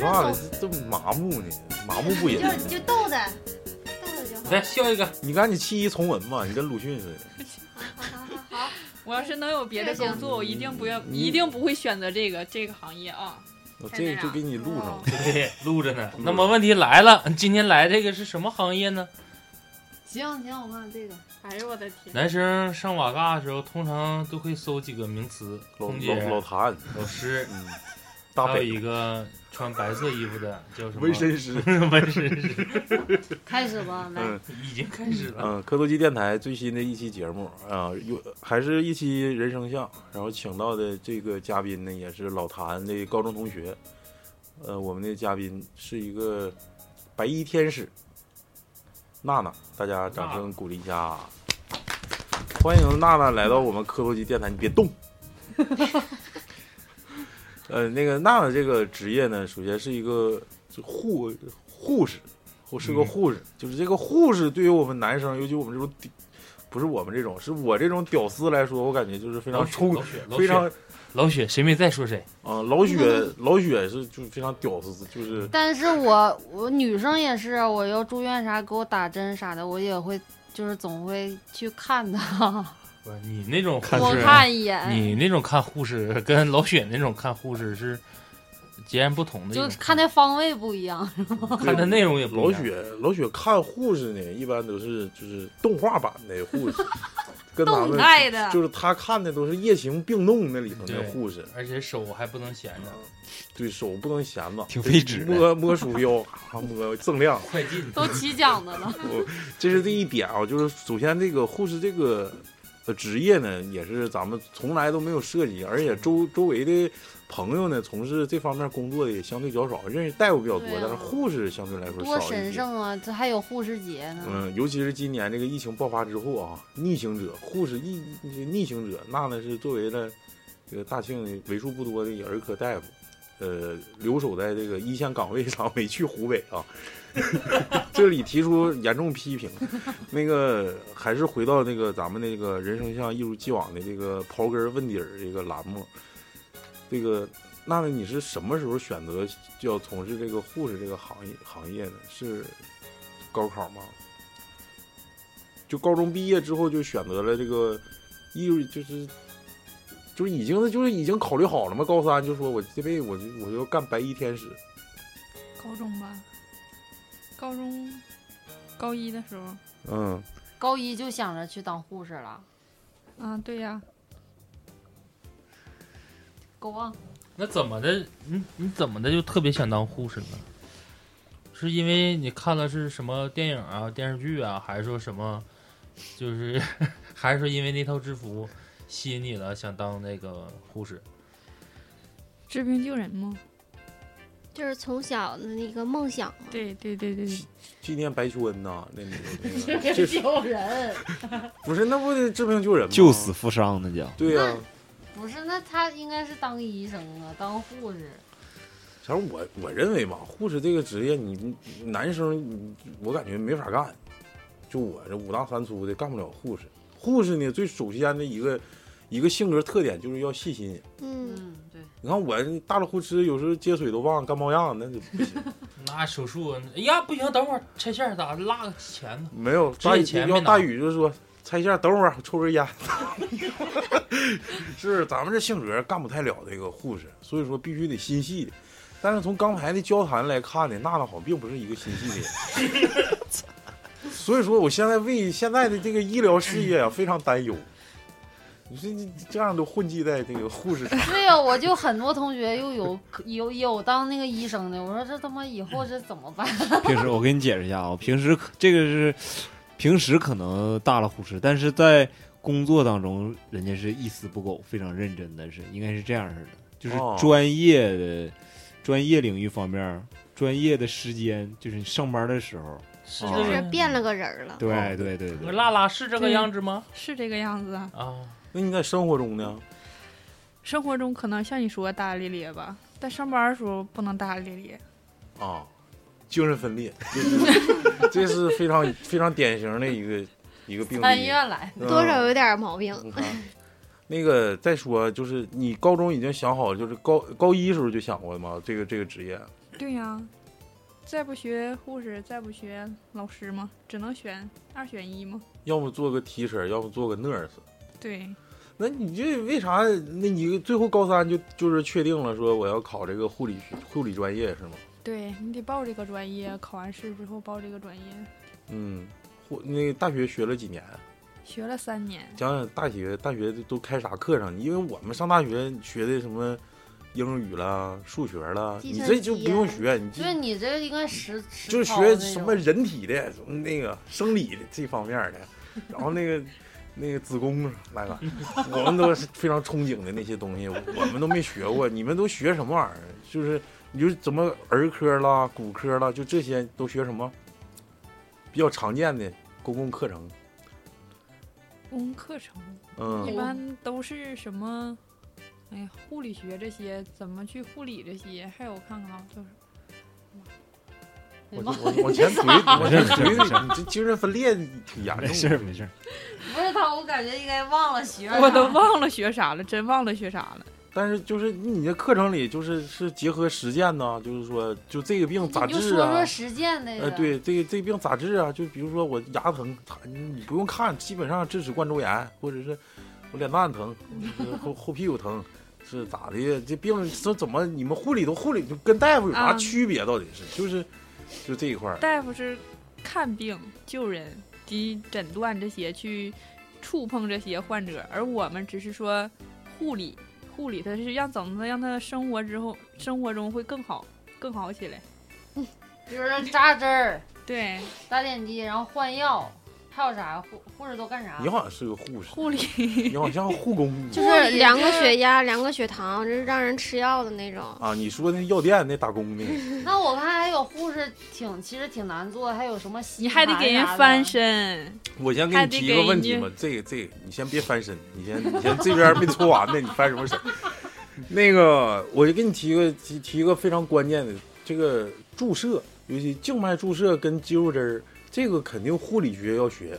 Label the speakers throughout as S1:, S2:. S1: 话了，这这麻木呢，麻木不
S2: 你
S1: 仁
S2: 就。你就逗他，逗他就好
S3: 来笑一个，
S1: 你赶紧弃医从文吧，你跟鲁迅似的。
S2: 好。好好好，
S4: 我要是能有别的
S2: 这个
S4: 工
S2: 行
S4: 作，我一定不要，
S1: 你
S4: 一定不会选择这个这个行业啊。
S1: 我这就给你录上了。
S3: 对，录 着呢。那么问题来了，今天来这个是什么行业呢？
S2: 行行，我看看这个，
S4: 哎呦我的天，
S3: 男生上瓦嘎的时候，通常都会搜几个名词：
S1: 老
S3: 嗯空姐、
S1: 老老谭，
S3: 老师，
S1: 嗯，大
S3: 还有
S1: 北
S3: 一个穿白色衣服的叫什么？
S1: 纹身师，
S3: 纹身师
S2: 开始吧，来，
S1: 嗯
S3: 已经开始了。
S1: 嗯，科多基电台最新的一期节目啊，有还是一期人生像，然后请到的这个嘉宾呢，也是老谭的高中同学。呃，我们的嘉宾是一个白衣天使娜娜，大家掌声鼓励一下，啊欢迎娜娜来到我们科多基电台，你别动。呃，那个娜娜这个职业呢，首先是一个护护士，我是个
S3: 嗯
S1: 护士，就是这个护士对于我们男生，尤其我们这种屌，不是我们这种，是我这种屌丝来说，我感觉就是非常
S3: 老雪
S1: 冲
S3: 老，雪，老
S1: 非常
S3: 雪，老雪，谁没在说谁？
S1: 啊、老雪老雪是就是非常屌丝，就是
S5: 但是我我女生也是，啊我要住院啥给我打针啥的，我也会就是总会去看她，
S3: 不是你那种护
S5: 多
S3: 士，
S5: 看一眼，
S3: 你那种看护士 跟老雪那种看护士是截然不同的一
S5: 就
S3: 种，
S5: 看那方位不一样。
S3: 看的内容也不
S1: 老
S3: 一样。
S1: 雪老雪看护士呢，一般都是就是动画版的护士，跟咱
S4: 动
S1: 们
S4: 态的，
S1: 就是他看的都是夜行病弄那里头的
S3: 对
S1: 护士，
S3: 而且手还不能闲着，
S1: 对手不能闲着，
S6: 挺费纸的
S1: 摸摸鼠标，啊摸锃亮，
S3: 快进。
S5: 都起奖的了，
S1: 这是第一点啊，就是首先这个护士这个呃职业呢，也是咱们从来都没有涉及，而且周周围的朋友呢，从事这方面工作的也相对较少，认识大夫比较多，
S5: 对啊
S1: 但是护士相对来说
S5: 多
S1: 少一
S5: 神
S1: 些。
S5: 圣啊！这还有护士节呢，
S1: 嗯，尤其是今年这个疫情爆发之后啊，逆行者护士逆逆行者，那呢是作为了这个大庆为数不多的儿科大夫，呃，留守在这个一线岗位上，没去湖北啊。 这里提出严重批评。那个还是回到那个咱们那个人生像一如既往的这个刨根儿问底儿这个栏目，这个。那呢你是什么时候选择就要从事这个护士这个行业行业呢？是高考吗？就高中毕业之后就选择了这个艺术，就是就是已经就是已经考虑好了嘛。高三就说我这辈子我就我就要干白衣天使，
S7: 高中吧，高中高一的时候，
S1: 嗯，
S5: 高一就想着去当护士 了。
S7: 啊，对呀、
S5: Go on，
S3: 那怎么的？你你怎么的就特别想当护士呢？是因为你看了是什么电影啊、电视剧啊，还是说什么？就是 还是说因为那套制服吸引你了，想当那个护士？
S7: 治病救人嘛。
S8: 就是从小的那个梦想嘛。
S7: 对对对对对，
S1: 纪念白求恩呐，那那 个这是人，不是那不得治病救人吗？
S6: 救死扶伤那 叫。
S1: 对呀、
S5: 不是，那她应该是当医生啊，当护士。
S1: 反正我我认为吧，护士这个职业你，你男生你我感觉没法干，就我这五大三粗的干不了护士。护士呢，最首先的一个一个性格特点就是要细心。
S8: 嗯，
S5: 嗯，对，
S1: 你看我大了呼哧，有时候接水都忘干冒样，那就不行。
S3: 那手术，哎呀，不行，等会儿拆线儿咋落个钱呢？
S1: 没有
S3: 之
S1: 大宇
S3: 前没
S1: 要大
S3: 拿
S1: 宇就说拆线，等会儿啊抽根烟。 是不是咱们这性格干不太了这个护士，所以说必须得心细。但是从刚才的交谈来看呢，娜娜好像并不是一个心细的人。所以说，我现在为现在的这个医疗事业啊非常担忧。你说你这样都混迹在这个护士场，
S5: 对呀、我就很多同学又有有有当那个医生的，我说这他妈以后这怎么办？
S6: 平时我给你解释一下啊，我平时可这个是平时可能大了护士，但是在工作当中，人家是一丝不苟，非常认真的是，应该是这样似的，就是
S1: 哦
S6: 专业的、专业领域方面，专业的时间，就是你上班的时候，
S3: 是
S1: 就
S3: 这
S8: 就
S3: 个
S8: 是
S3: 样
S8: 变了个人儿了。
S6: 对、
S1: 哦
S6: 对对
S3: 我
S6: 对，
S3: 拉拉是这个样子吗？
S7: 是这个样子啊。
S3: 啊，
S1: 那你在生活中呢？
S7: 生活中可能像你说的大大咧咧吧，但上班的时候不能大大咧咧。
S1: 啊，精神分裂，这是这是非常非常典型的一个一个病
S5: 三
S1: 例，
S5: 院来，
S1: 嗯
S8: 哎多少有点毛病。
S1: 你看，那个再说，就是你高中已经想好，就是高高一时候就想过的吗？这个这个职业，
S4: 对呀、再不学护士，再不学老师嘛，只能选二选一嘛。
S1: 要么做个 teacher，要么做个 nurse。
S4: 对，
S1: 那你这为啥？那你最后高三就就是确定了，说我要考这个护理学护理专业是吗？
S4: 对你得报这个专业，考完试之后报这个专业，
S1: 嗯，护那个大学学了几年？
S4: 学了三年。
S1: 讲讲大学大学都开啥课上？因为我们上大学学的什么英语啦、数学啦，
S9: 计
S1: 你
S9: 算
S1: 这就
S9: 机
S1: 不用
S9: 呀
S1: 学，你
S5: 就是
S1: 这
S5: 你这应该实实
S1: 就是
S5: 操那
S1: 学什
S5: 种
S1: 么人体的、什么那个生理的这方面的，然后那个那个子宫那个，我们都是非常憧憬的那些东西，我们都没学过，你们都学什么玩意儿？就是你就怎么儿科啦、骨科啦，就这些都学什么比较常见的公共课程？
S4: 工课程
S1: 嗯
S4: 一般都是什么？哎呀，护理学这些，怎么去护理这些，还有看看啊，就是
S1: 我就我往前推，往前推，你这精神分裂挺严
S6: 没
S1: 重
S6: 事
S1: 的。
S6: 儿没事儿，
S5: 不是他，我感觉应该忘了学
S4: 我都忘了学啥了，真忘了学啥了。
S1: 但是就是你这课程里就是是结合实践呢，就是说就这个病咋
S5: 你就
S1: 治
S5: 说
S1: 啊
S5: 说？实践那个。
S1: 呃，，对，这个这个病咋治啊？就比如说我牙疼，它你不用看，基本上智齿冠周炎，或者是我脸蛋疼，呃后后屁股疼，是咋的呀？这病这怎么你们护理都护理，就跟大夫有啥
S4: 啊
S1: 区别？到底是就是就这一块儿，
S4: 大夫是看病、救人及诊断这些，去触碰这些患者，而我们只是说护理，护理他是让怎么让他生活之后生活中会更好，更好起来。
S5: 比如说扎针儿、
S4: 对，
S5: 打点滴，然后换药，还有啥护护士都干啥
S1: 你？好像是个护士，
S4: 护理
S1: 你好像护工
S8: 就是量个血压、量个血糖，就是让人吃药的那种。
S1: 啊？你说那药店那打工的。
S5: 那我看还有护士挺其实挺难做，还有什么
S4: 你还得给人翻。身，
S1: 我先给
S4: 还
S1: 你
S4: 得
S1: 提一
S4: 给
S1: 个
S4: 人
S1: 问题
S4: 家
S1: 吧，这个这个，你先别翻身，你先你先这边没搓完呢，你翻什么身？那个，我就给你提个提提一个非常关键的，这个注射，尤其静脉注射跟肌肉针儿，这个肯定护理学要学，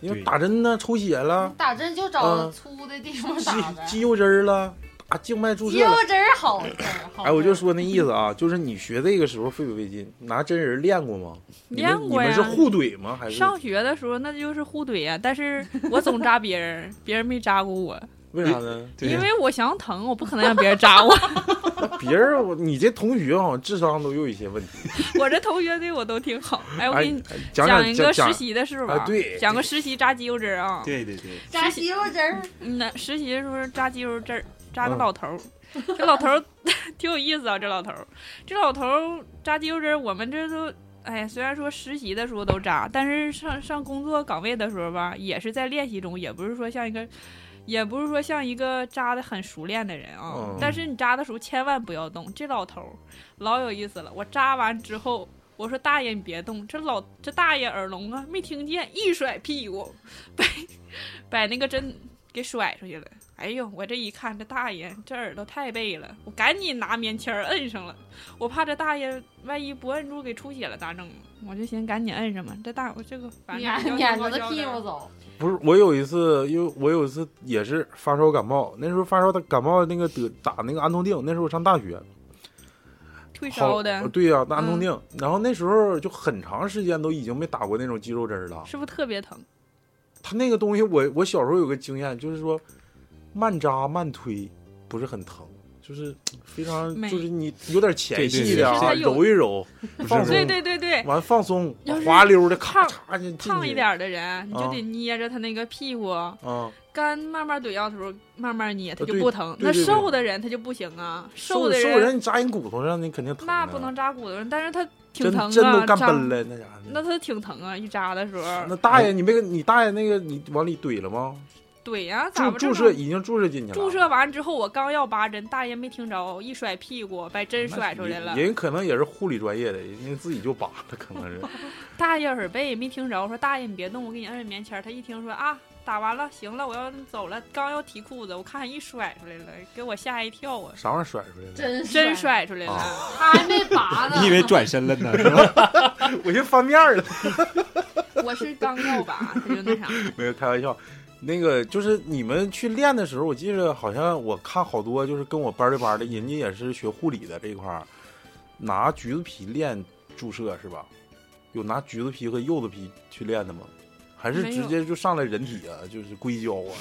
S1: 因为
S6: 对
S1: 打针呢、抽血啦、
S5: 打针就找粗的地
S4: 嗯
S5: 方
S1: 嗯肌
S5: 打呗，
S1: 肌肉针儿啦、打静脉注射
S5: 肌
S1: 啦
S5: 肉，针儿好事儿。好事儿
S1: 哎，我就说那意思啊，就是你学这个时候费不费劲？拿真人练过吗？你们
S4: 练过
S1: 你们是
S4: 呀
S1: 互怼吗？还是
S4: 上学的时候那就是互怼呀、但是我总扎别人， 别人没扎过我，
S1: 为啥呢？
S6: 对
S4: 因
S6: 呀
S4: 为我想疼，我不可能让别人扎 我。
S1: 别人儿，我你这同学好像智商都有一些问题。
S4: 我这同学对我都挺好。哎，我
S1: 哎
S4: 给你，
S1: 哎讲
S4: 讲一
S1: 讲
S4: 个
S1: 讲
S4: 实习的事吧。
S1: 啊，对，
S4: 讲个实习扎肌肉针儿啊。
S6: 对对对，
S9: 扎肌肉针儿，
S4: 嗯呐，实习的时候扎肌肉针儿，扎个
S1: 嗯
S4: 老头儿。这老头儿 挺有意思啊，这老头儿，这老头儿扎肌肉针儿，我们这都。哎呀，虽然说实习的时候都扎，但是上上工作岗位的时候吧，也是在练习中，也不是说像一个，也不是说像一个扎的很熟练的人啊。
S1: 嗯
S4: 但是你扎的时候千万不要动，这老头儿老有意思了。我扎完之后，我说大爷你别动，这老这大爷耳聋啊，没听见，一甩屁股，被把那个针给甩出去了。哎呦，我这一看，这大爷这耳朵太背了，我赶紧拿棉签儿摁上了，我怕这大爷万一不摁住给出血了咋整？我就寻思赶紧摁上吧。这大我这个反正
S5: 撵撵着他屁股走，
S1: 不是我有一次，因为我有一次也是发烧感冒，那时候发烧感冒那个得打那个安痛定，那时候我上大学，
S4: 退
S1: 好
S4: 烧的，嗯
S1: 对呀、打安痛定，然后那时候就很长时间都已经没打过那种肌肉针儿了。
S4: 是不是特别疼？
S1: 他那个东西我，我小时候有个经验，就是说慢扎慢推不是很疼，就是非常
S4: 没
S1: 就是你有点前戏
S6: 对对对
S1: 的
S4: 是
S1: 啊，
S4: 它有
S1: 揉一揉，
S6: 不
S1: 放
S6: 是
S1: 松
S4: 对对对对，
S1: 完放松
S4: 要是，
S1: 滑溜的咔嚓就进去
S4: 胖一点儿的人你就
S1: 啊
S4: 得捏着他那个屁股，
S1: 啊，
S4: 干慢慢怼药的时候慢慢捏，他
S1: 呃
S4: 就
S1: 对
S4: 不疼。
S1: 对
S4: 那
S1: 对对
S4: 瘦的人他就不行啊，
S1: 瘦
S4: 的
S1: 瘦人你扎人骨头上，你肯定疼啊。
S4: 那不能扎骨头，但是他挺
S1: 真
S4: 疼啊，
S1: 真都干
S4: 扎
S1: 崩了那家伙。
S4: 那他挺疼啊，一扎的时候，
S1: 那大爷，你没跟你大爷那个你往里怼了吗？
S4: 怼呀、咋
S1: 注
S4: 不
S1: 注
S4: 正
S1: 射
S4: 常？
S1: 已经注射进去了，
S4: 注射完之后，我刚要拔针，大爷没听着，一甩屁股，把针
S1: 那
S4: 甩出来了。
S1: 人可能也是护理专业的，人家自己就拔了，可能是。
S4: 大爷耳背没听着，我说大爷你别动，我给你摁摁棉签儿。他一听说啊，打完了，行了，我要走了，刚要提裤子，我看一甩出来了，给我吓一跳啊！
S1: 啥玩意儿甩出来的？
S5: 真
S4: 真，甩出来了，
S1: 哦
S5: 他还没拔呢。
S1: 啊
S6: 你以为转身了呢是吧？
S1: 我先翻面儿了，
S4: 我是刚要拔，他就那啥。
S1: 没有开玩笑。那个就是你们去练的时候，我记得好像我看好多就是跟我班儿对班儿的，人家也是学护理的这一块儿，拿橘子皮练注射是吧？有拿橘子皮和柚子皮去练的吗？还是
S4: 没
S1: 直
S4: 有
S1: 接就上来人体啊，就是硅胶啊？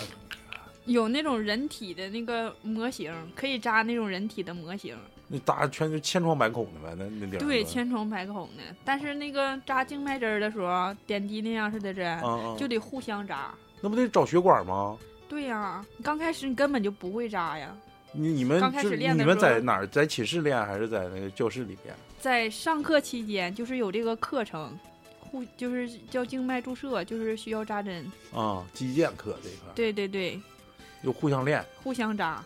S4: 有那种人体的那个模型，可以扎那种人体的模型，
S1: 那大家全就千疮百孔的呗，那那点儿
S4: 对，
S1: 是吧
S4: 千疮百孔的。但是那个扎静脉针儿的时候，点滴那样式的针，
S1: 啊啊，
S4: 就得互相扎。
S1: 那不得找血管吗？
S4: 对呀、你刚开始你根本就不会扎呀，
S1: 你你们
S4: 刚开
S1: 就
S4: 始
S1: 是
S4: 练的
S1: 你们
S4: 时候
S1: 在哪儿？在寝室练还是在那个教室里练？
S4: 在上课期间就是有这个课程，互就是叫静脉注射，就是需要扎针。
S1: 啊、击剑课这一块儿
S4: 对对对，
S1: 就互相练。
S4: 互相扎。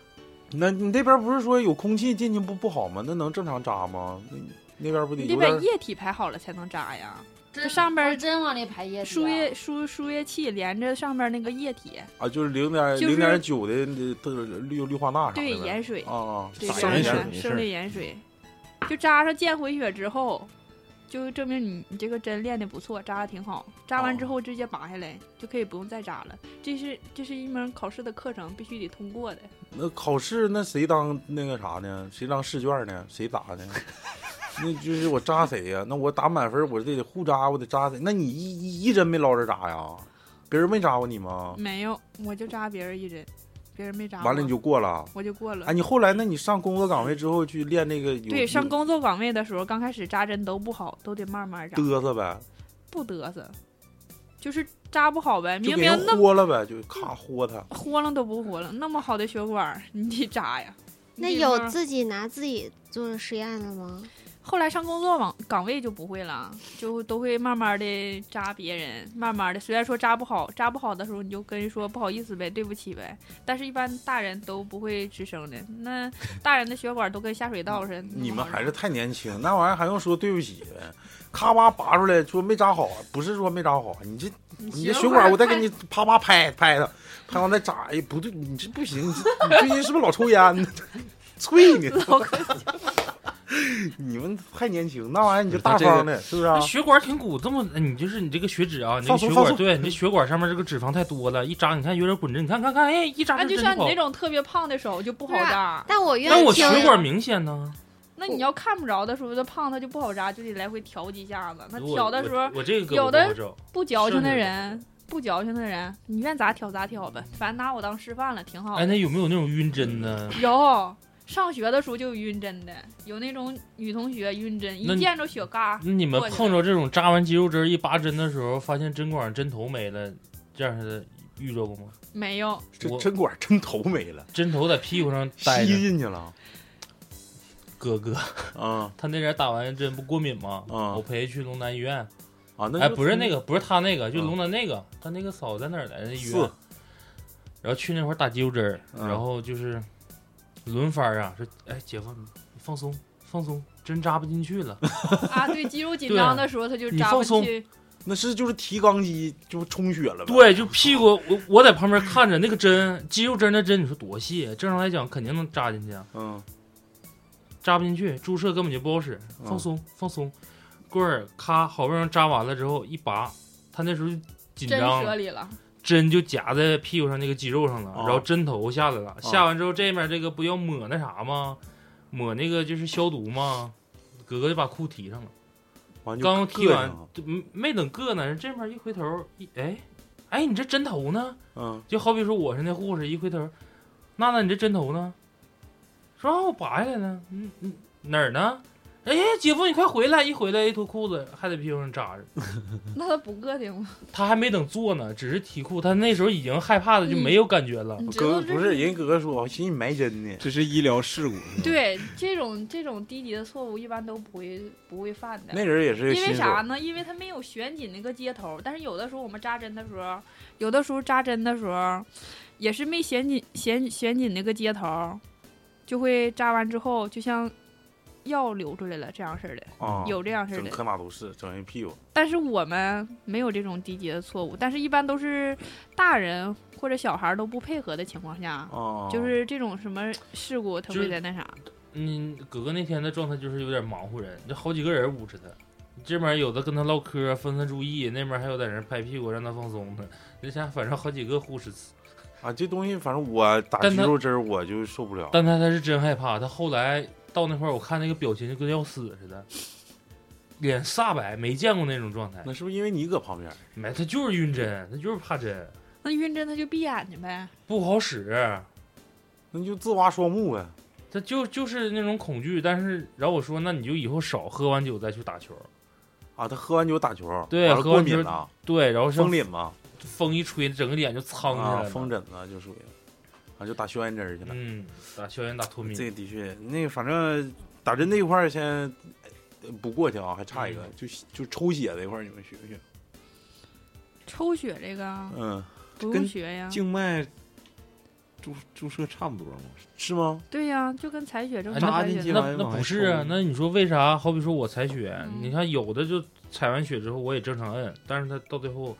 S1: 那你那边不是说有空气进去不不好吗？那能正常扎吗？那那边不得
S4: 你得
S1: 有
S4: 把
S1: 点儿
S4: 液体排好了才能扎呀。
S5: 这
S4: 上边儿
S5: 真往里排液体啊，
S4: 输液输输液器连着上边那个液体，
S1: 啊？就是零点
S4: 就是
S1: 零点九的那特氯氯化钠啥的
S4: 对
S1: 呗。
S4: 盐水，
S1: 啊，
S4: 对
S1: 撒
S6: 盐
S1: 盐
S6: 水
S1: 水
S6: 没事
S4: 生
S6: 儿
S4: 理盐水，就扎上见回血之后，就证明你你这个针练的不错，扎的挺好。扎完
S1: 哦
S4: 之后直接拔下来，就可以不用再扎了。这是这是一门考试的课程，必须得通过的。
S1: 那考试那谁当那个啥呢？谁当试卷呢？谁答呢？那就是我扎谁呀、那我打满分，我这得互扎，我得扎谁？那你一一一针没捞着扎呀？别人没扎过你吗？
S4: 没有，我就扎别人一针，别人没扎我。
S1: 哦完了你就过了。
S4: 我就过了。
S1: 哎，你后来那你上工作岗位之后去练那个有
S4: 对，上
S1: 有
S4: 工作岗位的时候，刚开始扎针都不好，都得慢慢扎，
S1: 嘚瑟呗，
S4: 不嘚瑟，就是扎不好呗。
S1: 就
S4: 明
S1: 给
S4: 明
S1: 人
S4: 那么
S1: 豁了呗，就咔豁他。
S4: 豁楞都不豁楞，那么好的血管儿，你得扎呀。
S8: 那
S4: 你得慢
S8: 有
S4: 慢
S8: 自己拿自己做实验了吗？
S4: 后来上工作岗岗位就不会了，就都会慢慢的扎别人，慢慢的，虽然说扎不好，扎不好的时候你就跟人说不好意思呗，对不起呗，但是一般大人都不会吱声的，那大人的血管都跟下水道似的。
S1: 你们还
S4: 是
S1: 是太年轻，那玩意儿还用说对不起呗？咔吧拔出来说没扎好，啊不是说没扎好，啊你这你这血管我再给你啪啪拍拍它，拍完再扎。哎，不对，你这不行，你这你最近是不是老抽烟？ 脆你， 你们太年轻，那玩意儿你就大方的，是不是啊
S3: 那？血管挺鼓，这么你就是你这个血脂啊，你这个
S1: 放松
S3: 血
S1: 放
S3: 管
S1: 松
S3: 对你这血管上面这个脂肪太多了，一扎你看有点滚针，你看看看，哎，一扎
S4: 那
S3: 针
S4: 就
S3: 真
S4: 像你
S3: 好
S4: 那。种特别胖的手就不好
S8: 不是
S4: 扎，
S8: 但我
S3: 那
S8: 愿意
S3: 我
S8: 听
S3: 血，管明显呢，
S4: 那你要看不着的时候，那胖他就不好扎，就得来回调几下子。那
S3: 我
S4: 挑的时候
S3: 我我这个胳膊
S4: 有的哦
S3: 不好整
S4: 不矫情
S3: 是
S4: 的
S3: 的
S4: 人，不矫情的人，你愿咋挑咋挑呗，反正拿我当示范了，挺好的。
S3: 哎，那有没有那种晕针呢？
S4: 有上学的时候就有晕针的，有那种女同学晕针，
S3: 那
S4: 一
S3: 你
S4: 见着雪嘎，
S3: 那你们
S4: 过去
S3: 碰着这种扎完肌肉针一拔针的时候，发现针管针头没了，这样式的遇着过吗？
S4: 没有，
S1: 这
S3: 我
S1: 针管针头没了，
S3: 针头在屁股上待
S1: 吸
S3: 着，
S1: 进去了
S3: 哥哥，
S1: 啊
S3: 他那阵打完针不过敏吗？
S1: 嗯
S3: 我陪去龙南医院，
S1: 啊！那
S3: 哎，不是那个，不是他那个，就
S1: 嗯
S3: 龙南那个，他那个嫂子在哪儿来着？那医
S1: 四
S3: 院，然后去那块儿打肌肉针儿，
S1: 嗯
S3: 然后就是轮番儿啊，说哎姐夫你你放松放松，针扎不进去了，
S4: 啊，对，肌肉紧
S3: 对
S4: 张的时候他就
S3: 你
S4: 扎
S3: 放
S4: 不
S3: 松
S4: 去，
S1: 那是就是提肛肌就充血了呗。
S3: 对，就屁股我我在旁边看着那个针肌肉针的针，你说多细？正常来讲肯定能扎进去啊，
S1: 嗯，
S3: 扎不进去，注射根本就不好使，
S1: 嗯
S3: 放松放松，棍儿咔好不容易扎完了之后一拔，他那时候紧
S4: 针
S3: 张了
S4: 折里了，
S3: 针就夹在屁股上那个肌肉上了，
S1: 啊
S3: 然后针头下来了，下完之后这面这个不要抹那啥吗？抹那个就是消毒吗？哥哥就把裤提上了，
S1: 完就
S3: 刚提完
S1: 硌上了
S3: 就没没等硌呢，这面一回头，一哎哎，你这针头呢？
S1: 嗯
S3: 就好比说我是那护士，一回头，娜娜你这针头呢？说啊我拔下来了，嗯嗯哪儿呢？哎，姐夫你快回来！一回来一脱裤子还在屁股上扎着，
S4: 那他不硌挺吗？
S3: 他还没等坐呢，只是提裤，他那时候已经害怕的就没有感觉了。
S4: 你知
S1: 哥
S4: 道
S1: 哥不是人家哥哥说，我寻思你埋针呢。
S6: 这是医疗事故，是吧，
S4: 对这种这种低级的错误一般都不会不会犯的。
S1: 那人也是个
S4: 因为
S1: 新手
S4: 啥呢？因为它没有旋紧那个接头，但是有的时候我们扎针的时候，有的时候扎针的时候，也是没旋紧旋旋紧那个接头，就会扎完之后就像药流出来了这样式儿的，
S1: 啊，
S4: 有这样式儿
S1: 整
S4: 的。
S1: 可哪都是，整人屁股。
S4: 但是我们没有这种低级的错误，但是一般都是大人或者小孩儿都不配合的情况下，
S1: 啊，
S4: 就是这种什么事故，他
S3: 就是
S4: 会在那啥。
S3: 嗯，哥哥那天的状态就是有点忙乎人，这好几个人捂着他，这边有的跟他唠嗑，啊分散注意，那边还有在那儿拍屁股让他放松他。那下反正好几个护士，
S1: 啊，这东西反正我打
S3: 但
S1: 肌
S3: 他
S1: 肉针儿我就受不了。
S3: 但他他是真害怕，他后来到那块儿，我看那个表情就跟要死似的，脸煞白，没见过那种状态。
S1: 那是不是因为你搁旁边？
S3: 没，他就是晕针，他就是怕针，
S4: 那晕针他就闭眼睛呗。
S3: 不好使。
S1: 那你就自挖双目呗。
S3: 他就就是那种恐惧，但是然后我说，那你就以后少喝完酒再去打球。
S1: 啊，他喝完酒打球，
S3: 对
S1: 完了
S3: 喝完
S1: 过
S3: 酒
S1: 敏呐，
S3: 对，然后像
S1: 风脸嘛，
S3: 风一吹，整个脸就苍起来
S1: 啊，
S3: 了。
S1: 风疹子就属于，啊，就打消炎针儿去了。
S3: 嗯，打消炎打脱敏。
S1: 这个的确，那个反正打针那一块儿先呃不过去啊，还差一个，
S3: 嗯
S1: 就就抽血那块儿，你们学不学？
S4: 抽血这个
S1: 嗯，
S4: 不用
S6: 跟
S4: 学呀，
S6: 静脉注注射差不多嘛，
S1: 是吗？
S4: 对呀，就跟采血正
S3: 哎
S4: 常
S6: 扎
S4: 采
S6: 进
S4: 血
S6: 去
S4: 的
S3: 那
S6: 完了
S3: 那
S6: 往外
S3: 不是啊？
S6: 抽
S3: 那你说为啥？好比说我采血，
S4: 嗯
S3: 你看有的就采完血之后我也正常摁，但是他到最后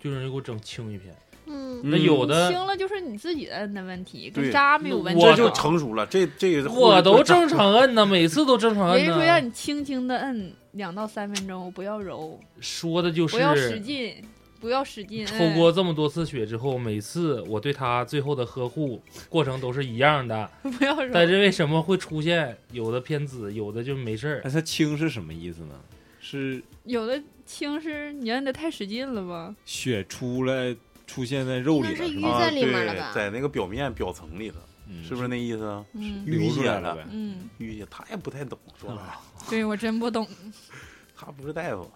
S3: 就容易给我整青一片。
S8: 嗯，
S3: 那有的
S4: 轻了就是你自己摁的问题，
S1: 对
S4: 跟扎没有问题。
S3: 我
S1: 这就成熟了，这这个
S3: 我都正常摁呢，每次都正常摁
S4: 人家说让
S3: 呢。
S4: 你轻轻的摁两到三分钟，不要揉，
S3: 说的就
S4: 不要使
S3: 是
S4: 劲，嗯不要使劲
S3: 抽
S4: 摁。
S3: 过这么多次血之后，每次我对他最后的呵护过程都是一样的，
S4: 不要揉。
S3: 但是为什么会出现有的偏紫，有的就没事儿
S6: 那？它轻是什么意思呢？是
S4: 有的轻是你摁的太使劲了吧？
S6: 血出来出现在肉里
S8: 那
S6: 了，
S8: 是
S6: 是
S8: 淤
S6: 吧？
S8: 在里面了
S1: 啊对
S8: 吧
S1: 在那个表面表层里头，
S6: 嗯
S1: 是不是那意思啊？
S4: 嗯
S6: 流
S1: 淤
S6: 出
S1: 血了
S6: 来了呗？
S4: 嗯，
S1: 淤血他也不太懂，说白了，
S4: 对我真不懂。
S1: 他不是大夫。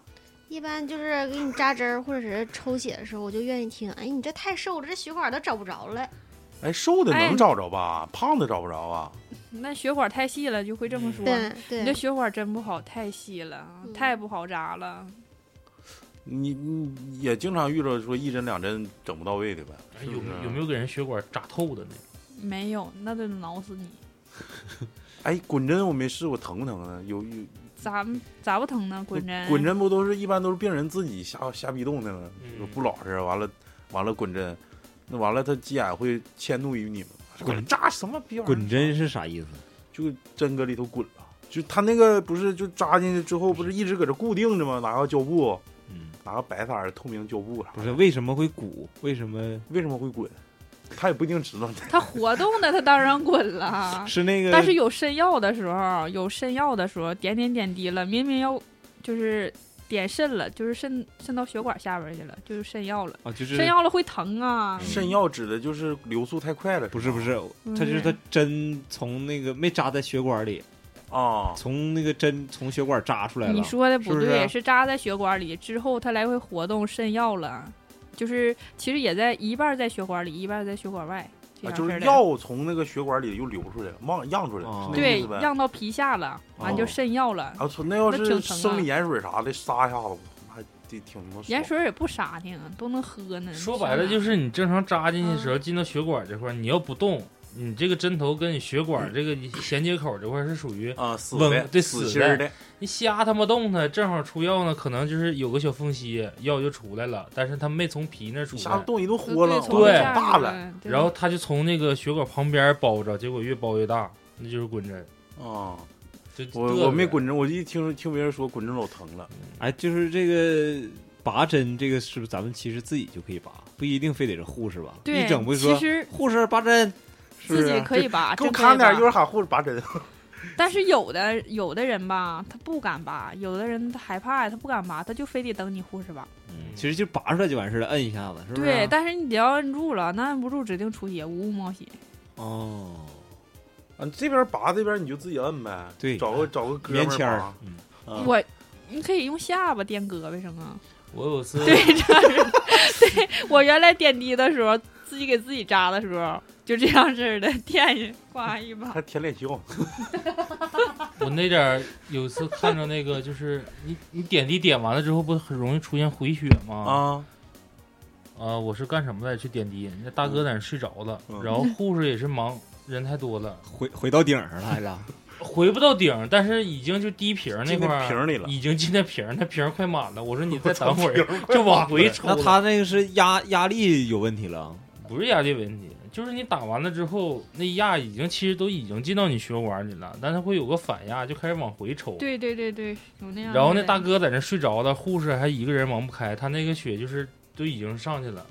S8: 一般就是给你扎针儿或者是抽血的时候，我就愿意听。哎，你这太瘦了，这血管都找不着了。
S1: 哎，瘦的
S4: 哎
S1: 能找着吧？胖的找不着啊？
S4: 那血管太细了就会这么说。
S8: 对
S4: 你这
S8: 对，
S4: 血管真不好，太细了，
S8: 嗯
S4: 太不好扎了。
S1: 你你也经常遇着说一针两针整不到位的呗？
S3: 哎
S1: 是
S3: 有
S1: 不是
S3: 有没有给人血管扎透的呢？
S4: 没有，那得挠死你。
S1: 哎，滚针我没试过，疼不疼呢？有有
S4: 咋咋不疼呢？滚针，
S1: 滚，针不都是一般都是病人自己瞎瞎逼动的吗？
S3: 嗯
S1: 说不老实，完了完了滚针，那完了他急眼会迁怒于你们，滚扎什么啊逼玩意儿
S6: 滚针是啥意思？
S1: 就针搁里头滚了，就他那个不是就扎进去之后不是一直搁这固定着吗？拿个胶布，
S6: 嗯，
S1: 拿个白色儿的透明胶布啥的
S6: 不是为什么会鼓？为什么。
S1: 为什么会滚？他也不一定知道呢。
S4: 它活动的它当然滚了
S6: 啊是那个？
S4: 但是有肾药的时候，有肾药的时候，点点点滴了，明明要就是点肾了，就是肾肾到血管下边去了，哦就是肾药了。
S6: 啊，就是
S4: 肾药了会疼啊，
S1: 肾药指的就是流速太快了，
S6: 不是不是，
S4: 嗯
S6: 它就是它针从那个没扎在血管里，
S1: 啊？
S6: 从那个针从血管扎出来
S4: 你
S6: 了。
S4: 说的不
S6: 是不
S4: 对，
S6: 是
S4: 扎在血管里之后，它来回活动，肾药了，就是其实也在一半在血管里，一半在血管外，这
S1: 啊，
S4: 样
S1: 就
S4: 式
S1: 是
S4: 的。
S1: 药从那个血管里又流出来了，忘漾出来了，
S6: 哦
S1: 是那个
S4: 对
S1: 意思呗？，
S4: 漾到皮下了，完就
S6: 哦
S4: 肾药了。
S1: 啊，操！那要
S4: 那
S1: 是
S4: 挺疼啊
S1: 生理盐水啥的，撒一下子，我他妈还得挺他妈爽
S4: 盐水也不啥呢，都能喝呢。
S3: 说白了就是你正常扎进去的
S4: 嗯
S3: 时候，进到血管这块儿，你要不动，你这个针头跟你血管这个衔接口这块儿是属于
S1: 啊，死
S3: 嗡
S1: 的，
S3: 对
S1: 死
S3: 死
S1: 心儿
S3: 的
S1: 的，
S3: 你瞎他妈动它，正好出药呢，可能就是有个小缝隙，药就出来了，但是它没从皮那儿出
S1: 你瞎
S3: 来，
S1: 动一顿豁楞，
S3: 对
S1: 往大了
S4: 了，对
S3: 然后它就从那个血管旁边包着，结果越包越大，那就是滚针。
S4: 嗯
S1: 啊！
S3: 就
S1: 我我没，滚针，我一听听别人说滚针老疼了，
S6: 哎，就是这个拔针，这个是不是咱们其实自己就可以拔，不一定非得是护士吧？
S4: 对，
S6: 一整不
S4: 其
S6: 说
S4: 实
S6: 护士拔针，是不啊
S4: 自己
S6: 是？
S4: 可以拔，
S1: 啊给我
S4: 啊真可以
S1: 看点儿，
S4: 拔
S1: 一会儿喊护士拔 针。
S4: 但是有的有的人吧，他不敢拔，有的人他害怕呀，他不敢拔，他就非得等你护士拔。
S6: 嗯其实就拔出来就完事了，摁一下子，是不是？
S1: 啊
S6: 啊
S4: 对，但是你只要摁住了，那摁不住指定出血，无误冒险。
S6: 哦，
S1: 啊，这边拔这边你就自己摁呗，
S6: 对
S1: 找个找个哥
S6: 棉
S1: 们
S6: 签
S1: 儿
S6: 儿
S1: 拔，，
S6: 嗯
S1: 啊
S4: 我你可以用下巴垫胳膊上啊。
S3: 我有次
S4: 对，这样式儿对我原来点滴的时候，自己给自己扎的时候，就这样式儿的垫上，刮一把。
S1: 还舔脸笑，
S3: 我那点儿有一次看着那个，就是你你点滴点完了之后，不很容易出现回血吗？
S1: 啊，
S3: 啊、我是干什么来去点滴？那大哥在那儿睡着了，
S1: 嗯
S3: 然后护士也是忙，人太多了，
S6: 回回到顶上了还是咋？
S3: 回不到顶儿，但是已经就滴瓶儿那
S1: 进
S3: 块
S1: 那
S3: 儿
S1: 瓶儿里了。
S3: 已经进那瓶儿，那瓶儿快满了。我说你再等 会儿，就往回抽了。
S6: 那他那个是压压力有问题了，
S3: 不是压力问题，就是你打完了之后，那压已经其实都已经进到你血管里了，但它会有个反压，就开始往回抽。
S4: 对对对对，有
S6: 啊
S4: 那样。
S3: 然后那大，哥在那睡着了，护士还一个人忙不开，他那个血就是都已经上去了。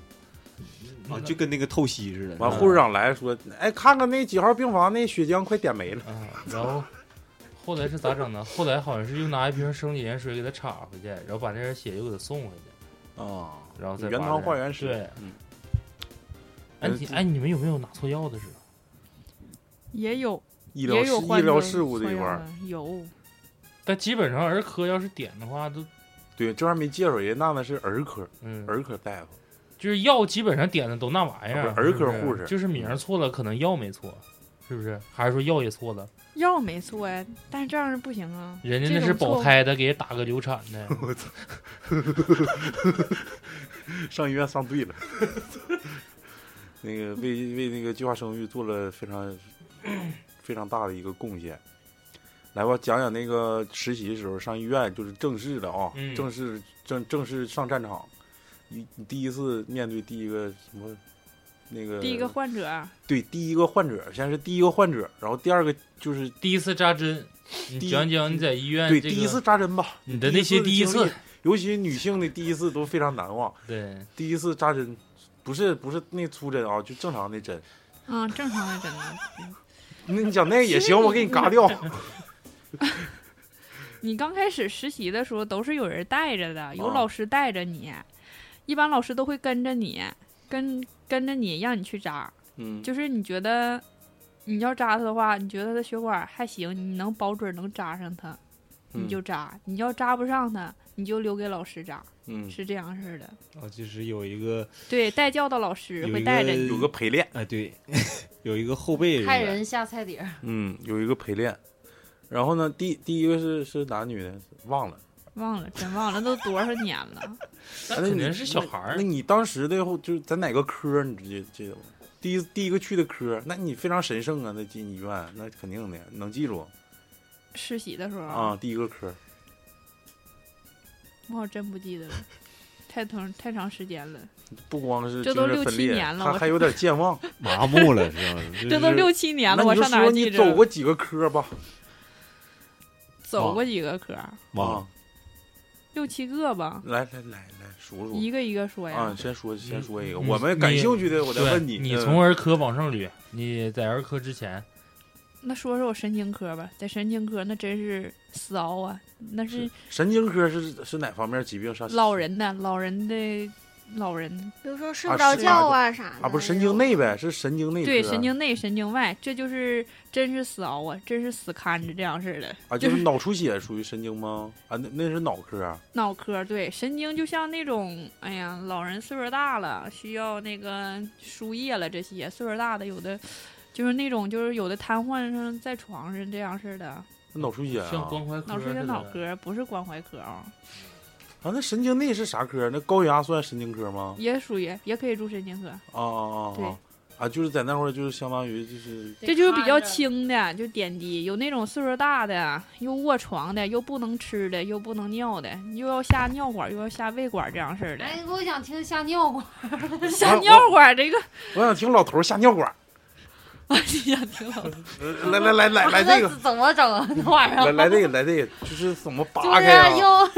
S6: 啊，就跟那个透析似的。
S1: 完，
S3: 嗯
S1: 护士长来说，哎，看看那几号病房那血浆快点没了，
S3: 嗯啊，然后后来是咋整呢？后来好像是又拿一瓶生理盐水给它插回去，然后把那点血又给它送回去，
S1: 啊，
S3: 然后再
S1: 原
S3: 把
S1: 汤
S3: 这
S1: 化原食
S3: 对，
S1: 嗯
S3: 哎你哎你们有没有拿错药的时候？
S4: 也有
S1: 医疗
S4: 也有
S1: 事
S4: 患
S1: 医疗
S4: 者
S1: 事故这一
S4: 说
S1: 块
S4: 要
S1: 儿，
S4: 的有
S3: 但基本上儿科要是点的话，都
S1: 对，这玩意儿没介绍，人家那是儿科，
S3: 嗯，
S1: 儿科大夫，
S3: 就是药基本上点的都那玩意儿，
S1: 啊不是儿科
S3: 是不是
S1: 护士
S3: 就是名儿错了，可能药没错，是不是？还是说药也错了？
S4: 药没错呀，但是这样是不行啊。
S3: 人家
S4: 这
S3: 那
S4: 种
S3: 是
S4: 错
S3: 保
S4: 误
S3: 胎的，给人打个流产 的，
S1: 上医院上对了， 那个为为那个计划生育做了非常非常大的一个贡献。来吧，讲讲那个实习的时候上医院，就是正式的啊，
S3: 嗯
S1: 正式正正式上战场，你你第一次面对第一个什么那个
S4: 第一个患者啊，
S1: 对第一个患者，先是第一个患者，然后第二个就是
S3: 第一次扎针，你
S1: 第一
S3: 讲讲你在医院
S1: 对
S3: 这
S1: 第一次
S3: 个
S1: 扎针吧，
S3: 你的那些第一
S1: 一经历
S3: 次，，
S1: 尤其女性的第一次都非常难忘。
S3: 对，
S1: 第一次扎针，不是不是那粗针啊，就正常的 针。
S4: 嗯，正常的真的。
S1: 那你讲那个也行，我给你嘎 掉。
S4: 你刚开始实习的时候都是有人带着的，有
S1: 啊
S4: 老师带着你，一般老师都会跟着你，跟跟着你让你去扎。
S1: 嗯，
S4: 就是你觉得你要扎它的话，你觉得它血管还行，你能保准能扎上它，
S1: 嗯
S4: 你就扎；你要扎不上它，你就留给老师扎，
S1: 嗯，
S4: 是这样式的。
S6: 啊，就是有一个
S4: 对，带教的老师
S6: 有
S4: 会
S6: 一
S4: 带着你。
S1: 有个陪练，
S6: 哎，对，有一个后备人
S5: 看
S6: 员，
S5: 人下菜碟儿，
S1: 嗯，有一个陪练。然后呢，第第一个是是男女的，忘了。
S4: 忘了，真忘了，都多少年了。
S3: 那
S1: 哎
S3: 肯
S1: 你
S3: 定是小孩儿
S1: 那。你当时的后就是在哪个科儿？你直接记得吗？第一第一个去的科儿，那你非常神圣啊！那进医院，那肯定的，能记住
S4: 实习的时候，
S1: 啊。第一个科儿，
S4: 我好真不记得了，太长太长时间了，
S1: 不光是
S4: 这
S1: 精
S4: 都
S1: 神
S4: 六
S1: 分
S4: 七
S1: 裂，
S4: 年了
S1: 还
S4: 我
S1: 还有点健 忘。
S6: 麻木了是吧？
S4: 这都六七年
S1: 那
S4: 了，
S1: 你
S4: 我
S1: 就
S4: 上哪
S1: 说
S4: 儿
S1: 你
S4: 记着？
S1: 走过几个科儿吧？
S4: 走过几个科儿，
S6: 啊
S1: 啊，，
S4: 六七个吧，
S1: 来来来来，数数
S4: 一个一个说哎呀。
S1: 哦啊，先说先说一个，
S3: 嗯
S1: 我们感
S3: 你
S1: 兴趣的，我再
S3: 对
S1: 问你。
S3: 你
S1: 嗯
S3: 从儿科往上捋，你在儿科之前，
S4: 那说说我神经科吧，在神经科那真是死熬啊，那是
S1: 神经科是是哪方面疾病上？
S4: 老人的老人的老人，
S8: 比如说睡
S1: 啊
S8: 不着
S1: 是
S8: 觉啊啥的
S1: 啊，不是神经内呗，是神经内科。啊
S4: 对神经内神经外，这就是真是死熬啊，真是死看着这样似的。
S1: 啊，就是脑出血属于神经吗？啊，那那是脑科啊。
S4: 脑科对神经就像那种，哎呀，老人岁数大了，需要那个输液了，这些岁数大的有的就是那种就是有的瘫痪上在床上这样似的，
S1: 那脑出血
S3: 像
S1: 啊，
S3: 关怀科
S4: 脑出血
S3: 似
S4: 脑
S3: 的
S4: 科不是关怀科啊、
S1: 啊，那神经内是啥科？啊那高血压算神经科吗？
S4: 也属于也可以住神经科，
S1: 啊啊啊
S4: 对
S1: 啊！啊，就是在那块儿，就是相当于就是
S4: 这就是比较轻的，就点滴。有那种岁数大的，又卧床的，又不能吃的，又不能尿的，又要下尿管，又要下胃管这样式儿的。
S5: 哎，我想听下尿管，
S4: 下尿管这个，
S1: 我想听老头儿下尿管儿。
S4: 你想听 老
S1: 呃来来来来来这个，
S5: 怎么整啊？那玩意
S1: 来
S5: 儿，
S1: 来这个来这个，就是怎么
S5: 就
S1: 扒开
S5: 是
S1: 啊？
S5: 用
S1: 完了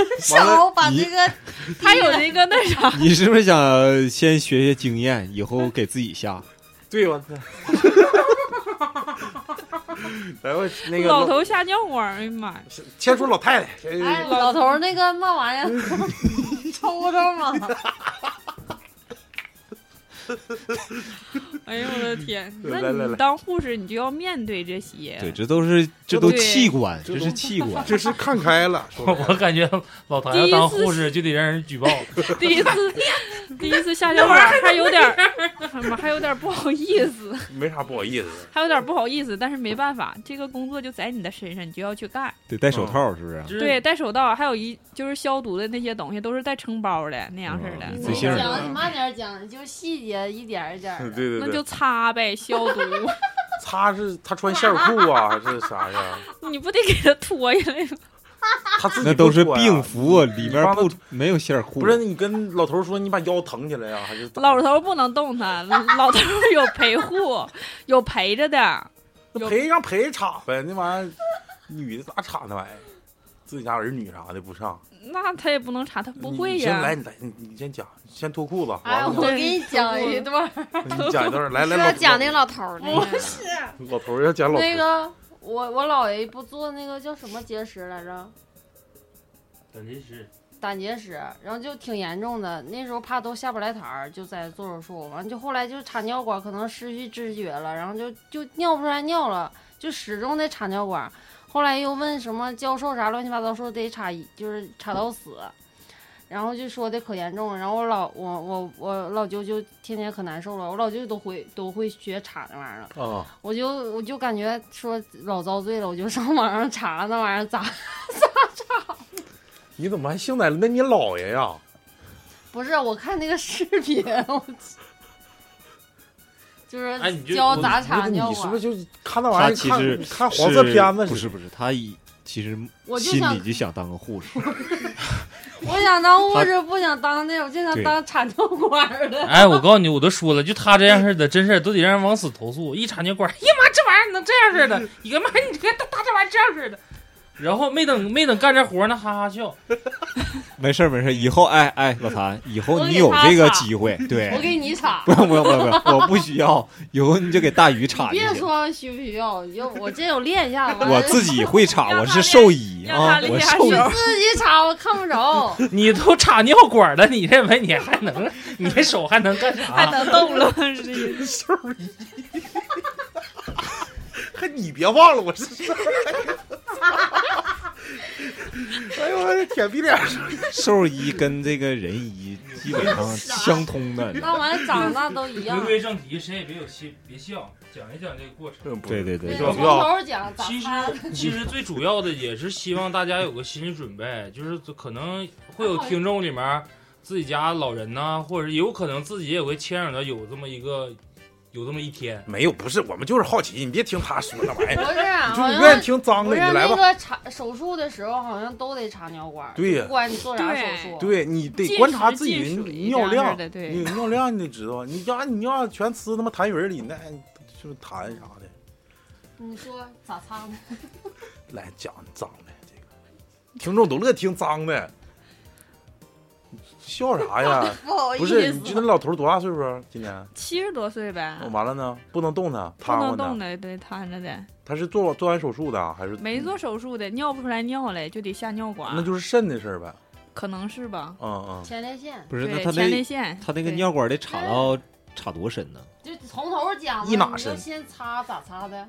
S5: 手把
S6: 你
S5: 那个
S4: 他有那个那啥，
S6: 你是不是想先学学经验，以后给自己下？
S1: 对，我操！ 来吧，那个
S4: 老头下尿管，哎呀妈呀！
S1: 先说老太太，先
S5: 哎，老头儿那个那玩意儿，抽抽嘛，
S4: 哎呦我的天！
S1: 来来
S4: 那你
S1: 来
S4: 当护士，你就要面对这些。
S6: 对，这都是这都
S4: 对
S6: 器官，
S1: 这
S6: 这
S1: 都
S6: 是器 官。
S1: 这是看开了，说白了
S3: 我感觉老谭
S4: 第
S3: 要
S4: 一
S3: 当
S4: 次
S3: 护士就得让人举报，
S4: 第一次，第一次下尿管还有点儿，哎妈，还有点儿不好意思。
S1: 没啥不好意思的。
S4: 还有点不好意思，但是没办法，这个工作就在你的身上，你就要去干。
S6: 得戴手套，是不是？
S3: 就是
S4: 对，戴手套，还有一就是消毒的那些东西，都是带撑包的那样式的。
S6: 嗯
S5: 你
S6: 自信儿
S5: 讲，你慢点儿讲，你就细节一点儿一点儿
S1: 对对
S5: 的。
S4: 哎那
S1: 对
S4: 就，擦呗，消毒，
S1: 他是他穿线裤啊，还是啥呀？
S4: 你不得给它脱下来吗？
S1: 他自己
S6: 那都是
S1: 不脱呀
S6: 病服，啊里边
S1: 帮他
S6: 不没有线裤。
S1: 不是你跟老头说你把腰腾起来啊，还是咋
S4: 老头不能动它，老头有陪护，有陪着的。
S1: 那陪让陪插呗，那玩意儿女的咋插那玩意儿？自己家儿女啥的不上，
S4: 那他也不能查，他不
S1: 你
S4: 会
S1: 你先来，
S4: 呀。
S1: 你来，你你先讲，先脱裤子，
S5: 哎，
S1: 完
S5: 我
S1: 了
S5: 给你讲一段儿，
S1: 你讲一段儿，来来
S8: 要
S1: 老
S8: 讲
S1: 头
S5: 哎
S8: 那个老头儿那个，
S1: 老头儿要讲老头
S5: 那
S1: 儿，
S5: 个我我姥爷不做那个叫什么结石来着？
S3: 胆结石，
S5: 胆结石，然后就挺严重的。那时候怕都下不来台儿，就在做手术，完就后来就插尿管，可能失去知觉了，然后就就尿不出来尿了，就始终得插尿管。后来又问什么教授啥乱七八糟，说得插一就是插到死，然后就说的可严重了。然后我老我我我老舅就天天可难受了，我老舅都会都会学插那玩意儿了。
S1: 啊，
S5: 我就我就感觉说老遭罪了，我就上网上查那玩意儿咋，
S1: 你怎么还姓奶了？那你姥爷呀？
S5: 不是我看那个视频，我去就是
S3: 哎你就
S5: 教
S3: 我
S5: 咋
S1: 不
S5: 插
S1: 啊是你
S5: 尿
S1: 是
S5: 管
S1: 不是，就看那
S6: 他
S1: 玩意
S6: 其
S1: 儿
S6: 实
S1: 看看黄色片子
S6: 不
S1: 似
S6: 是不是，他以其实
S5: 我就
S6: 心
S5: 想
S6: 里就想当个护士，
S5: 我想当护士，不想当那，我就想
S6: 对
S5: 当插尿管儿的。
S3: 哎，我告诉你，我都说了，就他这样式的，真事儿都得让人往死投诉。一插尿管，哎呀妈，这玩意儿能这样式的？一个妈，你这他他这玩意儿这样式的。然后没等没等干这活呢，哈哈笑。
S6: 没事儿没事儿，以后哎哎老谭，以后
S5: 我
S6: 你
S5: 给
S6: 有
S5: 他
S6: 这个
S5: 擦
S6: 机会，
S5: 我
S6: 对，
S5: 给你插
S6: 哎 不，用不用不用，不用我不需要，以后你就给大鱼插就
S5: 别
S6: 行。
S5: 说需不需要，要我这有练一下子，完了
S6: 我自己会插，
S7: 让
S6: 我
S7: 他
S6: 是
S7: 练
S6: 兽医
S7: 让他
S6: 啊，
S7: 练
S6: 我
S7: 一下
S6: 兽医
S7: 手
S5: 自己插 我看不着，
S3: 你都插尿管了，你认为你 还能，你这手还能干啥？
S7: 能动 了，
S1: 的。 你别忘了我是谁。 哎呦，我的舔屁脸是
S6: 兽医跟这个人医基本上相通的。
S5: 那玩意儿长大都一样
S3: 回。归正题，谁也别有戏，别笑，讲一讲这个过程。
S6: 对对对
S1: 不
S5: 对，从
S1: 需要。
S5: 头讲咋
S3: 其实
S5: 插，
S3: 其实最主要的也是希望大家有个心理准备，就是可能会有听众里面自己家老人呐、或者有可能自己也会牵扯到有这么一个有这么一天。
S1: 没有，不是，我们就是好奇，你别听他说那玩意
S5: 不
S1: 儿，
S5: 是，啊
S1: 你就
S5: 好像
S1: 你愿意听脏
S5: 不
S1: 的，
S5: 是
S1: 你来
S5: 那
S1: 吧。
S5: 个插手术的时候，好像都得插尿管儿，
S1: 对呀
S5: 不管你做啥手
S4: 对
S5: 术，
S1: 对你得
S4: 进
S1: 观察
S4: 食
S1: 自己
S4: 进
S1: 的
S4: 水
S1: 尿
S4: 这样
S1: 量，
S4: 式的对
S1: 你尿量你得知道，你要你要全呲他妈痰盂儿里，那就是痰啥的，
S5: 你说咋擦呢？
S1: 来讲脏的这个，听众都乐听脏的，笑啥呀？
S5: 不好
S1: 不是，你这那老头儿多大岁数啊？今年？
S4: 七十多岁呗，
S1: 完了呢，不能动他，
S4: 不
S1: 瘫
S4: 能
S1: 痪
S4: 动
S1: 他。
S4: 的，对，瘫着的，
S1: 他是做做完手术的啊还是
S4: 没？做手术的，尿不出来尿来就得下尿
S1: 那
S4: 管，
S1: 就是肾的事儿呗。
S4: 可能是吧。
S1: 嗯嗯。
S5: 前列腺，
S6: 不是，那
S4: 对，
S6: 他
S4: 前
S6: 那
S4: 列腺，
S6: 他那个
S4: 对
S6: 尿管得插到插多深呢？
S5: 就从头讲嘛，
S1: 一哪
S5: 你就
S1: 深
S5: 先擦咋擦的？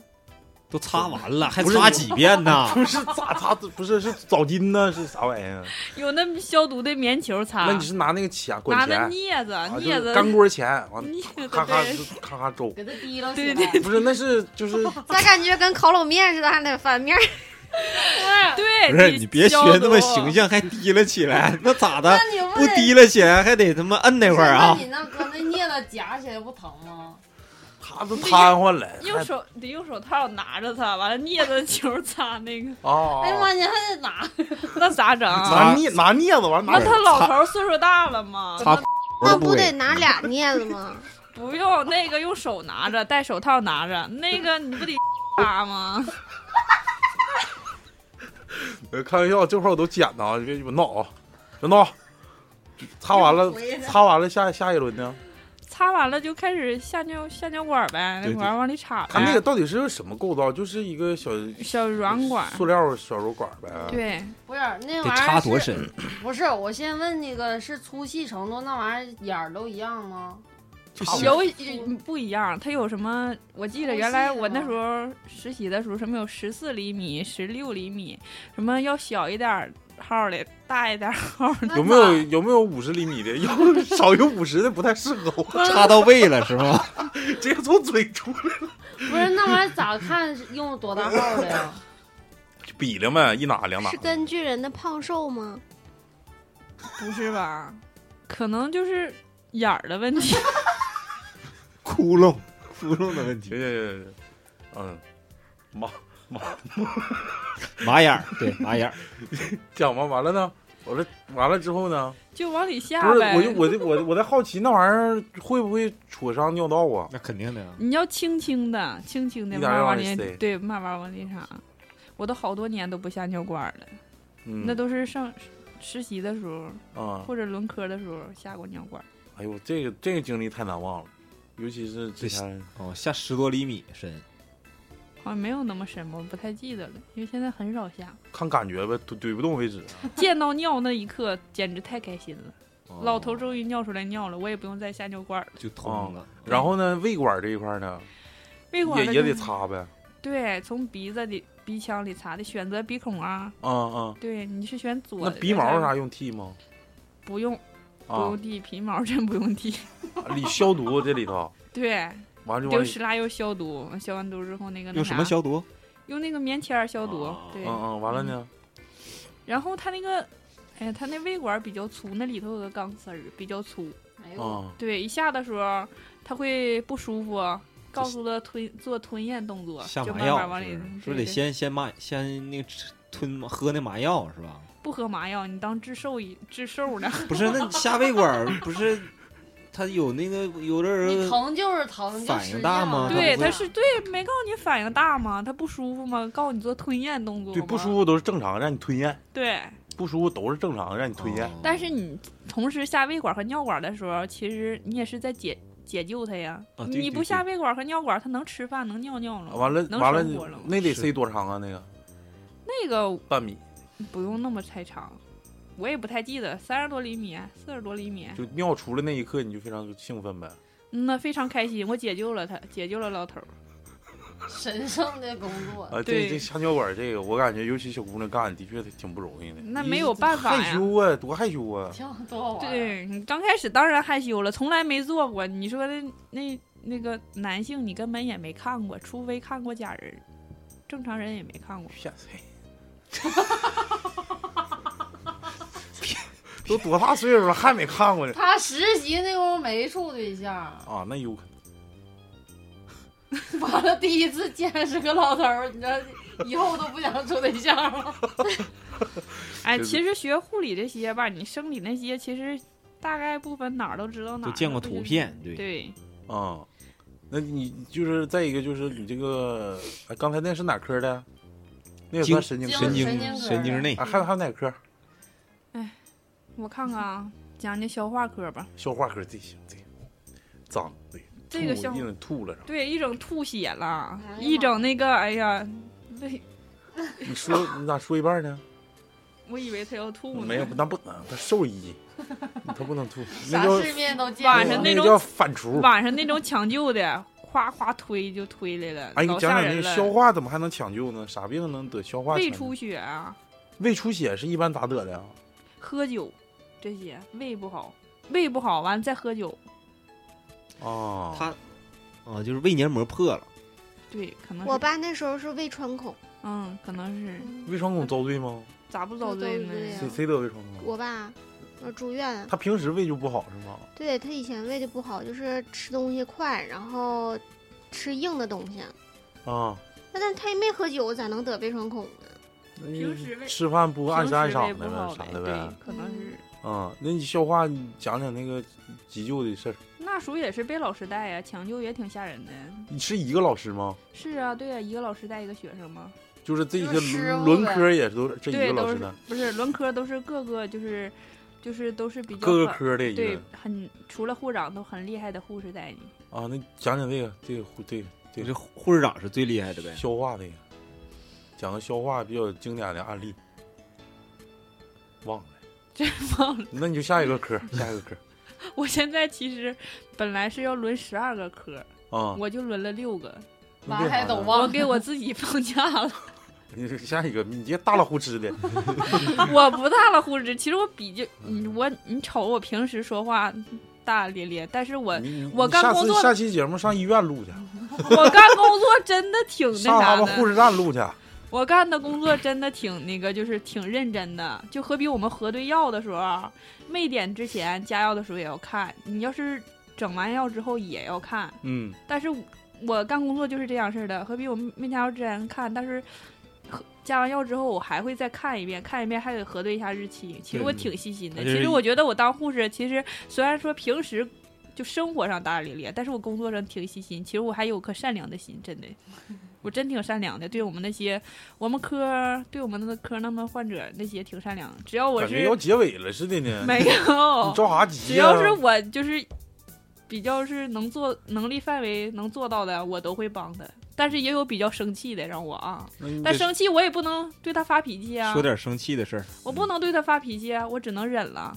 S6: 都擦完了，还
S1: 不是
S6: 擦几遍呢？
S1: 不是咋擦？不是是澡巾呢？是啥玩意儿？
S4: 有那消毒的棉球
S1: 那
S4: 擦
S1: 你，是拿那个钱
S4: 啊拿
S1: 管
S4: 那
S1: 钱，
S4: 镊子
S1: 啊，就
S4: 镊
S1: 是
S4: 子，
S1: 干锅 钱，完了
S4: 镊子
S1: 咔咔
S4: 对，
S1: 就 咔咔粥。
S5: 给它滴溜起
S4: 对
S5: 来
S4: 对。
S1: 不是，那是 就是
S8: 咱感觉跟烤冷面似的，还得翻面儿。
S4: 对，
S6: 不是，你别学
S4: 消
S6: 那么
S4: 毒
S6: 形象，还提了起来，那咋的？
S5: 你
S6: 不提了起来，还得他妈摁那
S5: 那
S6: 会儿啊
S5: 那！你那搁那镊子夹起来不疼吗？
S1: 他都瘫痪了，
S4: 用
S1: 还
S4: 手得用手套拿着它，完了镊子球擦那个，
S6: 哦
S1: 啊
S5: 哎呀
S1: 啊，
S5: 妈，你还得拿，
S4: 那咋整
S1: 拿
S4: 啊？
S1: 镊拿镊子完拿
S4: 那他老
S6: 擦
S4: 头儿岁数大了嘛，
S6: 擦
S8: 那
S6: 部
S8: 不得
S6: 位，
S8: 拿俩镊子 吗？
S4: 不用那个用手拿着，戴手套拿着，那 个你不得 擦吗？
S1: 呃，开玩笑，这块儿我都剪呢啊，别别闹啊，别闹。擦完了，擦完了，下下一轮呢？
S4: 擦完了就开始下尿下尿管呗，那
S6: 对对
S4: 管往里插呗。
S1: 它那个到底是什么构造？就是一个小
S4: 小软管，
S1: 塑料小柔管呗。，
S4: 对，
S5: 不是那
S6: 得
S5: 玩意儿
S6: 插
S5: 是
S6: 多深？
S5: 不是，我先问那个是粗细程度，那玩意儿眼儿都一样 吗？
S1: 就
S4: 有不一样，它有什么？我记得原来我那
S5: 粗
S4: 时候实习的时候，什么有十四厘米、十六厘米，什么要小一点儿号的，大一点儿号的。
S1: 有没有有没有五十厘米的？要少于五十的不太适合我，
S6: 插到胃了是吗？
S1: 直接从嘴出来。
S5: 不是，那玩意儿咋看是用多大号的 呀？
S1: 比量呗，一拿两拿
S8: 是。跟巨人的胖瘦吗？
S5: 嗯
S4: 不是吧？可能就是眼儿的问题。
S6: 窟窿，窟窿的问
S1: 行行
S6: 题，
S1: 行行，嗯，妈妈
S6: 马眼儿，对马眼儿，
S1: 讲吧，完了呢？我说完了之后呢？
S4: 就往里下
S1: 不是，
S4: 呗。
S1: 我就我就我就我在好奇那玩意儿会不会戳伤尿道啊？
S6: 那肯定的啊。
S4: 你要轻轻的，轻轻的，
S1: 一点
S4: 慢
S1: 儿
S4: 慢往
S1: 往里
S4: 里
S1: 塞
S4: 对，慢慢往里啥。我都好多年都不下尿管了，
S1: 嗯，
S4: 那都是上实习的时候
S1: 啊、
S4: 或者轮科的时候下过尿管。
S1: 哎呦，这个这个经历太难忘了，尤其是之
S6: 这
S1: 前
S6: 哦，下十多厘米深，
S4: 好像没有那么深吧，我不太记得了，因为现在很少 下。
S1: 看感觉呗，怼怼不动为止。
S4: 见到尿那一刻，简直太开心了。
S6: 哦
S4: 老头终于尿出来尿了，我也不用再下尿管了。
S6: 就通了，
S1: 然后呢，胃管这一块呢，
S4: 胃管
S1: 也
S4: 的
S1: 也
S4: 就
S1: 得
S4: 是
S1: 擦呗。
S4: 对，从鼻子里、鼻腔里擦的，选择鼻孔啊。
S1: 啊啊，
S4: 对，你是选左
S1: 那
S4: 的。
S1: 鼻毛有啥用剃吗？
S4: 不用，不
S1: 啊
S4: 用，剃，鼻毛真不用剃。
S1: 里消毒这里头，
S4: 对，
S1: 完了就
S4: 丢
S1: 往
S4: 石蜡油消毒，消完毒之后那个那
S6: 用什么
S4: 啥？
S6: 消毒？
S4: 用那个棉签儿消毒。
S6: 哦
S4: 对
S1: 嗯，嗯，完了呢，
S4: 然后他那个，哎呀，他那胃管比较粗，那里头有个钢丝儿，比较粗。
S5: 哎
S6: 哦
S5: 呦，
S1: 啊，
S4: 对，一下的时候他会不舒服，告诉他吞做吞咽动作，
S6: 下
S4: 就
S6: 麻
S4: 慢慢
S6: 药
S4: 往里
S6: 是不是，
S4: 对
S6: 是不是
S4: 对
S6: 得先先麻先那个吃吞喝那麻药是吧？
S4: 不喝麻药，你当治兽医治兽 呢？
S6: 不是，那你下胃管儿不是他有那个有的
S5: 你
S6: 人
S5: 疼就是疼，你就
S6: 反
S5: 使
S6: 应
S5: 劲
S6: 大吗
S5: 了
S6: 啊
S4: 对，
S6: 他不会
S4: 他是对，没告诉你反应大吗？他不舒服吗？告诉你做吞咽动作
S1: 对，不舒
S4: 服。
S1: 服都是正常，让你吞咽，
S4: 对，
S1: 不舒服都是正常，让你吞咽。
S6: 哦
S4: 但是你同时下胃管和尿管的时候，其实你也是在解解救他呀。
S6: 啊对
S4: 你
S6: 对
S4: 不下胃管和尿管，他能吃饭能尿尿了吗？
S1: 完了
S4: 哦能
S1: 完
S4: 生活了
S1: 了
S4: 吗，
S1: 那得
S6: 是
S1: 塞多长啊？那个
S4: 那个
S1: 半米，
S4: 不用那么太长，我也不太记得，三十多厘米，四十多厘米。
S1: 就尿出来那一刻，你就非常兴奋呗。
S4: 嗯呐，非常开心，我解救了他，解救了老头儿。
S5: 神圣的工作，
S6: 哎
S1: 啊，这
S4: 对
S1: 这下尿管这个，我感觉尤其小姑娘干，的确挺不容易的。
S4: 那
S1: 一
S4: 没有办法
S1: 害
S4: 呀。
S1: 羞啊，多害羞啊！
S5: 挺多好玩。，
S4: 对你刚开始当然害羞了，从来没做过。你说那那那个男性，你根本也没看过，除非看过假人，正常人也没看过。
S1: 骗谁？都多大岁数了，还没看过呢？
S5: 他实习那功夫没处对象，
S1: 啊，那有可能。
S5: 完了第一次见是个老头儿，你知道以后都不想处对象了。
S4: 哎，
S1: 就是
S4: 其实学护理这些吧，你生理那些其实大概部分哪儿都知道哪
S6: 就
S4: 儿。
S6: 见过
S4: 那不就
S6: 图
S4: 是。
S6: 片，对，
S4: 对，
S1: 啊、那你就是再一个就是你这个，哎刚才那是哪科的？那也算 神经科
S6: 神
S5: 经
S6: 经
S5: 神
S6: 神
S5: 经
S6: 经
S5: 科
S6: 内
S1: 啊，还有还有哪科？
S4: 我看看啊，讲讲消化科吧。
S1: 消化科这行这脏对，
S4: 这个
S1: 吐
S4: 消化
S1: 硬吐了，然后
S4: 对，一整吐血了
S5: 哎呀，
S4: 一
S5: 妈
S4: 整那个，哎呀，胃，
S1: 你说你咋说一半呢？
S4: 我以为他要吐呢。
S1: 没有，那不能，他兽医，他不 能吐，那
S5: 啥
S1: 叫
S5: 世面都见
S4: 晚
S5: 过
S4: 上
S1: 那个
S4: 那种
S1: 叫反刍。
S4: 晚上那种抢救的，夸夸推就推来了，
S1: 哎，你
S4: 老
S1: 讲
S4: 吓
S1: 讲那
S4: 人
S1: 个
S4: 了。
S1: 消化怎么还能抢救呢？啥病能得消化抢
S4: 胃
S1: 救？
S4: 出血啊，
S1: 胃出血是一般咋得的呀？
S4: 喝酒这些胃不好，胃不好完再喝酒，
S1: 啊，
S6: 他啊就是胃黏膜破了，
S4: 对，可能
S8: 我
S4: 是
S8: 爸那时候是胃穿孔，
S4: 嗯，可能是
S1: 胃穿孔遭罪吗？
S4: 咋不遭罪
S8: 遭罪
S4: 呢
S8: 啊？
S1: 谁谁得胃穿孔？
S8: 我爸呃住院，
S1: 他平时胃就不好是吗？
S8: 对他以前胃就不好，就是吃东西快，然后吃硬的东西。
S1: 啊，
S8: 那但他也没喝酒，咋能得胃穿孔呢？
S1: 那
S4: 平
S1: 你
S4: 时胃
S1: 吃饭不按时按
S4: 平时胃
S1: 晌
S4: 不
S1: 的
S4: 好
S1: 呗，啥的呗。
S4: 对，可能是
S1: 啊，那你消化，你讲讲那个急救的事儿。
S4: 那时候也是被老师带呀，抢救也挺吓人的。
S1: 你是一个老师吗？
S4: 是啊，对啊，一个老师带一个学生嘛，
S1: 就是这
S5: 就
S1: 些
S5: 是师
S1: 轮
S5: 傅
S1: 轮
S5: 呗
S1: 科也是都是这一
S4: 对，
S1: 个老
S4: 都
S1: 师
S4: 是
S1: 的，
S4: 不是轮科都是各个就是就是都是比较
S1: 各个
S4: 很
S1: 科的一
S4: 对
S1: 个
S4: 很除了护长都很厉害的护士带你。
S1: 啊。那讲讲这个，这个这个对
S6: 这护士长是最厉害的呗。
S1: 消化这个，讲个消化比较经典的案例。忘了，
S4: 真忘了，
S1: 那你就下一个科，下一个科
S4: 我现在其实本来是要轮十二个科，
S1: 啊。
S4: 我就轮了六个，
S1: 那
S5: 完
S1: 为啥
S5: 还都
S1: 呢
S4: 我
S5: 忘
S4: 给我自己放假了。
S1: 你这下一个，你这大了呼哧的，
S4: 我不大了呼哧，其实我比较，
S1: 嗯
S4: 你我你瞅我平时说话大大咧咧，但是我
S1: 你你
S4: 我
S1: 你
S4: 刚
S1: 下
S4: 工
S1: 次
S4: 作
S1: 下期节目上医院录去，
S4: 我干工作真的挺
S1: 上
S4: 那
S1: 他
S4: 啥
S1: 们护
S4: 的，
S1: 士站录去。
S4: 我干的工作真的挺那个，就是挺认真的。就好比我们核对药的时候，没点之前加药的时候也要看，你要是整完药之后也要看。
S1: 嗯，
S4: 但是我我干工作就是这样式儿的，何必我没加药之前看，但是喝加完药之后我还会再看一遍，看一遍还得核对一下日期。其实
S6: 对
S4: 我挺细心的，
S6: 而且
S4: 其实
S6: 是
S4: 我觉得我当护士，其实虽然说平时。就生活上大大咧咧，但是我工作上挺细心。其实我还有颗善良的心，真的，我真挺善良的。对我们那些我们科，对我们那个科那么患者那些挺善良。只要我
S1: 感觉
S4: 是
S1: 要结尾了似的呢。
S4: 没有，
S1: 你着啥
S4: 只
S1: 急呀？
S4: 要是我就是比较是能做能力范围能做到的，我都会帮他。但是也有比较生气的，让我啊，
S6: 那你
S4: 但
S6: 得
S4: 生气我也不能对他发脾气啊
S6: 说，点生气的事儿，
S4: 我不能对他发脾气啊，我只能忍了，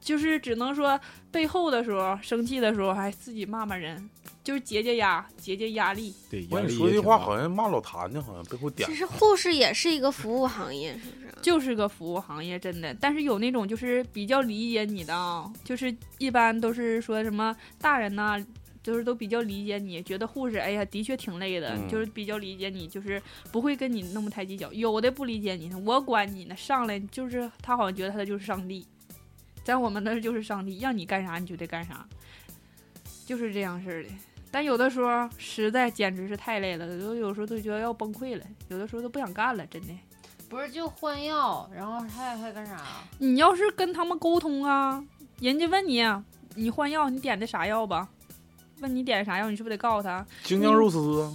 S4: 就是只能说背后的时候生气的时候还自己骂骂人，就是解解压，解解压力。
S6: 对，
S1: 我
S6: 压
S1: 跟你
S6: 力
S1: 说
S6: 也
S1: 这
S6: 挺
S1: 话
S6: 大
S1: 好像骂老谭呢，好像背后点
S8: 其。实护士也是一个服务行业，是不是？
S4: 就是个服务行业，真的。但是有那种就是比较理解你的啊、就是一般都是说什么大人呐、就是都比较理解你，觉得护士哎呀的确挺累的，
S1: 嗯
S4: 就是比较理解你，就是不会跟你那么抬计较。有的不理解你，我管你呢，上来就是他好像觉得他就是上帝，在我们那儿就是上帝，让你干啥你就得干啥，就是这样式儿的。但有的时候实在简直是太累了，有有时候都觉得要崩溃了，有的时候都不想干了，真的。
S5: 不是就换药，然后还还干啥？
S4: 你要是跟他们沟通啊，人家问你，你换药，你点的啥药吧？问你点啥药，你是不是得告诉他？
S1: 京酱肉丝啊，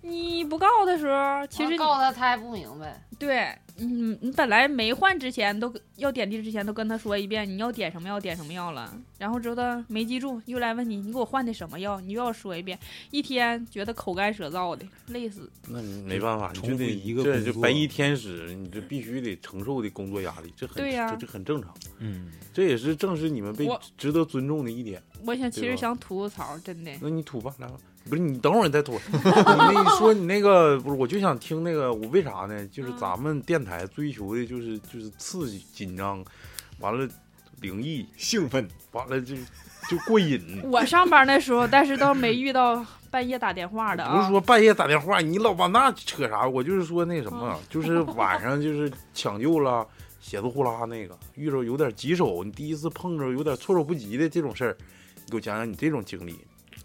S4: 你不告的时候，其实
S5: 完
S4: 你
S5: 告诉他他还不明白，
S4: 对，嗯，你本来没换之前都要点滴之前都跟他说一遍你要点什么药，点什么药了，然后之后他没记住，又来问你，你给我换的什么药？你又要说一遍，一天觉得口干舌燥的，累死。
S1: 那没办法，你
S6: 重
S1: 就得
S6: 复一个
S1: 这
S6: 工
S1: 就
S6: 作
S1: 白衣天使，你这必须得承受的工作压力，这很
S4: 对呀
S1: 这这很正常，
S6: 嗯，
S1: 这也是正是你们被
S4: 我
S1: 值得尊重的一点。
S4: 我想其
S1: 对
S4: 实
S1: 吧
S4: 想吐槽，真的，
S1: 那你吐吧，来吧。不是你等会儿你再吐， 你那你说你那个不是，我就想听那个，我为啥呢？就是
S4: 嗯
S1: 咱们电台追求的就是就是刺激、紧张，完了灵异，
S6: 兴奋，
S1: 完了就就过瘾。
S4: 我上班那时候，但是倒没遇到半夜打电话的啊。
S1: 不是说半夜打电话，你老往那扯啥？我就是说那什么，就是晚上就是抢救了血子呼啦那个，遇着有点棘手，你第一次碰着有点措手不及的这种事儿，你给我讲讲你这种经历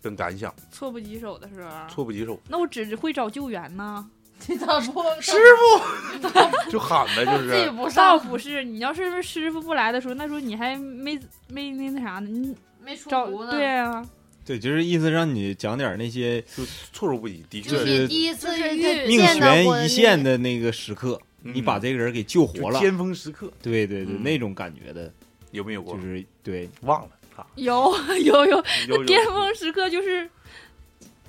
S1: 跟感想，
S4: 措不及手的时候，啊
S1: 措不及手，
S4: 那我只会找救援呢。
S5: 这咋不
S1: 师傅就喊呗，就
S5: 自己
S1: 是。
S5: 不啊
S4: 倒
S5: 上
S4: 不是，你要是师傅不来的时候，那时候你还没没那那啥呢，你
S5: 没出
S4: 找
S5: 炉呢？
S4: 对 啊，
S6: 对，就是意思让你讲点那些
S1: 就措手不及，的
S5: 就
S1: 确
S6: 是
S5: 你第一次
S8: 就是
S5: 遇
S6: 命
S8: 见到
S6: 悬
S8: 过
S6: 一线的那个时刻，你把
S1: 这
S6: 这个人给救活
S1: 嗯就
S6: 了，
S1: 尖峰时刻
S6: 对对对，
S1: 嗯
S6: 那种感觉的，
S1: 有没有过
S6: 就？是对，
S1: 忘了啊，
S4: 有有有，
S1: 有有
S4: 巅峰时刻就是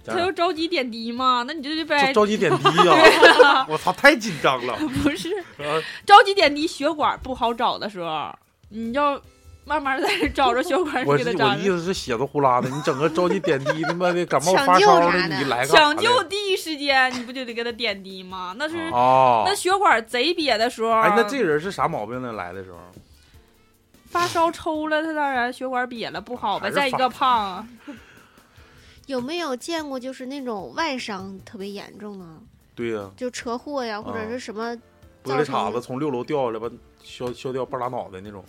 S1: 讲
S4: 他
S1: 讲
S4: 要着急点滴嘛，那你就得呗
S1: 着， 着急点滴呀！我操，太紧张了。
S4: 不是
S1: 啊
S4: 着急点滴，血管不好找的时候，你要慢慢在找着血管
S1: 我
S4: 给
S1: 是
S4: 他
S1: 我
S4: 扎
S1: 的
S4: 上
S1: 意。思是血都呼啦的，你整个着急点滴，他妈的感冒
S8: 抢
S1: 发
S8: 救
S1: 烧
S8: 啥
S1: 了，
S8: 的
S1: 你来干啥
S4: 抢
S1: 来
S4: 救第一时间，你不就得给他点滴吗？那是、啊
S1: 哦
S4: 那，血管贼瘪的时候，
S1: 哎，那这人是啥毛病呢？来的时候
S4: 发烧抽了，他当然血管瘪了，不好
S1: 还
S4: 呗。
S1: 是
S4: 再一
S1: 发
S4: 个胖啊，
S8: 有没有见过就是那种外伤特别严重呢？
S1: 对呀、
S8: 就车祸呀，或者
S1: 啊
S8: 是什么？
S1: 玻璃碴
S8: 造
S1: 子
S8: 成
S1: 从六楼掉下来，把削削掉半拉脑袋那种，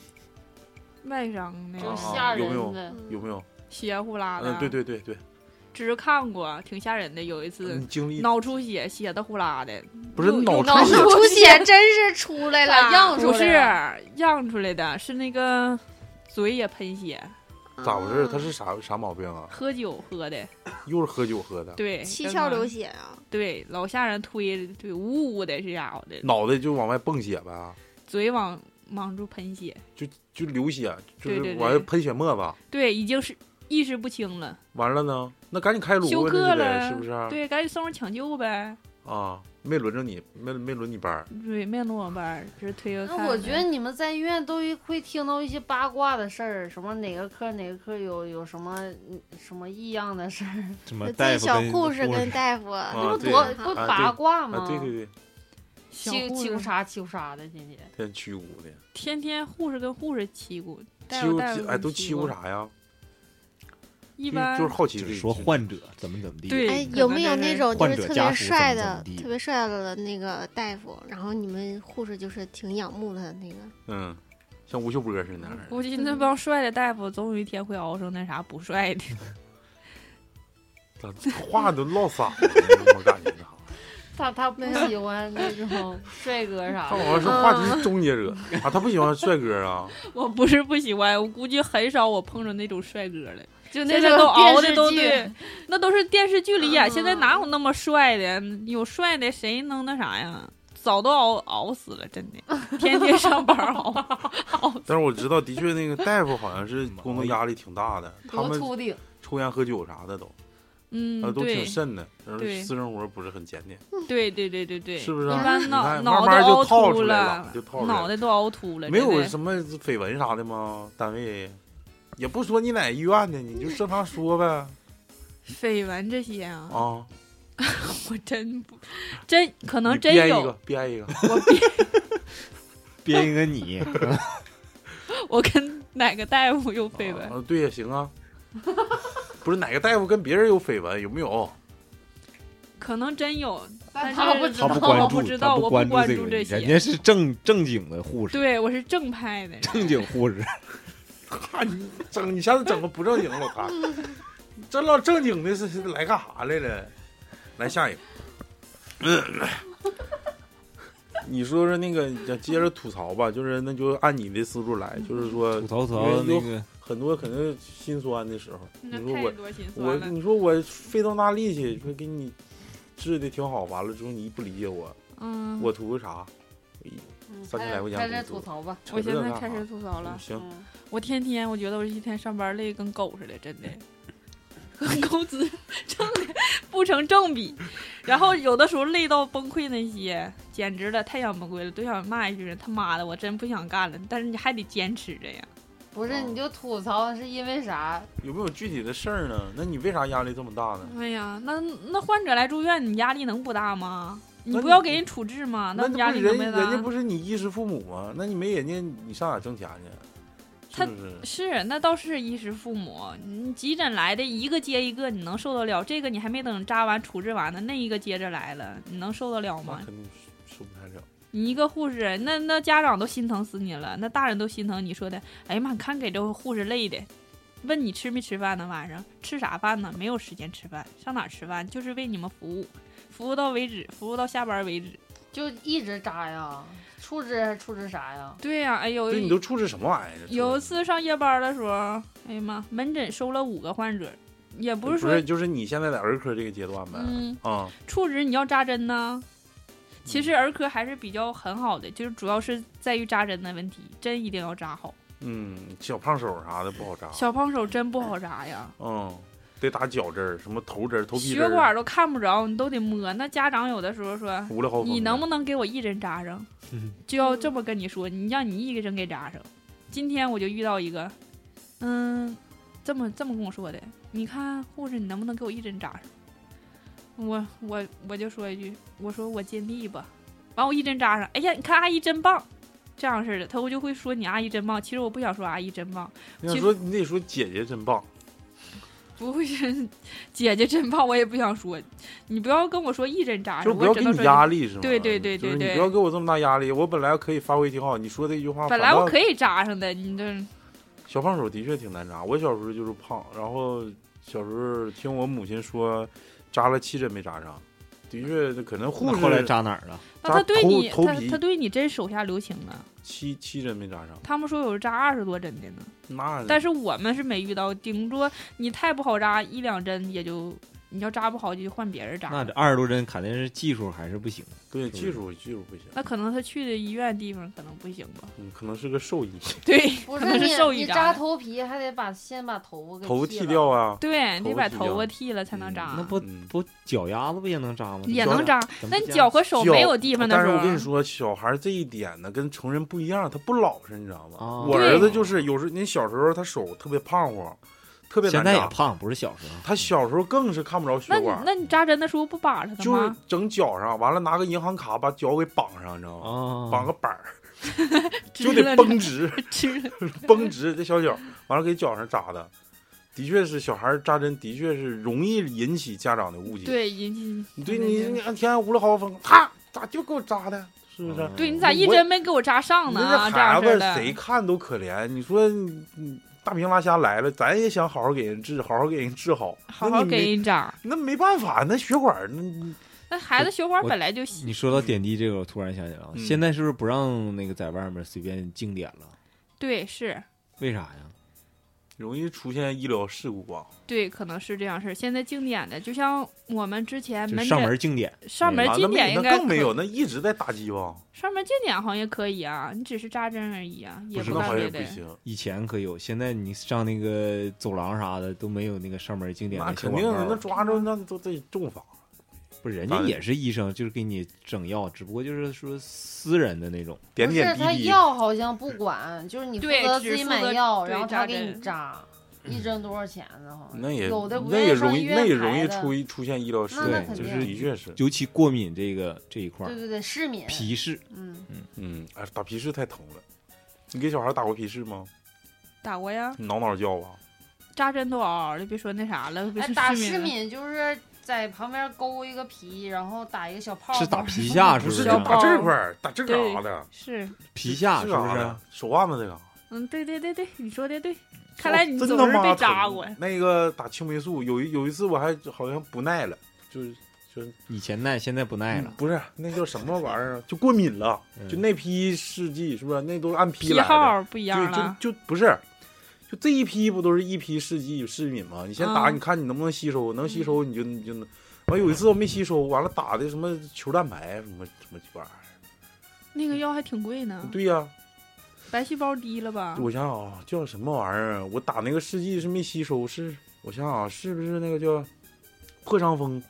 S4: 外伤那
S5: 就
S4: 个
S1: 啊
S5: 吓
S1: 有没有
S5: 人的，
S8: 嗯
S1: 有没有？
S4: 血呼啦的，啊
S1: 嗯，对，对对对，
S4: 只是看过，挺吓人的。有一次
S1: 你经历
S4: 脑出血，血的呼啦的，
S1: 嗯不是
S4: 有
S1: 脑出
S4: 有
S1: 血
S8: 脑出血真是出来了，
S5: 咋样
S4: 不是漾出来的，是那个嘴也喷血，
S1: 咋回事？他
S8: 啊
S1: 是啥啥毛病啊？
S4: 喝酒喝的，
S1: 又是喝酒喝的，
S4: 对，
S8: 七
S4: 真
S8: 窍
S4: 的
S8: 流，血啊！
S4: 对，老吓人推，对，呜呜的是家伙的，
S1: 脑袋就往外蹦血呗，
S4: 嘴往往出喷血，
S1: 就就流血，就
S4: 对对
S1: 是
S4: 对
S1: 往外喷血沫子。
S4: 对，已经是意识不清了，
S1: 完了呢，那赶紧开颅
S4: 休
S1: 啊，
S4: 克
S1: 这就得
S4: 了
S1: 是不是？
S4: 对，赶紧送人抢救呗。
S1: 啊，没轮着你，没没轮你班儿。
S4: 对，没有那么班儿，只是推个看
S5: 那
S4: 的。
S5: 我觉得你们在医院都会听到一些八卦的事儿，什么哪个科哪个科有有什么嗯什么异样的事儿，
S6: 什么大
S8: 这
S6: 夫
S8: 小
S6: 跟
S8: 护士跟
S6: 跟
S8: 大夫，
S5: 那
S1: 啊
S5: 不
S1: 对
S5: 多
S8: 啊
S5: 不
S1: 对
S5: 八卦吗？
S1: 啊，对对对，
S4: 小
S5: 欺
S4: 护
S5: 欺负
S4: 士
S5: 啥欺负啥的，天天
S1: 天驱骨的，
S4: 天天护士跟护士欺咕，大
S1: 欺
S4: 夫
S1: 负
S4: 大夫
S1: 哎
S4: 跟
S1: 都欺负
S4: 咕？
S1: 啥呀？
S4: 一
S1: 就
S4: 般
S1: 就是好奇
S6: 就
S1: 这
S6: 是
S1: 个
S6: 说
S1: 事情
S6: 患者怎么怎么地，
S4: 对
S8: 哎，
S4: 可
S8: 有
S4: 能
S8: 没有
S4: 就是
S8: 那种就
S6: 患
S8: 是
S6: 者
S8: 特
S6: 家
S8: 别
S6: 属怎
S8: 帅
S6: 么怎
S8: 的
S6: 么、地
S8: 特别帅的那个大夫，然后你们护士就是挺仰慕他的那个？
S1: 嗯，像吴秀波似的，
S4: 估计那帮帅的大夫总有一天会熬成那啥不帅的。
S1: 咋话都唠散 了，我感觉啊呢。
S5: 他他不喜欢那种帅哥啥
S1: 他
S5: 的，
S1: 好像是话题终结者
S4: 嗯
S1: 啊，他不喜欢帅哥啊，
S4: 我不是不喜欢，我估计很少我碰着那种帅哥了。
S5: 就
S4: 那
S5: 那
S4: 都熬的
S5: 种电
S4: 都
S5: 视
S4: 对
S5: 剧，，
S4: 那都是电视剧里演，现在
S8: 嗯
S4: 哪有那么帅的？有帅的谁能那啥呀？早都熬熬死了，真的，天天上班儿熬。 哎
S1: 但是我知道，的确那个大夫好像是工作压力挺大的，他
S5: 多
S1: 们
S5: 秃顶，
S1: 抽烟喝酒啥的都，
S4: 嗯
S1: 呃，，都挺
S4: 对
S1: 慎的，然后
S4: 对
S1: 私生活不是很检点，
S4: 对对对对对，
S1: 是不是
S4: 一
S1: 啊？
S4: 般
S1: 你
S4: 脑
S1: 看慢
S4: 脑袋
S1: 慢
S4: 凹
S1: 就套
S4: 凸
S1: 出来了，就套出来
S4: 脑
S1: 了，
S4: 袋都凹凸了，
S1: 没
S4: 真
S1: 有
S4: 的
S1: 什么绯闻啥的吗？单位也不说你哪医院的，你就正常说呗
S4: 嗯绯闻这些啊，
S1: 啊，
S4: 我真 不真可能
S1: 你
S4: 真
S1: 编一个
S4: 有，
S1: 编一个，
S4: 我编
S6: 编一 个你，
S4: 我跟哪个大夫有 绯闻，
S1: 啊，对呀，行 啊，不是哪个大夫跟别人有绯闻有没有？
S4: 可能真有，但
S5: 他
S4: 是
S5: 不知
S6: 他
S5: 道，
S6: 不
S4: 我
S6: 关
S4: 不
S6: 注，
S4: 知
S6: 他
S4: 道啊
S6: 不
S4: 我不
S6: 关
S4: 关
S6: 这
S4: 注
S6: 个
S4: 这
S6: 问题，
S4: 些
S6: 人家是正正经的护士，
S4: 对我是正派的人，
S6: 正经护士，
S1: 看你整，你下次整个不正经的老 谭，这老正经的是是来干啥来了？来下 一个，你说说那个，接着吐槽吧，就是那就按你的思路来，就是说
S4: 嗯
S6: 吐槽吐
S1: 因
S6: 槽
S1: 为
S6: 那
S1: 有
S6: 个
S1: 很多可能心酸的时候，你
S4: 那
S1: 说
S4: 太
S1: 我
S4: 多心酸
S1: 我
S4: 了。
S1: 你说我费那么大力气，说给你治的挺好，完了之后你不理解我，
S4: 嗯，
S1: 我图个啥？
S5: 嗯
S1: 三千来块钱
S5: 开始
S1: 工
S5: 开始
S1: 资
S5: 吐槽吧。
S1: 扯
S4: 我现
S1: 这
S4: 在
S1: 干
S4: 开
S1: 啥
S4: 始吐槽了
S1: 嗯。行，
S5: 嗯
S4: 我天天我觉得我一天上班累得跟狗似的， 真的，和工资挣的不成正比。然后有的时候累到崩溃那些，简直了，太想崩溃了，都想骂一句人他妈的，我真不想干了。但是你还得坚持着呀。
S5: 不是，
S1: 啊
S5: 你就吐槽是因为啥？
S1: 有没有具体的事儿呢？那你为啥压力这么大呢？
S4: 哎呀，那那患者来住院，你压力能不大吗？你
S1: 那
S4: 不
S1: 你
S4: 要给人处置吗？
S1: 那
S4: 你
S1: 这
S4: 压
S1: 不
S4: 力
S1: 是
S4: 能
S1: 人
S4: 不
S1: 人家
S4: 大？
S1: 不是你衣食父母吗？那你没人家，你上哪挣钱去？啊
S4: 他
S1: 是不是？
S4: 是，那倒是衣食父母。你急诊来的一个接一个，你能受得了？这个你还没等扎完处置完呢，那一个接着来了，你能受得了
S1: 那
S4: 吗？
S1: 肯定受不太了。
S4: 你一个护士，那那家长都心疼死你了，那大人都心疼你说的，哎呀妈，你看给这护士累的，问你吃没吃饭呢？晚上吃啥饭呢？没有时间吃饭，上哪儿吃饭？就是为你们服务，服务到为止，服务到下班为止。
S5: 就一直扎呀，处置还处置啥呀？
S4: 对呀、哎呦，
S1: 对你都处置什么玩意儿？啊
S4: 有
S1: 处
S4: 一
S1: 置
S4: 次上夜班的时候，哎呀妈，门诊收了五个患者，也不
S1: 不
S4: 是说
S1: 就是你现在在儿科这个阶段呗？
S4: 嗯
S1: 啊，
S4: 处置你要扎针
S1: 嗯
S4: 呢。其实儿科还是比较很好的，就是主要是在于扎针的问题，针一定要扎好。
S1: 嗯，小胖手啥的不好扎，
S4: 小胖手针不好扎呀，
S1: 嗯，得打脚针儿，什么头针儿、头皮针
S4: 血
S1: 儿，
S4: 管都看不着，你都得摸。那家长有的时候说，
S1: 无了好
S4: 你能不能给我一针扎上
S6: 嗯？
S4: 就要这么跟你说，你让你一个针给扎上。今天我就遇到一个，嗯，这么这么跟我说的，你看护士，你能不能给我一针扎上？我我我就说一句，我说我尽力吧。完我一针扎上，哎呀，你看阿姨真棒，这样似的，他我就会说你阿姨真棒。其实我不想说阿姨真棒，
S1: 你想说你得说姐姐真棒，
S4: 不会是姐姐真棒，我也不想说。你不要跟我说一针扎
S1: 就
S4: 上，
S1: 是不要
S4: 我
S1: 给
S4: 只能
S1: 你
S4: 说
S1: 压力是吗？
S4: 对对对
S1: 就是
S4: 对对
S1: 你不要给我这么大压力，我本来可以发挥挺好，你说这句话，
S4: 本来我可以扎上的，你这
S1: 小胖手的确挺难扎，我小时候就是胖，然后小时候听我母亲说，扎了七针没扎上，的确可能护
S6: 那
S1: 士
S6: 后来扎哪儿了？
S4: 那
S1: 扎
S4: 他对
S1: 头
S4: 你，
S1: 头
S4: 他
S1: 皮
S4: 他对你真手下留情啊。
S1: 七七针没扎上，
S4: 他们说有扎二十多针的呢，
S1: 那
S4: 但是我们是没遇到，顶多你太不好扎一两针也就，你要扎不好就换别人扎。
S6: 那这二十多针肯定是技术还是不行，
S1: 对
S6: 不是
S1: 技术技术不行，
S4: 那可能他去的医院地方可能不行吧？
S1: 嗯，可能是个兽医，
S4: 对，
S5: 不
S4: 可能是
S5: 你
S4: 兽
S5: 你
S4: 医
S5: 扎
S4: 的
S5: 头皮还得把先把头发给
S1: 头
S5: 剃
S1: 剃
S5: 了
S1: 掉啊，
S4: 对，你得把头
S1: 头
S4: 发
S1: 发
S4: 剃了才能
S1: 嗯
S4: 扎，
S6: 那不
S1: 嗯
S6: 不脚丫子不也能扎吗？
S4: 啊也
S1: 脚
S4: 能
S1: 呢
S4: 扎。
S6: 怎么
S4: 那
S6: 这样
S4: 脚和手没
S1: 脚
S4: 有地方啊的
S1: 但
S4: 时
S1: 是
S4: 候，
S1: 我跟你说，小孩这一点呢，跟成人不一样，他不老实，你知道吗？
S6: 啊
S1: 我
S4: 对
S1: 儿子就是有时候，你小时候他手特别胖乎，特别
S6: 现
S1: 难
S6: 在也
S1: 扎，
S6: 胖，不是小时候。
S1: 他小时候更是看不着血
S4: 那你
S1: 管，
S4: 那你扎针的时候不扒拉他
S1: 就
S4: 吗
S1: 是？整脚上，完了拿个银行卡把脚给绑上，你知道吗？
S4: 哦
S6: 啊，
S1: 绑个板儿，
S4: 支
S1: 就得
S4: 棱
S1: 绷直，
S4: 吃了
S1: 绷直这小脚，完了给脚上扎的。的确是小孩儿扎针，的确是容易引起家长的误解。
S4: 对引起
S1: 你对你你按天安无了豪风，他咋就给我扎的？是不是？
S6: 嗯
S4: 对你咋一
S1: 我
S4: 针没给我扎上
S1: 你
S4: 呢
S1: 这
S4: 哦啊？这
S1: 孩
S4: 样式
S1: 子
S4: 的，
S1: 谁看都可怜。你说你你大平拉虾来了，咱也想好好给人治，好好给人治好。
S4: 好
S1: 那
S4: 好
S1: 你没
S4: 给人扎。
S1: 那没办法，那血管儿那
S4: 那孩子血管
S6: 我
S4: 本来就细，
S6: 你说到点滴这个，我突然想起来了，
S1: 嗯
S6: 现在是不是不让那个在外面随便静点了？
S4: 对，是
S6: 为啥呀？
S1: 容易出现医疗事故啊吧？
S4: 对，可能是这样事儿。现在经典的，就像我们之前
S6: 就
S4: 门
S6: 上
S4: 诊
S6: 门经典，
S4: 上门
S1: 啊，那
S4: 经
S1: 没
S4: 典哎应
S1: 那
S4: 该
S1: 更
S4: 可
S1: 没有，那一直在打击吧？
S4: 上门经典好像也可以啊，你只是扎针而已啊，也
S1: 不是，
S4: 不
S1: 那好
S4: 干
S1: 像也
S4: 别
S1: 不
S4: 的。
S1: 行。
S6: 以前可有，现在你上那个走廊啥的都没有那个上门经典
S1: 那
S6: 的小
S1: 肯
S6: 广
S1: 定
S6: 告
S1: 的，
S6: 了。
S1: 那抓着那都得重罚。
S6: 不是人家
S1: 当然
S6: 也是医生，就是给你整药，只不过就是说私人的那种。
S1: 点
S5: 不
S1: 点
S5: 是
S1: 滴
S5: 他
S1: 滴，
S5: 药好像不管，就是你负
S4: 对
S5: 责
S4: 只
S5: 自己
S4: 负
S5: 买
S4: 责
S5: 药，
S4: 对
S5: 然后
S4: 扎
S5: 他给你
S4: 针
S5: 扎，一针多少钱呢？好像
S1: 那也
S5: 有的不
S1: 那
S5: 愿意
S1: 也
S5: 上
S1: 容
S5: 医
S1: 易，
S5: 院
S1: 那也
S5: 排
S1: 容易
S5: 的
S1: 出一出现医疗事
S5: 那
S6: 那
S1: 故，
S6: 肯
S1: 就是
S6: 定
S1: 的确是，
S6: 尤其过敏这个这一块
S5: 对
S6: 儿，
S5: 对对，市民，
S6: 皮试
S5: 嗯，
S1: 嗯，哎，打皮试太疼了。你给小孩打过皮试吗？
S4: 打过呀，
S1: 挠挠叫啊吧。
S4: 扎针都嗷嗷的，别说那啥了，别
S5: 哎，
S4: 说
S5: 打
S4: 市
S5: 市
S4: 了
S5: 敏就是在旁边勾一个皮，然后打一个小泡泡，
S6: 是打皮下是
S1: 不
S6: 不
S1: 是
S6: 是？啊
S4: 小
S1: 打
S4: 包
S1: 这块儿，打这嘎的，
S4: 是，
S6: 皮下
S1: 这
S6: 是
S1: 嘎
S6: 不是啊
S1: 的？，手腕子这嘎。
S4: 嗯，对对对对，你说的对，看来你
S1: 哦真
S4: 总
S1: 他
S4: 是
S1: 妈
S4: 被扎
S1: 疼
S4: 过呀。
S1: 那个打青霉素，有一有一次我还好像不耐了，就是就是
S6: 以前耐，现在不耐了。
S1: 嗯不是那叫什么玩意儿啊，就过敏了。
S6: 嗯
S1: 就那批试剂是不是？那都是按批
S4: 批
S1: 来的，
S4: 号不一样了，
S1: 就就就不是。就这一批不都是一批试剂市民吗？你先打，
S4: 嗯
S1: 你看你能不能吸收，能吸收你就你就能。完有一次我没吸收，完了打的什么球蛋白什么什么鸡巴玩意儿。
S4: 那个药还挺贵呢，
S1: 嗯对呀、
S4: 白细胞低了吧？
S1: 我想想啊，叫什么玩意儿啊？我打那个试剂是没吸收，是我想想啊，是不是那个叫破伤风？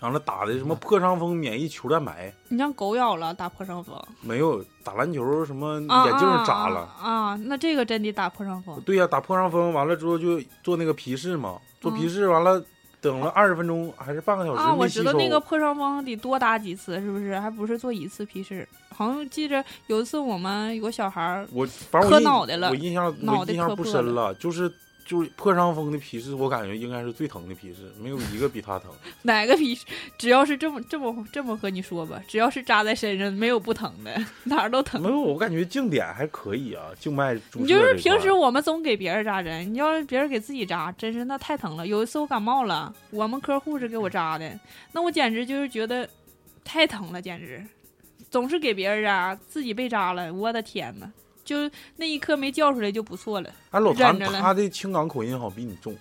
S1: 完了打的什
S4: 嗯
S1: 么破伤风免疫球蛋白？
S4: 你让狗咬了，打破伤风，
S1: 没有，打篮球什么
S4: 啊
S1: 嗯眼镜扎了。
S4: 啊啊啊！那这个真得打破伤风，
S1: 对呀、打破伤风完了之后就做那个皮试嘛，做
S4: 嗯
S1: 皮试完了，等了二十分钟还是半个小时
S4: 啊，我
S1: 没吸
S4: 知
S1: 收。
S4: 道那个破伤风得多打几次，是不是？还不是做一次皮试？好像记着有一次我们有个小孩儿，
S1: 我反正我
S4: 磕
S1: 印
S4: 脑袋了
S1: 我印象
S4: 脑
S1: 我
S4: 袋
S1: 印
S4: 磕
S1: 象不
S4: 破
S1: 深了，就是就是破伤风的皮试，我感觉应该是最疼的皮试，没有一个比它 疼。
S4: 哪个皮试只要是这么这么这么和你说吧，只要是扎在身上，没有不疼的，哪儿都疼
S1: 没。有，我感觉静点还可以啊，静脉注射
S4: 你就
S1: 这
S4: 是平
S1: 块
S4: 时
S1: 儿
S4: 我们总给别人扎针，你要是别人给自己扎，真是那太疼了。有一次我感冒了，我们科护士给我扎的，那我简直就是觉得太疼了，简直总是给别人扎，自己被扎了，我的天呐，就那一刻没叫出来就不错了。
S1: 哎，老谭
S4: 忍着了
S1: 他的青港口音好像比你 重。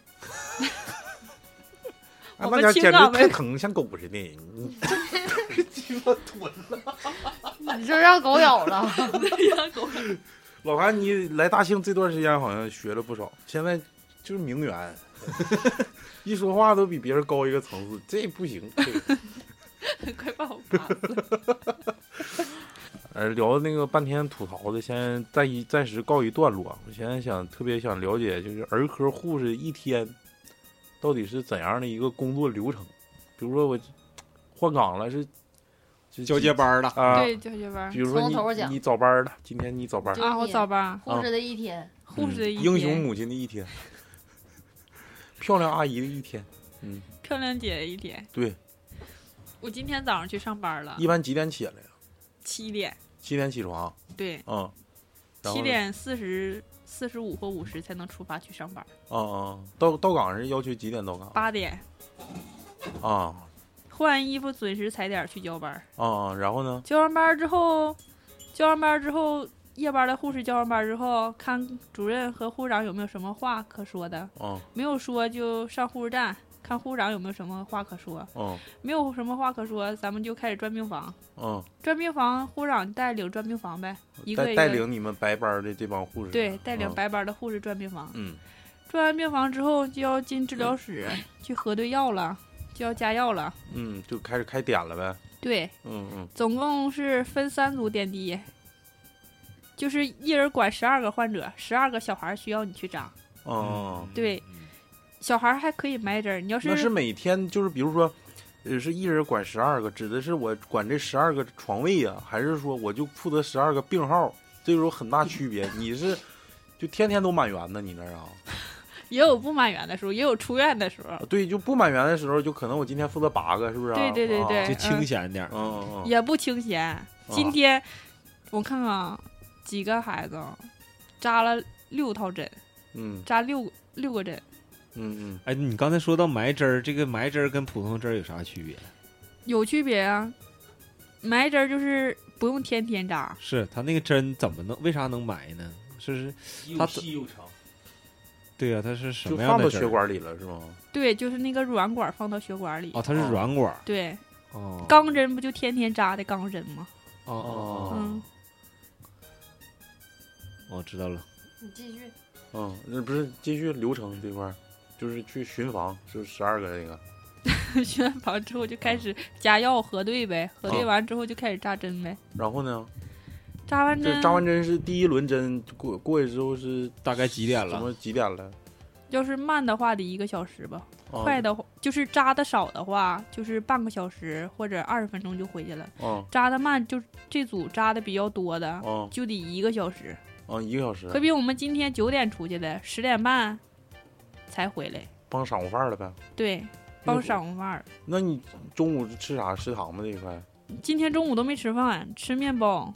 S1: 哎，那
S4: 我们
S1: 家
S4: 青
S1: 简直
S4: 港的
S1: 太疼，像狗似的。你
S5: 你就让狗 咬了。
S1: 老谭，你来大庆这段时间好像学了不少，现在就是名媛， 一说话都比别人高一个层次，这不行。这个
S4: 快把我扎死！
S1: 呃，聊那个半天吐槽的，先暂一暂时告一段落。啊我现在想特别想了解，就是儿科护士一天到底是怎样的一个工作流程？比如说我换岗了是是
S6: 交接班儿了，
S1: 啊，
S4: 对，教学班
S1: 比如说
S5: 从头
S1: 你
S5: 讲
S1: 你早班儿了，今天你早班儿，
S5: 就
S4: 啊，我早班
S1: 嗯
S5: 护士的一天，
S4: 护士的一
S1: 英雄
S4: 天，
S1: 母亲的一天， 漂亮阿姨的一天。嗯，
S4: 漂亮姐的一天。
S1: 对，
S4: 我今天早上去上班了
S1: 一，般几点起来呀？
S4: 七点，
S1: 七点起床，
S4: 对，
S1: 嗯，然后
S4: 七
S1: 呢，
S4: 点四十。四十五或五十才能出发去上班，
S1: 啊啊，到到岗是要求几点到岗？
S4: 八点
S1: 啊
S4: 换衣服准时踩点儿去交班儿。
S1: 啊，然后呢？
S4: 交完班儿之后，交完班儿之后，夜班儿的护士交完班儿之后，看主任和护士长有没有什么话可说的，
S1: 嗯
S4: 没有说就上护士站看护士长有没有什么话可说，
S1: 嗯
S4: 没有什么话可说，咱们就开始转病房。
S1: 嗯，
S4: 转病房，护士长带领转病房呗，一个
S1: 带
S4: 一
S1: 带
S4: 个
S1: 领你们白班儿的这帮护士，
S4: 对，带领
S1: 嗯，
S4: 白班儿的护士转病房。
S1: 嗯
S4: 转完病房之后，就要进治疗室去核对药了，就要加药了。
S1: 嗯，就开始开点了呗，
S4: 对，
S1: 嗯嗯
S4: 总共是分三组点滴，就是一人管十二个患者，十二个小孩需要你去扎。
S1: 哦，
S4: 对，
S6: 嗯
S4: 小孩还可以埋针儿，你要
S1: 那
S4: 嗯是
S1: 是每天就是比如说。呃，是一人管十二个，指的是我管这十二个床位呀、还是说我就负责十二个病号？这有很大区别。你是就天天都满员呢？你那儿啊？
S4: 也有不满员的时候，也有出院的时候，
S6: 哦
S1: 啊对，就不满员的时候，就可能我今天负责八个，是不是、啊？
S4: 对对对对
S1: 啊
S6: 就清闲点儿。
S1: 嗯嗯嗯，
S4: 也不清闲。
S6: 哦
S4: 今天我看看啊几个孩子啊扎了六套针，
S1: 嗯
S4: 扎六六个针。
S1: 嗯
S6: 哎，你刚才说到埋针儿，这个埋针儿跟普通针儿有啥区别？
S4: 有区别啊。埋针儿就是不用天天扎，
S6: 是他那个针怎么能为啥能埋呢？是不是
S3: 又细又长，
S6: 对呀、它是什
S1: 就
S6: 么样
S1: 放
S6: 的
S1: 到
S6: 针
S1: 血
S6: 儿？
S1: 管里了是吗？
S4: 对，就是那个软管放到血管里。
S6: 哦，它是软管儿。
S4: 对，
S6: 哦，
S4: 钢针不就天天扎的钢针吗？
S6: 哦哦哦，
S4: 嗯，
S6: 我知道了。
S5: 你继续，
S1: 嗯，那不是继续流程这块儿，就是去巡房，就是十二个那个。
S4: 熏完房之后就开
S1: 啊
S4: 始加药核对呗，核对完之后就开始扎针呗，
S1: 然后呢，
S4: 扎完
S1: 这
S4: 针
S1: 扎完针是第一轮针过过去之后是
S6: 大概几点
S1: 什
S6: 了？
S1: 么几点了？
S4: 要是慢的话得一个小时吧，
S1: 啊
S4: 快的话就是扎的少的话就是半个小时或者二十分钟就回去了，
S1: 啊
S4: 扎的慢就这组扎的比较多的
S1: 啊
S4: 就得一个小时，
S1: 啊！一个小时
S4: 可，比我们今天九点出去的，十点半才回来，
S1: 帮晌午饭了呗。
S4: 对，
S1: 那
S4: 帮
S1: 会
S4: 晌午饭儿。
S1: 那你中午吃啥？食堂吗？这一块？
S4: 今天中午都没吃饭，吃面包，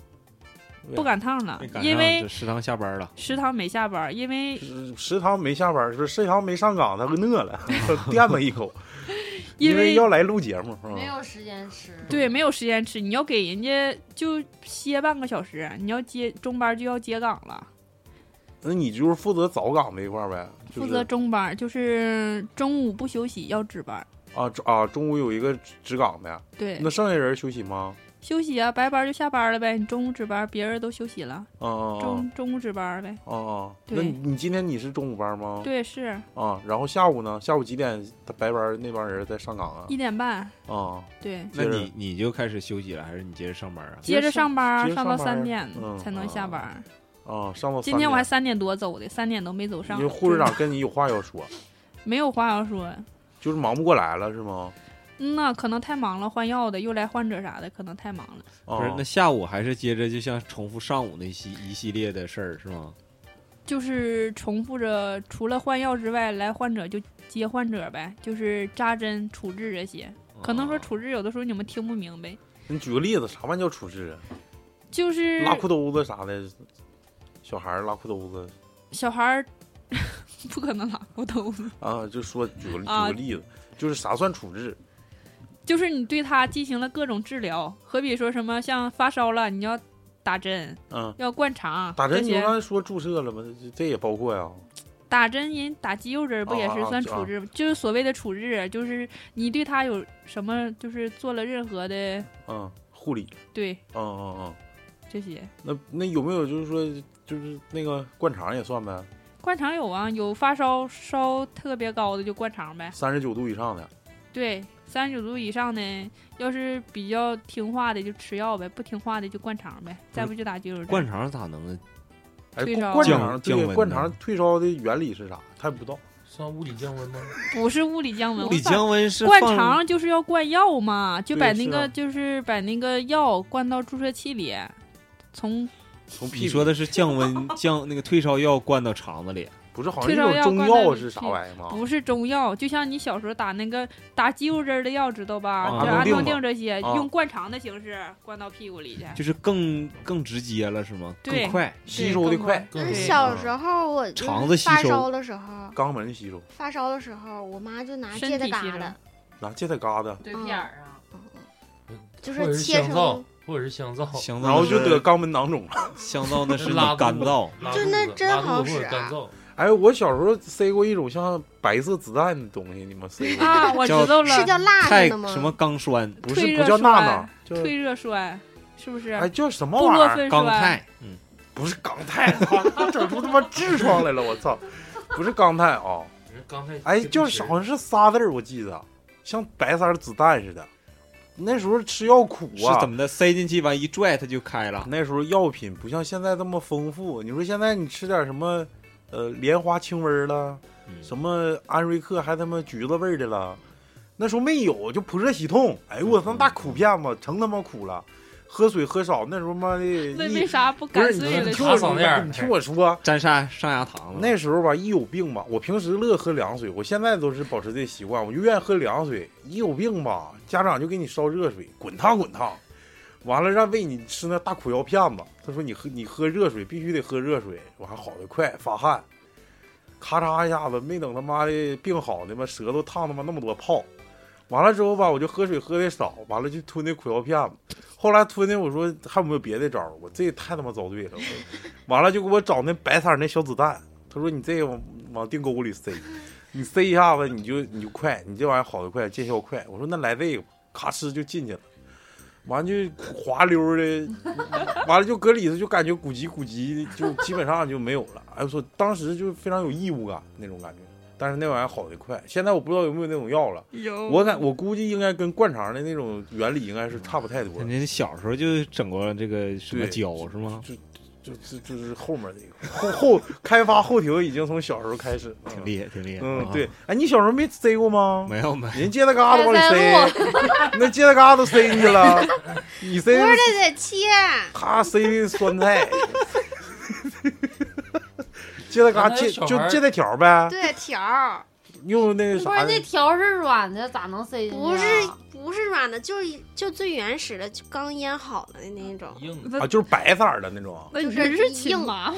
S1: 对
S4: 不赶趟了
S6: 没赶，
S4: 因
S6: 上
S4: 为
S6: 这食堂下班了。
S4: 食堂没下班，因为
S1: 食食堂没下班，是食堂没上岗，他饿了， 垫吧一口，因
S4: 因
S1: 为
S4: 为
S1: 要来录节目，是吧
S5: 没有时间吃。
S1: 嗯
S4: 对没有时间吃，你要给人家就歇半个小时，你要接中班就要接岗了，
S1: 那你就是负责早岗这一块儿呗，就
S4: 负
S1: 是
S4: 责中班就是中午不休息要值班，
S1: 啊中啊，中午有一个值岗呗。
S4: 对，
S1: 那剩下人休息吗？
S4: 休息啊，白班就下班了呗，你中午值班，别人都休息了，
S1: 啊啊
S4: 中中午值班呗，
S1: 啊啊！
S4: 对
S1: 那你你今天你是中午班吗？
S4: 对，是
S1: 啊，然后下午呢？下午几点？他白班那帮人在上岗啊
S4: 一？点半，
S1: 啊，
S4: 对，
S6: 那
S1: 接着
S6: 你你就开始休息了，还是你接着上班啊？
S1: 接着
S4: 接着上
S1: 接
S4: 班
S1: 着上
S4: 上到
S1: 班
S4: 三点
S1: 嗯
S4: 才能下班。
S1: 啊，上到
S4: 今天我还
S1: 三
S4: 三点多走的，三点都没走
S1: 点
S4: 上。
S1: 因为护士长跟你有话要说，
S4: 没有话要说，
S1: 就是忙不过来了是吗？
S4: 嗯呐，可能太忙了，换药的又来患者啥的，可能太忙了。
S1: 啊
S6: 不是，那下午还是接着，就像重复上午那系一系列的事儿是吗？
S4: 就是重复着，除了换药之外，来患者就接患者呗，就是扎针、处置这些。可能
S1: 哦
S4: 说
S6: 啊
S4: 处置有的时候你们听不明白，
S1: 你举个例子，啥玩意叫处置啊？
S4: 就是
S1: 拉裤兜子啥的，小孩儿拉裤兜子
S4: 小孩儿 不可能拉裤兜子，
S1: 啊，就说举个举
S4: 啊
S1: 个例子，就是啥算处置？
S4: 就是你对他进行了各种治疗，何比说什么像发烧了，你要打针，
S1: 嗯，
S4: 要灌肠，
S1: 打针
S4: 这
S1: 你
S4: 些
S1: 不刚才说注射了吗？这这也包括呀。
S4: 打针人打肌肉针儿不也
S1: 啊
S4: 是
S1: 啊啊
S4: 算处置吗？就是所谓的处置，就是你对他有什么，就是做了任何的
S1: 嗯，护理。
S4: 对
S1: 嗯嗯嗯。
S4: 这些。
S1: 那那有没有就是说就是那个灌肠也算呗？
S4: 灌肠有啊，有发烧烧特别高的就灌肠呗。
S1: 三十九度以上的
S4: 对，三十九度以上呢，要是比较听话的就吃药呗，不听话的就灌肠呗，再不就打肌肉针。
S6: 灌肠咋能？
S1: 哎，
S4: 退
S1: 灌
S4: 烧
S1: 灌
S6: 降
S1: 肠
S6: 降温
S1: 对
S6: 呢
S1: 灌肠退烧的原理是啥？他也不知道。
S3: 算物理降温吗？
S4: 不是物理降温，
S6: 物
S4: 我
S6: 理
S4: 咋
S6: 降温是
S4: 灌
S6: 放
S4: 肠就是要灌药嘛，就
S1: 对
S4: 把
S1: 是
S4: 那个、
S1: 啊
S4: 就是把那个药灌到注射器里，从
S1: 从屁
S6: 你说的是降温降那个退烧药灌到肠子里，
S1: 不是好像
S4: 退
S1: 一
S4: 烧
S1: 种
S4: 药
S1: 中
S4: 灌
S1: 药
S4: 到
S1: 是啥
S4: 屁嗯
S1: 玩意儿吗？
S4: 不是中药，就像你小时候打那个打肌肉针儿的药，知道吧？
S6: 啊
S4: 就
S6: 安
S1: 诺
S4: 安诺
S1: 定嘛
S4: 定这些，
S1: 啊
S4: 用灌肠的形式灌到屁股里去。
S6: 就是更更直接了是吗？
S4: 对
S6: 更快。
S1: 吸收的快，
S3: 更
S8: 嗯
S3: 是
S8: 小时候我就是
S6: 啊肠子吸
S8: 发
S6: 收
S8: 烧的时候，
S1: 肛门吸收，
S8: 发烧的时候，我妈就拿
S4: 身
S8: 芥子
S4: 体吸
S8: 疙
S4: 收
S8: 瘩，
S1: 拿芥菜疙瘩，
S5: 对
S8: 嗯
S5: 屁眼儿啊，
S8: 就
S3: 或者是
S8: 切
S3: 香皂
S8: 成，
S3: 或者是香皂，
S6: 香
S1: 然后
S6: 皂
S1: 就
S6: 那
S1: 得
S6: 是
S1: 肛门囊肿了。
S6: 香皂那是你
S3: 拉肚子
S6: 干燥，
S3: 拉
S8: 就
S3: 肚
S8: 那
S3: 子
S8: 真
S3: 拉肚
S8: 好
S3: 子或
S8: 使
S3: 者干
S8: 啊
S3: 燥，
S1: 哎，我小时候塞过一种像白色子弹的东西，你们塞过吗？
S4: 啊，我知
S6: 叫
S4: 道了，
S8: 是叫辣
S6: 太
S8: 着的吗？
S6: 什么钢栓、
S1: 不
S4: 退
S1: 是，不
S4: 热
S1: 叫
S4: 栓
S1: 娜娜，叫
S4: 退热栓，是不是？
S1: 哎叫什么
S4: 布洛
S1: 玩意儿？
S4: 芬
S6: 钢
S4: 栓，
S6: 钛，嗯，
S1: 不是钢钛，操， 他整出他妈痔疮来了，我操！不是钢钛啊，
S3: 人刚才
S1: 哎，就是好像是仨字儿，我记得，像白色儿子弹似的。那时候吃药苦
S6: 是
S1: 啊
S6: 怎，么的？塞进去完一拽，它就开了。
S1: 那时候药品不像现在这么丰富。你说现在你吃点什么，呃，莲花清瘟儿了，
S6: 嗯
S1: 什么安瑞克还他妈橘子味儿的了，那时候没有，就普热喜痛。哎呦我操，那大苦片
S6: 嗯
S1: 子，成他妈苦了，喝水喝少，那时候妈的
S4: 那
S1: 一
S4: 为啥不
S1: 不
S4: 擀
S1: 是你
S4: 碎
S1: 听
S4: 了
S1: 你
S4: 吃
S1: 听？我
S3: 卡嗓子眼
S1: 说，
S3: 儿
S1: 你听我说，
S6: 沾上上牙膛了。
S1: 那时候吧，一有病吧，我平时乐喝凉水，我现在都是保持这习惯，我就愿意喝凉水。一有病吧，家长就给你烧热水，滚烫滚烫，完了让喂你吃那大苦药片子。他说你喝你喝热水必须得喝热水，完好的快发汗，咔嚓一下子，没等他妈的病好呢嘛，舌头烫他妈那么多泡。完了之后吧，我就喝水喝的少，完了就吞那苦药片子。后来吞的我说还有没有别的招儿？我这也太他妈遭罪了。我完了就给我找那白色儿那小子弹，他说你这个往往腚沟里塞， 你塞一下子你就你就快，你这玩意儿好的快，见效快。我说那来这个，咔哧就进去了，完就滑溜的， 完了就搁里头就感觉鼓叽鼓叽，就基本上就没有了。哎，我说当时就非常有异物感那种感觉，但是那玩意儿好的快，现在我不知道有没有那种药了。
S4: 有
S1: 我感我估计应该跟灌肠的那种原理应该是差不太多的，
S6: 你小时候就整过这个什么
S1: 对
S6: 胶是吗？
S1: 就就就是后面这个后后开发后庭已经从小时候开始了，
S6: 挺厉害，挺厉害。
S1: 嗯
S6: 啊，
S1: 对，，哎，你小时候没塞过吗？
S6: 没有没有，
S1: 人接的嘎子往里塞， 那接的嘎子塞进去了，你塞
S8: 不是这得切，
S1: 咔塞酸菜， 接的嘎
S3: 那
S1: 接
S3: 小
S1: 就
S3: 孩儿
S1: 接的条儿呗，
S8: 对条儿，
S1: 用那个
S5: 不
S1: 啥
S5: 是，那条是软的，咋能塞进去啊？
S8: 不是不是软的，就是就最原始的，就刚腌好的那种，
S3: 硬
S1: 啊，就是白色儿的那种，
S4: 那
S8: 就
S4: 你
S8: 是
S4: 啊真是亲
S8: 硬
S4: 妈，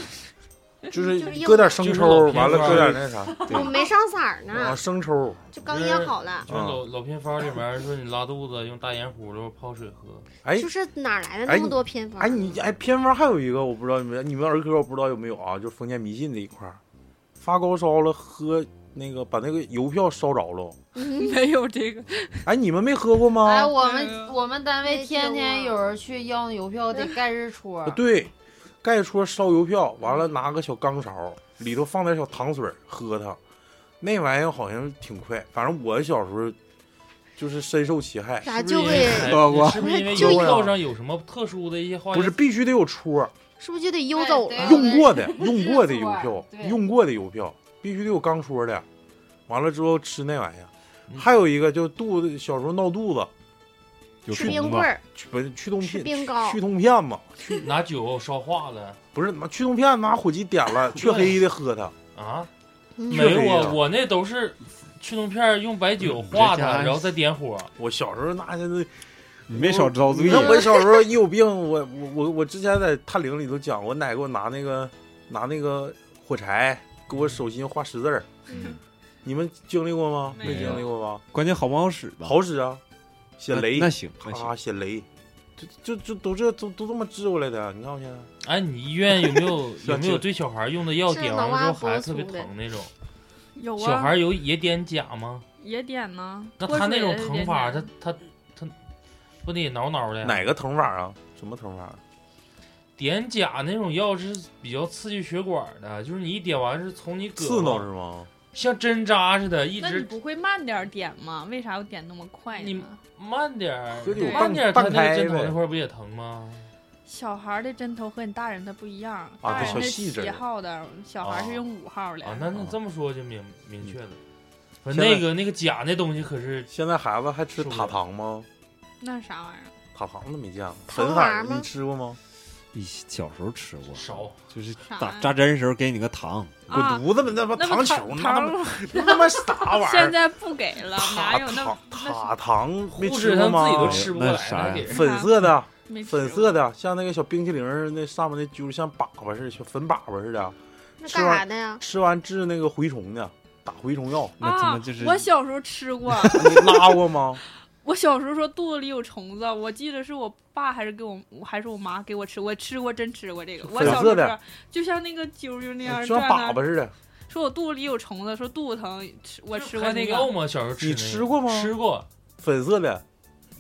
S1: 就是
S8: 就是硬
S1: 搁点生
S3: 就是
S1: 抽
S3: 老，
S1: 完了
S3: 片
S1: 搁
S3: 儿啊
S1: 点那啥
S8: 我哦没上色儿
S1: 啊，
S8: 呢，
S1: 生抽，
S8: 就刚腌好的。
S3: 就是老老偏方里面说你拉肚子用大盐葫芦泡水喝，
S1: 哎
S8: 就是哪儿来的
S1: 哎
S8: 那么多偏方？
S1: 哎，你哎，偏方还有一个我不知道你们你们儿科我不知道有没有啊，就是封建迷信这一块儿，发高烧了喝那个把那个邮票烧着了，
S8: 嗯
S4: 没有这个，
S1: 哎，你们没喝过吗？
S5: 哎，我
S4: 对啊
S5: 们我们单位
S8: 没
S5: 天天
S8: 听过
S5: 有人去要邮票， 得盖日戳
S1: 啊。对，盖戳烧邮票，完了拿个小钢勺，里头放点小糖水儿喝它，那玩意儿好像挺快。反正我小时候就是深受其害，
S8: 咋
S3: 是
S8: 就
S3: 不是因为
S8: 给
S3: 海
S6: 喝过
S3: 是不是因为
S8: 就
S3: 邮票
S1: 有
S3: 上有什啊么特殊的一些化
S1: 不
S3: 学
S1: 是必须得有戳儿，
S8: 是不是就得悠走
S5: 哎
S8: 了？
S5: 对
S1: 用过的用过的
S5: 是
S1: 邮
S5: 戳儿
S1: 票，
S5: 对
S1: 用过的邮票必须得有钢戳的。完了之后吃那玩意儿，
S3: 嗯
S1: 还有一个就肚子小时候闹肚子，
S6: 有
S8: 吃
S6: 虫
S8: 冰
S6: 子
S8: 棍儿，
S1: 去不是驱动
S8: 吃
S1: 片，
S8: 冰
S1: 驱
S8: 糕
S1: 驱动片嘛，
S3: 拿酒烧化了
S1: 不是妈驱动片拿火机点 了，雀黑的喝它，
S3: 啊？
S8: 嗯
S3: 没有
S1: 这个
S3: 啊，
S1: 呀
S3: 我那都是驱动片儿用白酒化
S6: 这家
S3: 它，然后再点火。
S1: 我小时候那现在
S6: 你没少遭罪
S1: 你
S6: 呀
S1: 看。我小时候一有病，我我我我之前在探灵里头讲，我奶给我拿那个拿那个火柴给我手心画十字儿，
S6: 嗯
S1: 你们经历过吗？
S4: 没
S1: 没经
S6: 有
S1: 历过吧？
S6: 关键好不好使吧？
S1: 好使啊，写
S6: 那
S1: 雷
S6: 那，行，那行
S1: 咔写雷，就就就都这都都这么治过来的。啊你看我现在，
S3: 哎，你医院有没 有有没有对小孩用的药
S8: 是
S3: 点
S8: 脑
S3: 完了之
S8: 瓜
S3: 后孩
S8: 脖
S3: 子特别
S8: 粗的
S3: 疼那种？
S4: 有啊，
S3: 小孩有也点钾吗？
S4: 也点呢。
S3: 那
S4: 脱
S3: 他那
S4: 水
S3: 种
S4: 的
S3: 疼
S4: 也
S3: 法，他
S4: 点
S3: 他他不得挠挠的？
S1: 哪个疼法啊？什么疼法？
S3: 点钾那种药是比较刺激血管的，就是你一点完是从你胳
S1: 刺挠
S3: 膊
S1: 是吗？
S3: 像针扎似的，一
S4: 那你
S3: 直
S4: 不会慢点儿点吗？为啥要点那么快
S3: 你
S4: 呢？
S3: 慢点儿
S1: 喝酒
S4: 对
S3: 慢点儿，他那
S1: 荡荡开
S3: 个针头
S1: 呗
S3: 那块儿不也疼吗？
S4: 小孩儿的针头和你大人的不一样，
S1: 啊
S4: 大
S1: 对
S4: 人
S1: 小
S4: 是
S1: 细针
S4: 七
S1: 儿
S4: 号的，小孩儿是
S1: 哦
S4: 用五号的。
S3: 啊，那那
S1: 哦
S3: 这么说就明明确了。不
S1: 嗯
S3: 是
S1: 现在
S3: 那个那个钾那东西可是
S1: 现在孩子还吃
S3: 是不是
S1: 塔糖吗？
S4: 那啥玩意儿？
S1: 塔糖都没见过，
S8: 糖
S1: 粉色
S8: 丸
S1: 儿
S8: 吗
S1: 你吃过吗？
S6: 你小时候吃过，
S3: 少，
S6: 就是
S4: 啥
S6: 打
S4: 呀
S6: 扎针的时候给你个糖，
S1: 滚
S4: 啊
S1: 犊子吧，那不
S4: 那不
S1: 糖球
S4: 糖
S1: 那不
S4: 糖
S1: 那他妈啥玩意儿？
S4: 现在不给
S3: 啊
S4: 了，哪
S1: 塔
S4: 有那
S1: 糖
S4: 那
S1: 塔糖没
S3: 护
S1: 吃
S3: 士他
S1: 过
S3: 们
S1: 吗？
S3: 自己都吃不过
S6: 那
S3: 来，
S6: 啥呀
S3: 还给人
S1: 粉色的，
S4: 是没吃
S1: 粉
S4: 过
S1: 色的，像那个小冰淇淋儿那上面那揪像粑粑似的，像粉粑粑似的，
S8: 那
S1: 吃
S8: 干
S1: 完
S8: 啥的呀？
S1: 吃完治那个蛔虫的，打蛔虫药，
S6: 那他妈
S4: 啊
S6: 就是！
S4: 我小时候 吃过，
S1: 你拉过 吗？
S4: 我小时候说肚子里有虫子，我记得是我爸还是给我，还是我妈给我吃，我吃过，真吃过这个。我
S1: 粉
S4: 小时
S1: 色
S4: 候
S1: 的
S4: 吃就像那个揪
S3: 哎
S4: 揪那样
S1: 就像
S4: 转那
S1: 嗯粑
S4: 儿，
S1: 粑似的，
S4: 说我肚子里有虫子，说肚子疼，吃我吃过
S3: 还
S4: 那
S3: 是
S4: 个
S3: 药吗？小时候吃
S1: 你
S3: 那个
S1: 吃过吗
S3: 吃过，
S1: 粉色的，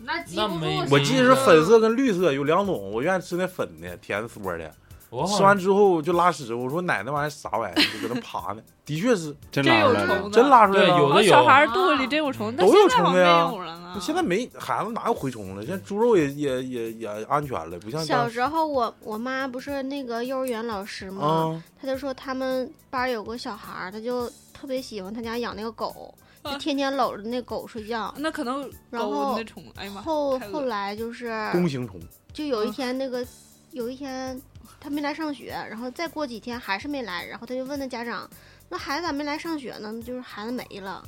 S5: 那记
S3: 那
S5: 不
S3: 没
S5: 住。
S1: 我记得是粉色跟绿色有两种，我愿意吃那粉的，甜嗦的。
S3: 我好
S1: 吃完之后就拉屎，我说奶那玩意儿啥玩意儿， 就搁那爬呢，的确是
S6: 真
S4: 真
S6: 拉
S4: 有
S6: 出来
S4: 虫
S6: 了，
S4: 子，
S1: 真拉出来
S3: 对有
S1: 了。
S3: 的
S4: 啊
S3: 有
S4: 小孩儿肚子里真有虫，但
S1: 都有
S4: 现在
S1: 虫
S4: 好像
S1: 子
S4: 没
S1: 呀
S4: 有了呢。
S1: 现在没孩子哪有蛔虫了？现在猪肉也也也也安全了，不像
S8: 小
S1: 当时
S8: 时候我我妈不是那个幼儿园老师吗？
S1: 啊，
S8: 她就说他们班儿有个小孩儿，他就特别喜欢他家养那个狗，
S4: 啊
S8: 就天天搂着那狗睡觉。
S4: 那可能
S8: 然
S4: 狗
S8: 后
S4: 那虫，哎呀妈，
S8: 后
S4: 太恶
S8: 后来就是
S1: 弓形虫。
S8: 就有
S3: 嗯
S8: 一
S4: 啊
S8: 天那个，有一天他没来上学，然后再过几天还是没来，然后他就问他家长，那孩子咋没来上学呢？就是孩子没了，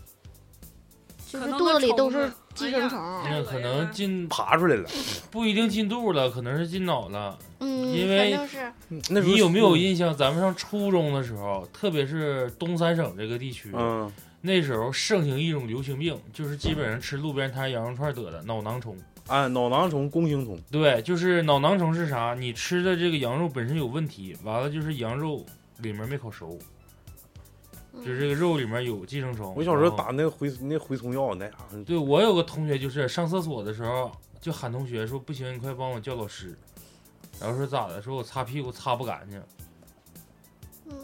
S8: 就
S4: 可
S8: 是
S4: 能
S8: 肚
S4: 那
S8: 子里都
S4: 虫
S8: 是
S4: 子
S8: 寄
S4: 哎呀
S8: 生虫。
S3: 那可能进
S1: 爬出来了。
S3: 不一定进肚了，可能是进脑了。
S8: 嗯，
S3: 因
S8: 反
S3: 为
S8: 正是
S1: 那时候
S3: 你有没有印象？咱们上初中的时候，特别是东三省这个地区，
S1: 嗯，
S3: 那时候盛行一种流行病，就是基本上吃路边摊羊肉串得的脑囊虫。
S1: 啊，脑囊虫、弓形虫，
S3: 对，就是脑囊虫是啥？你吃的这个羊肉本身有问题，完了就是羊肉里面没烤熟，
S8: 嗯
S3: 就是这个肉里面有寄生虫。
S1: 我小时候
S3: 然后
S1: 打那个回那回虫药，那啥，
S3: 对我有个同学就是上厕所的时候就喊同学说不行，你快帮我叫老师。然后说咋的？说我擦屁股擦不干净，
S8: 嗯，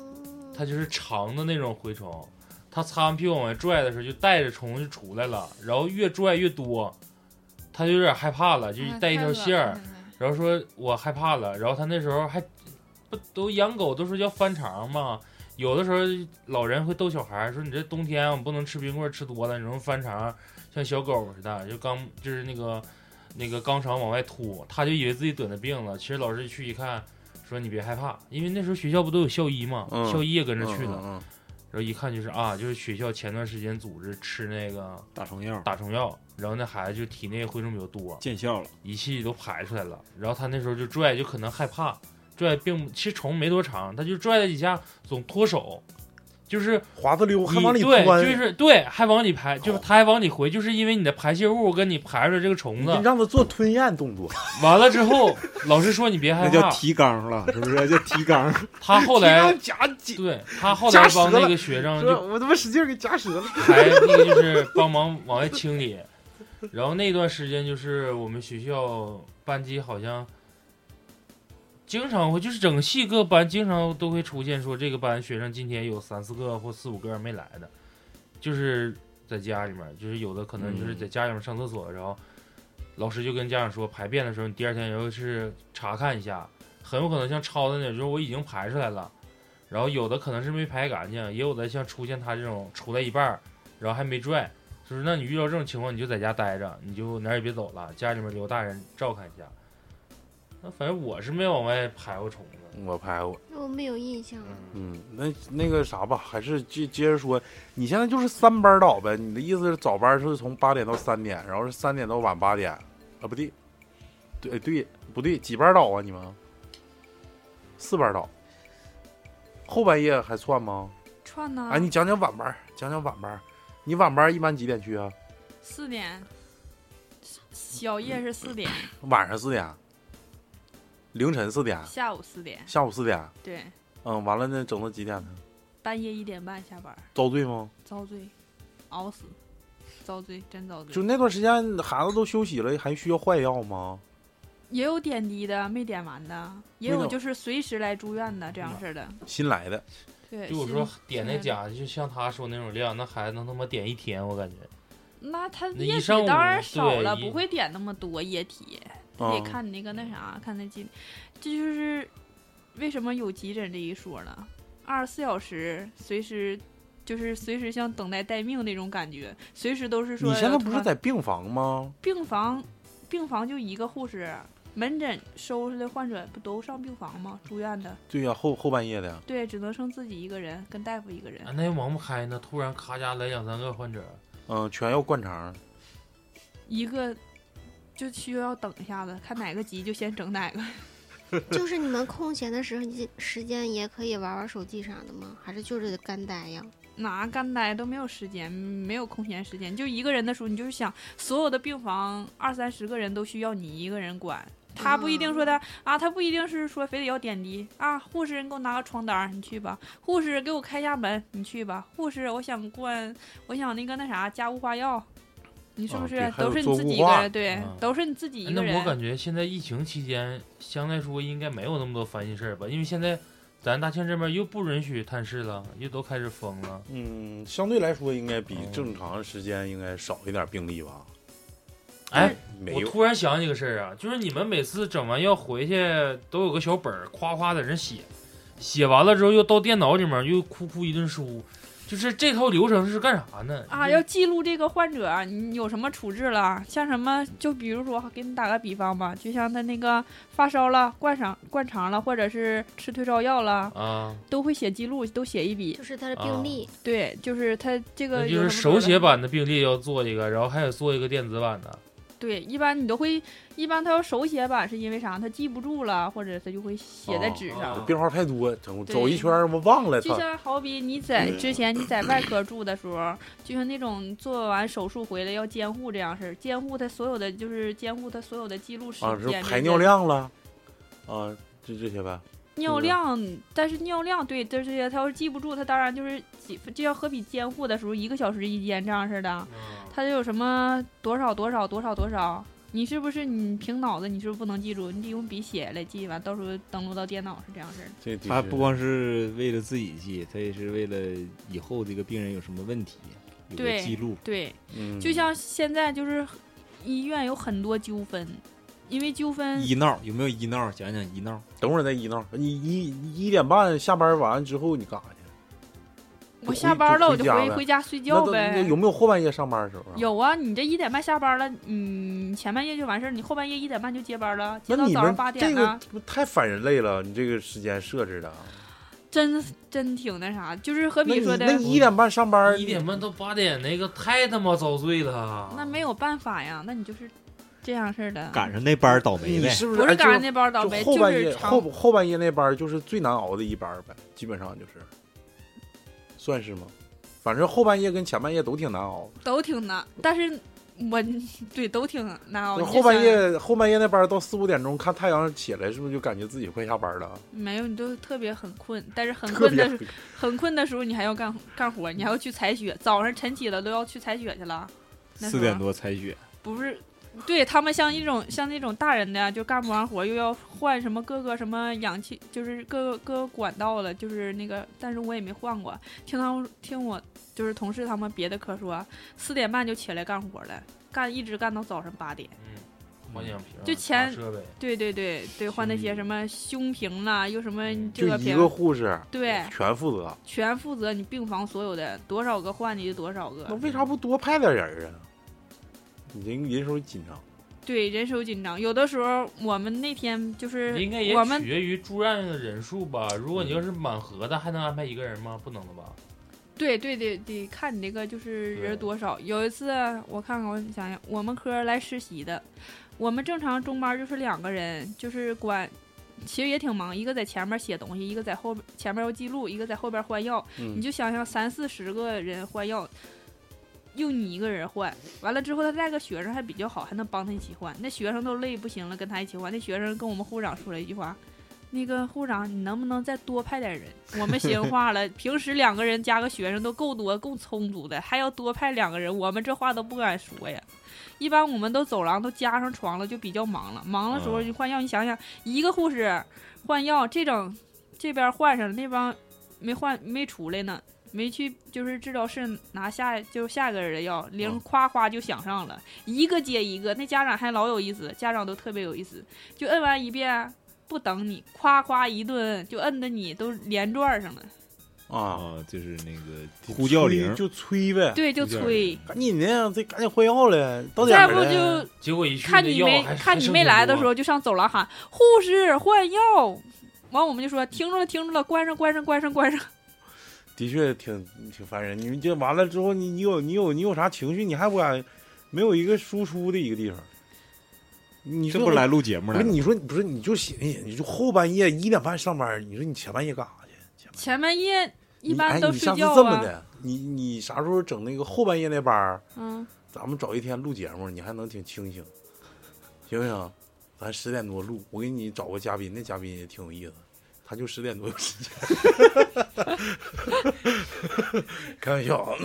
S3: 它就是长的那种蛔虫，它擦完屁股往外拽的时候就带着虫就出来了，然后越拽越多，它就有点害怕了，就哎
S4: 啊
S3: 带一条线
S4: 嗯
S3: 儿。然后说我害怕了，然后他那时候还不都养狗都说叫翻肠嘛，有的时候老人会逗小孩儿说你这冬天啊我不能吃冰棍儿吃多了，你能翻肠儿像小狗似的，就刚就是那个那个肛肠往外凸，他就以为自己得那病了，其实老师去一看说你别害怕，因为那时候学校不都有校医嘛，
S1: 嗯
S3: 校医也跟着
S1: 嗯
S3: 去了，
S1: 嗯嗯
S3: 然后一看就是啊，就是学校前段时间组织吃那个
S6: 打成药，
S3: 打虫药，然后那孩子就体内蛔虫比较多，
S6: 见效了，
S3: 仪器都排出来了，然后他那时候就拽，就可能害怕，拽并不其实虫没多长，他就拽了几下，总脱手，就是
S1: 滑子溜还往里
S3: 你
S1: 钻，
S3: 对，就是对，还往里排，就是他还往里回，就是因为你的排泄物跟你排出来这个虫
S1: 你
S3: 子，
S1: 让他做吞咽动作，
S3: 完了之后，老师说你 别害
S6: 那叫
S3: 怕，
S6: 提 肛了，是不是？叫提肛。
S3: 他后
S1: 让
S3: 来
S1: 夹紧，
S3: 对他后
S1: 夹
S3: 来
S1: 舌
S3: 帮那
S1: 了
S3: 个学生
S1: 这
S3: 就
S1: 我他妈使劲给夹折了。
S3: 还那个就是帮忙往外清理。然后那段时间就是我们学校班级好像经常会，就是整个系各班经常都会出现说这个班学生今天有三四个或四五个没来的，就是在家里面，就是有的可能就是在家里面上厕所，然后老师就跟家长说排便的时候，你第二天要是查看一下，很有可能像超的那种，就是我已经排出来了。然后有的可能是没排干净，也有的像出现他这种出来一半儿，然后还没拽，就是那你遇到这种情况，你就在家待着，你就哪儿也别走了，家里面留大人照看一下。那反正我是没往外排过虫子，
S1: 我拍过，
S8: 那我没有印象了。
S1: 嗯，那那个啥吧，还是接接着说，你现在就是三班倒呗？你的意思是早班是从八点到三点，然后是三点到晚八点？啊，不对，对对不对？几班倒啊？你们四班倒，后半夜还算吗？
S4: 串呢
S1: 哎，，你讲讲晚班儿，讲讲晚班儿。你晚班儿一般几点去啊？
S4: 四点，小夜是四点，
S1: 晚上四点，凌晨四点，
S4: 下午四点，
S1: 下午四点。
S4: 对，
S1: 嗯，完了那整到几点呢？
S4: 半夜一点半下班，
S1: 遭罪吗？
S4: 遭罪，熬死，遭罪，真遭
S1: 就
S4: 罪。
S1: 那段时间孩子都休息了，还需要换药吗？
S4: 也有点滴的，没点完的，也
S1: 那
S4: 有
S1: 种
S4: 就是随时来住院的这样式的。
S1: 新来的，
S4: 对，
S3: 就我
S4: 是
S3: 说点那假，就像他说那种量，那孩子能他妈点一天，我感觉。
S4: 那他
S3: 那
S4: 液
S3: 一
S4: 体
S3: 上午
S4: 当然少
S3: 对
S4: 了，
S3: 一
S4: 不会点那么多液体，得
S1: 嗯，
S4: 看你那个那啥，看那几，这就是为什么有急诊这一说了，二十四小时随时就是随时像等待待命那种感觉，随时都是说
S1: 你现在
S4: 要
S1: 不
S4: 突
S1: 是
S4: 然
S1: 在病房吗？
S4: 病房，病房就一个护士，门诊收拾的患者不都上病房吗？住院的，
S1: 对呀、后后半夜的呀。
S4: 对，只能剩自己一个人，跟大夫一个人
S3: 啊，。那也忙不开呢，突然咔家来两三个患者，
S1: 嗯，全要灌肠。
S4: 一个就需要等一下子，看哪个急就先整哪个。
S8: 就是你们空闲的时候时间也可以玩玩手机啥的吗？还是就是得干呆呀？
S4: 哪干呆都没有时间，没有空闲时间，就一个人的时候，你就是想所有的病房二三十个人都需要你一个人管。他不一定说的、啊，他不一定是说非得要点滴啊。护士，你给我拿个床单儿，你去吧。护士，给我开下门，你去吧。护士，我想灌，我想那个那啥加雾化药，你是
S1: 啊
S4: 不是、
S1: 对还有
S4: 都是
S1: 做
S4: 你自己
S1: 雾
S4: 一个
S1: 化
S4: 人？对，
S3: 嗯
S4: 都是你自己一
S3: 那
S4: 个人。
S3: 我感觉现在疫情期间，相对来说应该没有那么多烦心事儿吧，因为现在咱大庆这边又不允许探视了，又都开始封了。
S1: 嗯，相对来说应该比
S3: 哦
S1: 正常时间应该少一点病例吧？嗯
S3: 哎，
S1: 没
S3: 我
S1: 有，
S3: 突然想起个事儿啊，就是你们每次整完药回去都有个小本儿，夸夸在那写，写完了之后又到电脑里面又哭哭一顿输，就是这套流程是干啥呢？
S4: 啊，要记录这个患者啊你有什么处置了，像什么，就比如说给你打个比方吧，就像他那个发烧了、灌肠、灌肠了，或者是吃退烧药了，
S3: 啊，
S4: 都会写记录，都写一笔
S8: 就。是他的
S3: 啊
S8: 病历，
S4: 对，就是他
S3: 那
S4: 这个
S3: 就
S4: 有
S3: 是
S4: 什么
S3: 手
S4: 得
S3: 写
S4: 了。
S3: 版的病历要做一个，然后还得做一个电子版的。
S4: 对，一般你都会，一般他要手写版是因为啥？他记不住了，或者他就会写在
S1: 哦
S4: 纸
S3: 哦
S4: 上。
S1: 病号太多，整
S4: 对
S1: 走一圈儿我忘 了
S4: 就
S1: 他。
S4: 像好比你在
S1: 嗯
S4: 之前你在外科住的时候，就像那种做完手术回来要监护这样式儿，监护他所有的就是监护他所有的记录时
S1: 啊，是
S4: 间，
S1: 排尿量了，啊，就这些呗。是
S4: 尿
S1: 的
S4: 量，但是尿量对，这些他要是记不住，他当然就是几，就像和笔监护的时候一个小时一监这样似的，他就有什么多少多少多少多少，你是不是你凭脑子你是不是不能记住，你得用笔写来记完，到时候登录到电脑是这样式的。
S1: 这的
S6: 他
S1: 确
S6: 不光是为了自己记，他也是为了以后这个病人有什么问题有个
S4: 对
S6: 记录。
S4: 对，
S1: 嗯
S4: 就像现在就是医院有很多纠纷，因为纠纷
S6: 医闹有没有医闹？讲讲医闹。
S4: 啊
S1: 等会儿再医闹，你一一点半下班完之后你干啥去？
S4: 我下班了我就
S1: 就回家
S4: 回
S1: 呗
S4: 回家睡
S1: 那
S4: 觉
S1: 都那
S4: 呗。
S1: 有没有后半夜上班的时候啊？
S4: 有啊，你这一点半下班了，嗯，前半夜就完事儿，你后半夜一点半就接班了，接
S1: 那
S4: 到
S1: 你
S4: 早上
S1: 们
S4: 八点
S1: 这
S4: 呢。
S1: 个不太反人类了，你这个时间设置的。啊
S4: 真真挺那啥，就是和
S1: 那
S4: 比
S1: 你
S4: 说的
S1: 那，你一点半上班，
S3: 一点半到八点那个太他妈遭罪了。嗯
S4: 那没有办法呀，那你就是这样式的。
S6: 赶上那班儿倒霉
S1: 你
S6: 呗。
S1: 是不
S4: 不是
S1: 哎
S4: 赶上
S1: 就
S4: 那班倒霉，
S1: 就后半
S4: 是
S1: 夜
S4: 长
S1: 后后半夜那班儿就是最难熬的一班儿呗，基本上就是，算是吗？反正后半夜跟前半夜都挺难熬，
S4: 都挺难，但是我 对都挺难
S1: 那
S4: 熬。哦你就
S1: 后半
S4: 想
S1: 夜后半夜那班儿到四五点钟看太阳起来，是不是就感觉自己快下班了？
S4: 没有，你都特别很困，但是很
S1: 特
S4: 困
S1: 别
S4: 的时很困的时候，你还要干干活，你还要去采血，早上晨起了都要去采血去了。那时
S6: 四
S4: 候
S6: 点多采血，
S4: 不是，对他们像一种像那种大人的呀，就干不完活，又要换什么各个什么氧气，就是各个各个管道了，就是那个，但是我也没换过。听他们听我就是同事他们别的科说，四点半就起来干活了，干一直干到早上八点。
S3: 嗯，换氧瓶儿，
S4: 就前
S3: 啊打设备，
S4: 对对对对，换那些什么胸瓶啦，又什么
S3: 嗯
S4: 这
S1: 就一
S4: 瓶，
S1: 个护士
S4: 对，
S1: 全负责，
S4: 全负责你病房所有的多少个换你就多少
S1: 那
S4: 个，
S1: 为啥不多派点人儿啊？人人手紧张，
S4: 对，人手紧张。有的时候我们那天就是
S3: 应该也
S4: 我们
S3: 取决于住院的人数吧。如果你要是满合的，还能安排一个人吗？不能了吧？
S4: 对对对，得看你那个就是人
S3: 对
S4: 多少。有一次我看看，我想想，我们科来实习的，我们正常中班就是两个人，就是管，其实也挺忙，一个在前面写东西，一个在后边前面要记录，一个在后边换药。你
S1: 嗯，
S4: 就想想三四十个人换药，用你一个人换，完了之后他带个学生还比较好，还能帮他一起换。那学生都累不行了，跟他一起换。那学生跟我们护士长说了一句话：“那个护士长，你能不能再多派点人？我 们寻话了，平时两个人加个学生都够多、够充足的，还要多派两个人，我们这话都不敢说呀。”一般我们都走廊都加上床了，就比较忙了。忙的时候
S1: 嗯
S4: 你换药，你想想，一个护士换药，这整这边换上了，那帮没换没出来呢，没去就是治疗室拿下就下一个人的药，铃
S1: 嗯
S4: 夸夸就响上了，一个接一个。那家长还老有意思，家长都特别有意思，就摁完一遍不等你，夸夸一顿就摁的你都连转上了，
S1: 啊，
S6: 啊，就是那个呼叫铃
S1: 催，就催呗，
S4: 对，就
S6: 有点
S4: 催。
S1: 赶紧的，这赶紧换药了，到点
S4: 再
S1: 儿
S4: 不
S1: 了。
S4: 就
S3: 结果一去
S4: 看
S3: 那
S4: 你
S3: 药
S4: 没
S3: 还
S4: 看你没来的时，候，就上走廊喊护士换药。完，我们就说听着了，听着了，关上，关上，关上，关上。
S1: 的确挺挺烦人。你们这完了之后，你你有你有你有啥情绪，你还不敢，没有一个输出的一个地方。你
S6: 这
S1: 说
S6: 不是来录节目
S1: 不
S6: 来
S1: 是
S6: 了？
S1: 你说不是你就写一写，你就后半夜一点半上班，你说你前半夜干啥去？前半夜
S4: 前半夜一般
S1: 你
S4: 都
S1: 哎、你下
S4: 睡
S1: 次
S4: 觉
S1: 这么
S4: 啊。
S1: 的，你你啥时候整那个后半夜那班儿？
S4: 嗯，
S1: 咱们找一天录节目，你还能挺清醒，行不行？咱十点多录，我给你找个嘉宾，那嘉宾也挺有意思，他就十点多有时间。 开玩笑啊！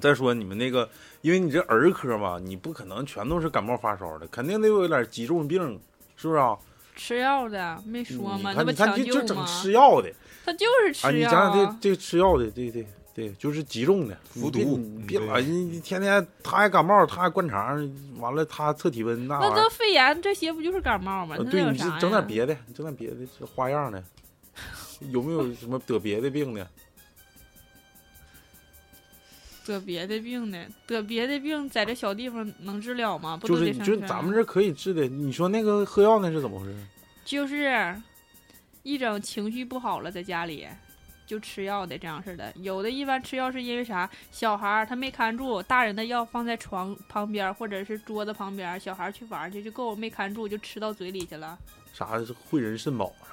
S1: 再说你们那个，因为你这儿科嘛，你不可能全都是感冒发烧的，肯定得有点急重病，是不是啊？
S4: 吃药的没说
S1: 你
S4: 吗？那
S1: 看，
S4: 不
S1: 你看
S4: 抢
S1: 这这
S4: 救
S1: 整
S4: 吗？
S1: 吃药的，
S4: 他就是
S1: 啊，
S4: 吃
S1: 你
S4: 药
S1: 讲
S4: 啊、
S1: 讲这这吃药的，对对对，就是急重的你
S6: 服
S1: 别
S6: 毒
S1: 你别
S6: 嗯
S1: 老你你天天他还感冒，他还灌肠，完了他测体温那玩
S4: 那
S1: 意
S4: 得
S1: 儿。
S4: 肺炎这些不就是感冒吗？
S1: 呃
S4: 那
S1: 对
S4: 有
S1: 你
S4: 啥
S1: 这
S4: 呀？
S1: 整点别的，整点别的这花样的，有没有什么得别的病的？
S4: 得别的病呢？得别的病在这小地方能治了吗？不
S1: 就
S4: 都
S1: 是
S4: 得
S1: 你
S4: 上啊
S1: 就
S4: 山
S1: 咱们这可以治的。你说那个喝药那是怎么回事？
S4: 就是一整情绪不好了，在家里就吃药的这样似的。有的一般吃药是因为啥？小孩儿他没看住，大人的药放在床旁边儿或者是桌子旁边儿，小孩儿去玩儿去就够没看住就吃到嘴里去了。
S1: 啥是汇仁肾宝啥的？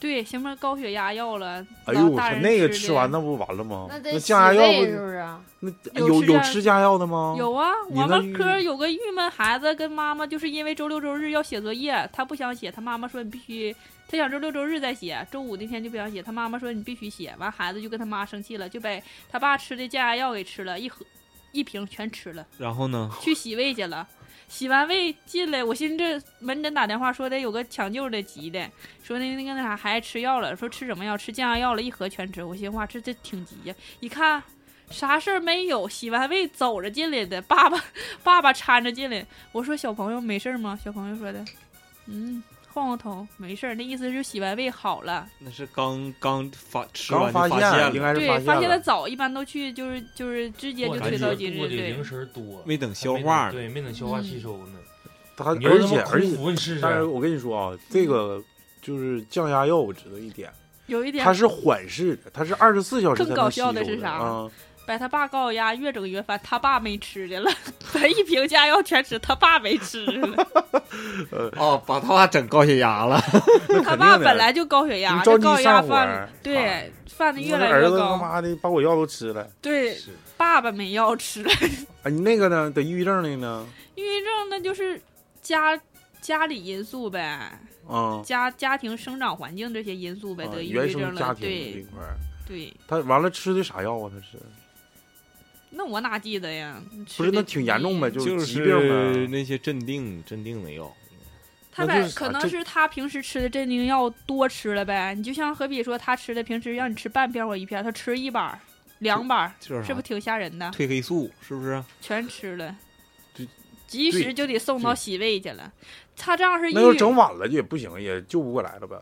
S4: 对，什么高血压药了，
S1: 啊哎呦
S4: 老
S1: 我
S4: 大
S1: 操，
S4: 人
S1: 那个
S4: 吃
S1: 吃
S4: 的
S1: 完那不完了吗？
S5: 得洗
S1: 降压药
S5: 胃是啊
S1: 不
S5: 不是？
S1: 那
S4: 有
S1: 有
S4: 吃
S1: 有
S4: 降
S1: 吃降压药的吗？
S4: 有啊，
S1: 哦你
S4: 我
S1: 那
S4: 们
S1: 玉
S4: 科有个郁闷孩子跟妈妈，就是因为周六周日要写作业，他不想写，他妈妈说你必须，他想周六周日再写，周五那天就不想写，他妈妈说你必须写。完，孩子就跟他妈生气了，就把他爸吃的降压药给吃了，一盒一瓶全吃了，
S6: 然后呢？
S4: 去洗胃去了。洗完胃进来，我寻思这门诊打电话说得有个抢救的急的，说那那个那啥孩子吃药了，说吃什么药？吃降压药了，一盒全吃。我寻思哇，这这挺急呀、一看啥事儿没有，洗完胃走着进来的，爸 爸爸爸搀着进来。我说小朋友没事儿吗？小朋友说的，嗯，晃晃头没事儿，那意思是洗完胃好了。
S6: 那是刚刚发吃
S1: 刚
S6: 完就发现
S1: 应
S6: 了，
S1: 该是
S4: 对，发
S1: 现
S4: 现的早，一般都去就是就是直接就
S3: 我
S4: 推
S3: 感
S4: 到
S3: 觉
S4: 今
S3: 肚
S4: 日
S3: 里
S4: 对
S3: 零。食多，
S6: 没等消
S3: 还没
S6: 化
S3: 能
S6: 呢。
S3: 对，没等消化
S4: 嗯
S3: 吸收呢。
S1: 他
S3: 你要
S1: 而
S3: 他妈
S1: 且嗯而
S3: 空
S1: 且，
S3: 腹你试试，
S1: 但是我跟你说啊，
S4: 嗯
S1: 这个就是降压药，我知道一点，
S4: 有一点
S1: 它是缓释的，它是二十四小时才
S4: 更
S1: 能
S4: 搞
S1: 吸
S4: 笑
S1: 收
S4: 的是啥
S1: 啊？
S4: 把他爸高血压越整越烦，他爸没吃的了， 把一瓶降压药全吃，他爸没吃了。
S6: 哦，把他爸整高血压了。
S4: 他
S1: 肯
S4: 爸
S1: 定的
S4: 本来就高血压，
S1: 你着
S4: 这
S1: 急
S4: 高血压
S1: 上火
S4: 犯
S1: 儿啊
S4: 对犯的
S1: 你
S4: 越
S1: 说
S4: 来
S1: 这儿
S4: 越
S1: 子他
S4: 高。
S1: 妈的把我药都吃了，
S4: 对，
S3: 是
S4: 爸爸没药吃了，
S1: 啊，你那个呢？得抑郁症那呢？
S4: 抑郁症那就是家家里因素呗，
S1: 啊，
S4: 家家庭生长环境这些因素呗，
S1: 啊
S4: 得抑
S1: 原
S4: 郁
S1: 生
S4: 症
S1: 家
S4: 了。
S1: 庭这一
S4: 对
S1: 块儿，
S4: 对，
S1: 他完了吃的啥药啊？他是
S4: 那我哪记得呀？吃
S1: 不是
S4: 的嗯
S1: 那挺严重呗？
S4: 低
S1: 是
S6: 就
S1: 疾病
S6: 是
S1: 呗。
S6: 那些镇定镇定的药，
S4: 他
S1: 那
S4: 把
S1: 就是啥
S4: 可能
S1: 这
S4: 是他平时吃的镇定药多吃了呗。你就像何比说，他吃的平时让你吃半片或一片，他吃一板儿、两板儿，
S6: 这是
S4: 是不
S1: 啊
S6: 啥
S4: 是挺吓人的？
S6: 褪黑素是不是？
S4: 全吃了
S1: 对，
S4: 及时
S1: 对
S4: 就得送到洗胃去了。他这样是抑
S1: 那要
S4: 郁，
S1: 整晚了也不行，也救不过来了呗。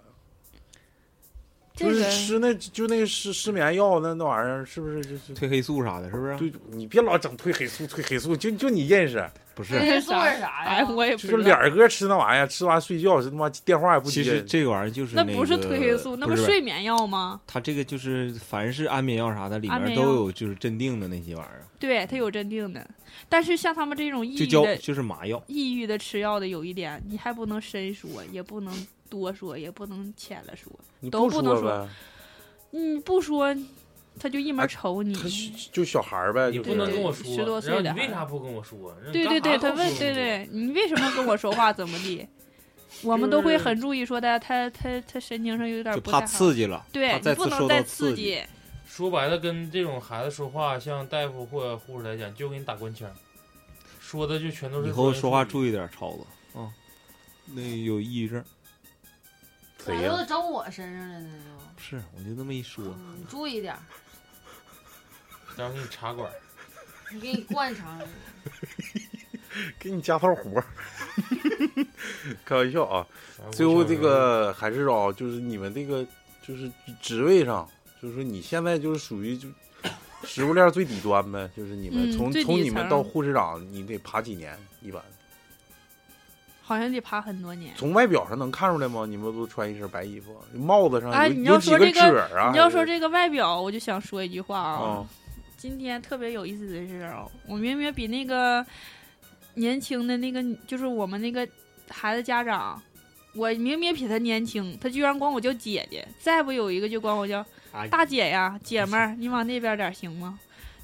S4: 这
S1: 就是
S4: 个
S1: 吃那就那失失眠药那那玩意儿，是不是就是？
S6: 褪黑素啥的，是不是？
S1: 对，你别老整褪黑素，褪黑素就就你认识，
S6: 不是，
S5: 这做是啥
S4: 哎，
S5: 呀？
S4: 我也不
S1: 就
S4: 知
S1: 是
S4: 道。
S1: 脸儿哥吃那玩意儿，吃完睡觉，他妈电话也不
S6: 其
S1: 接。
S6: 实这个玩意儿就是
S4: 那
S6: 个
S4: 不是褪黑素，那
S6: 不
S4: 是睡眠药吗？
S6: 它这个就是凡是安眠药啥的，里
S4: 安
S6: 面
S4: 眠药
S6: 都有就是镇定的那些玩意儿，
S4: 对，它有镇定的，但是像他们这种抑
S6: 就
S4: 郁
S6: 叫
S4: 的、
S6: 就是麻药。
S4: 抑郁的吃药的，有一点你还不能深说，也不能多说，也不能浅了说。
S1: 你
S4: 都
S1: 不
S4: 不能
S1: 说
S4: 说
S1: 呗，
S4: 你不说，他就一门
S1: 哎
S4: 瞅你。
S1: 他是就小孩儿呗，
S3: 你
S1: 就是
S3: 不能跟我
S4: 对
S3: 说，
S4: 十多岁的
S3: 然后你为
S4: 孩子
S3: 啥不跟我说？然后
S4: 对
S3: 干
S4: 对
S3: 嘛
S4: 对，他
S3: 不
S4: 问
S3: 跟，
S4: 对
S3: 我
S4: 对，你为什么跟我说话怎么 地？我们
S3: 就
S4: 都会
S3: 是
S4: 很注意说的，他他他神经上有点
S6: 就
S4: 不太
S6: 怕
S4: 好，
S6: 刺激了，
S4: 对
S6: 怕
S4: 你
S6: 再
S4: 不
S6: 次
S4: 能
S6: 受
S4: 再
S6: 到
S4: 刺
S6: 激。
S4: 激。
S3: 说白了，跟这种孩子说话，像大夫或者护士来讲，就给你打官腔儿，说的就全都是
S6: 以后说话
S3: 意。
S6: 注意点，超子啊，那有抑郁症。
S4: 哎
S5: 咋
S1: 谁呀、
S5: 又整我身上了呢？
S6: 不是，我就这么一
S5: 就
S6: 说，
S5: 嗯注意点儿，
S3: 待会儿给你插管儿，
S5: 你给你 灌肠。
S1: 给你加套活儿。 开玩笑啊！
S3: 反正
S1: 最
S3: 我
S1: 后
S3: 小
S1: 这
S3: 时候
S1: 个还是啊，就是你们这个就是职位上，就是说你现在就是属于就食物链最底端呗，就是你们
S4: 嗯
S1: 从
S4: 最
S1: 从
S4: 底
S1: 你们
S4: 层
S1: 到护士长，你得爬几年一般？
S4: 好像得爬很多年。
S1: 从外表上能看出来吗？你们都穿一身白衣服，帽子上有,、
S4: 哎你要
S1: 有几
S4: 说
S1: 个
S4: 这
S1: 褶
S4: 个
S1: 儿啊？
S4: 你要说这个外表，我就想说一句话
S1: 啊、
S4: 啊，
S6: 哦
S4: 今天特别有意思的是啊，我明明比那个年轻的那个，就是我们那个孩子家长，我明明比他年轻，他居然管我叫姐姐，再不有一个就管我叫
S6: 哎
S4: 大姐呀，姐们儿，你往那边点儿行吗？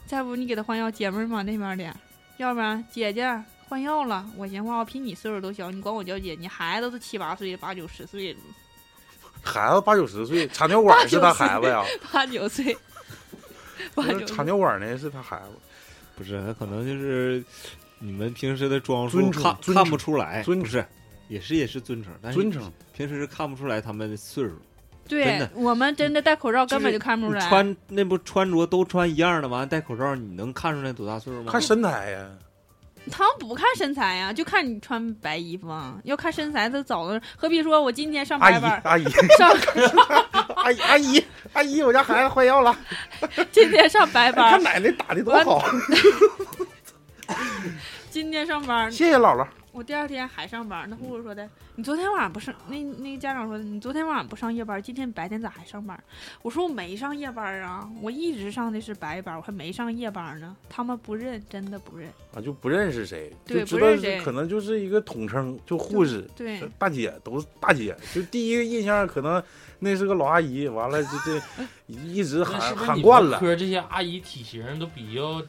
S4: 再不你给他换药，姐们儿你往那边点儿，要不然姐姐换药了，我寻思我比你岁数都小，你管我叫姐，你孩子都七八岁、八九十岁了，
S1: 孩子八九十岁，插尿管是他孩子呀？
S4: 八九岁，八
S1: 不
S4: 九
S1: 是插尿管呢是他孩子，
S6: 不是他可能就是你们平时的装束
S1: 尊称
S6: 看
S1: 尊
S6: 看
S1: 称
S6: 不出来，
S1: 尊
S6: 不是，也是也是尊称，但是
S1: 尊称。
S6: 平时是看不出来他们的岁数。真
S4: 对
S6: 的
S4: 我们真的戴口罩
S6: 就是
S4: 根本就看不出
S6: 你
S4: 来。
S6: 穿那不穿着都穿一样的，完了戴口罩，你能看出来多大岁数吗？
S1: 看身材呀，
S4: 他们不看身材呀、就看你穿白衣服啊。要看身材，他早都何必说我今天上
S1: 阿
S4: 白
S1: 姨
S4: 班儿，
S1: 阿姨
S4: 上
S1: 阿姨阿姨阿姨，我家孩子换药 了，
S4: 今天上白班
S1: 看
S4: 儿，
S1: 奶奶打的多
S4: 完
S1: 好。
S4: 今今天上班，
S1: 谢谢姥姥。
S4: 我第二天还上班，那护士说的，你昨天晚上不上，那那个家长说的，你昨天晚上不上夜班，今天白天咋还上班？我说我没上夜班啊，我一直上的是白班，我还没上夜班呢。他们不认，真的不认。
S1: 啊，就不认识谁，
S4: 对
S1: 就知
S4: 不
S1: 道
S4: 认
S1: 是
S4: 谁
S1: 可能就是一个统称，就护士、
S4: 对，
S1: 大姐都是大姐，就第一个印象可能那是个老阿姨，完了就 这一直
S3: 那是
S1: 喊
S3: 不是
S1: 喊
S3: 你
S1: 惯
S3: 们
S1: 了，
S3: 科这些阿姨体型都比较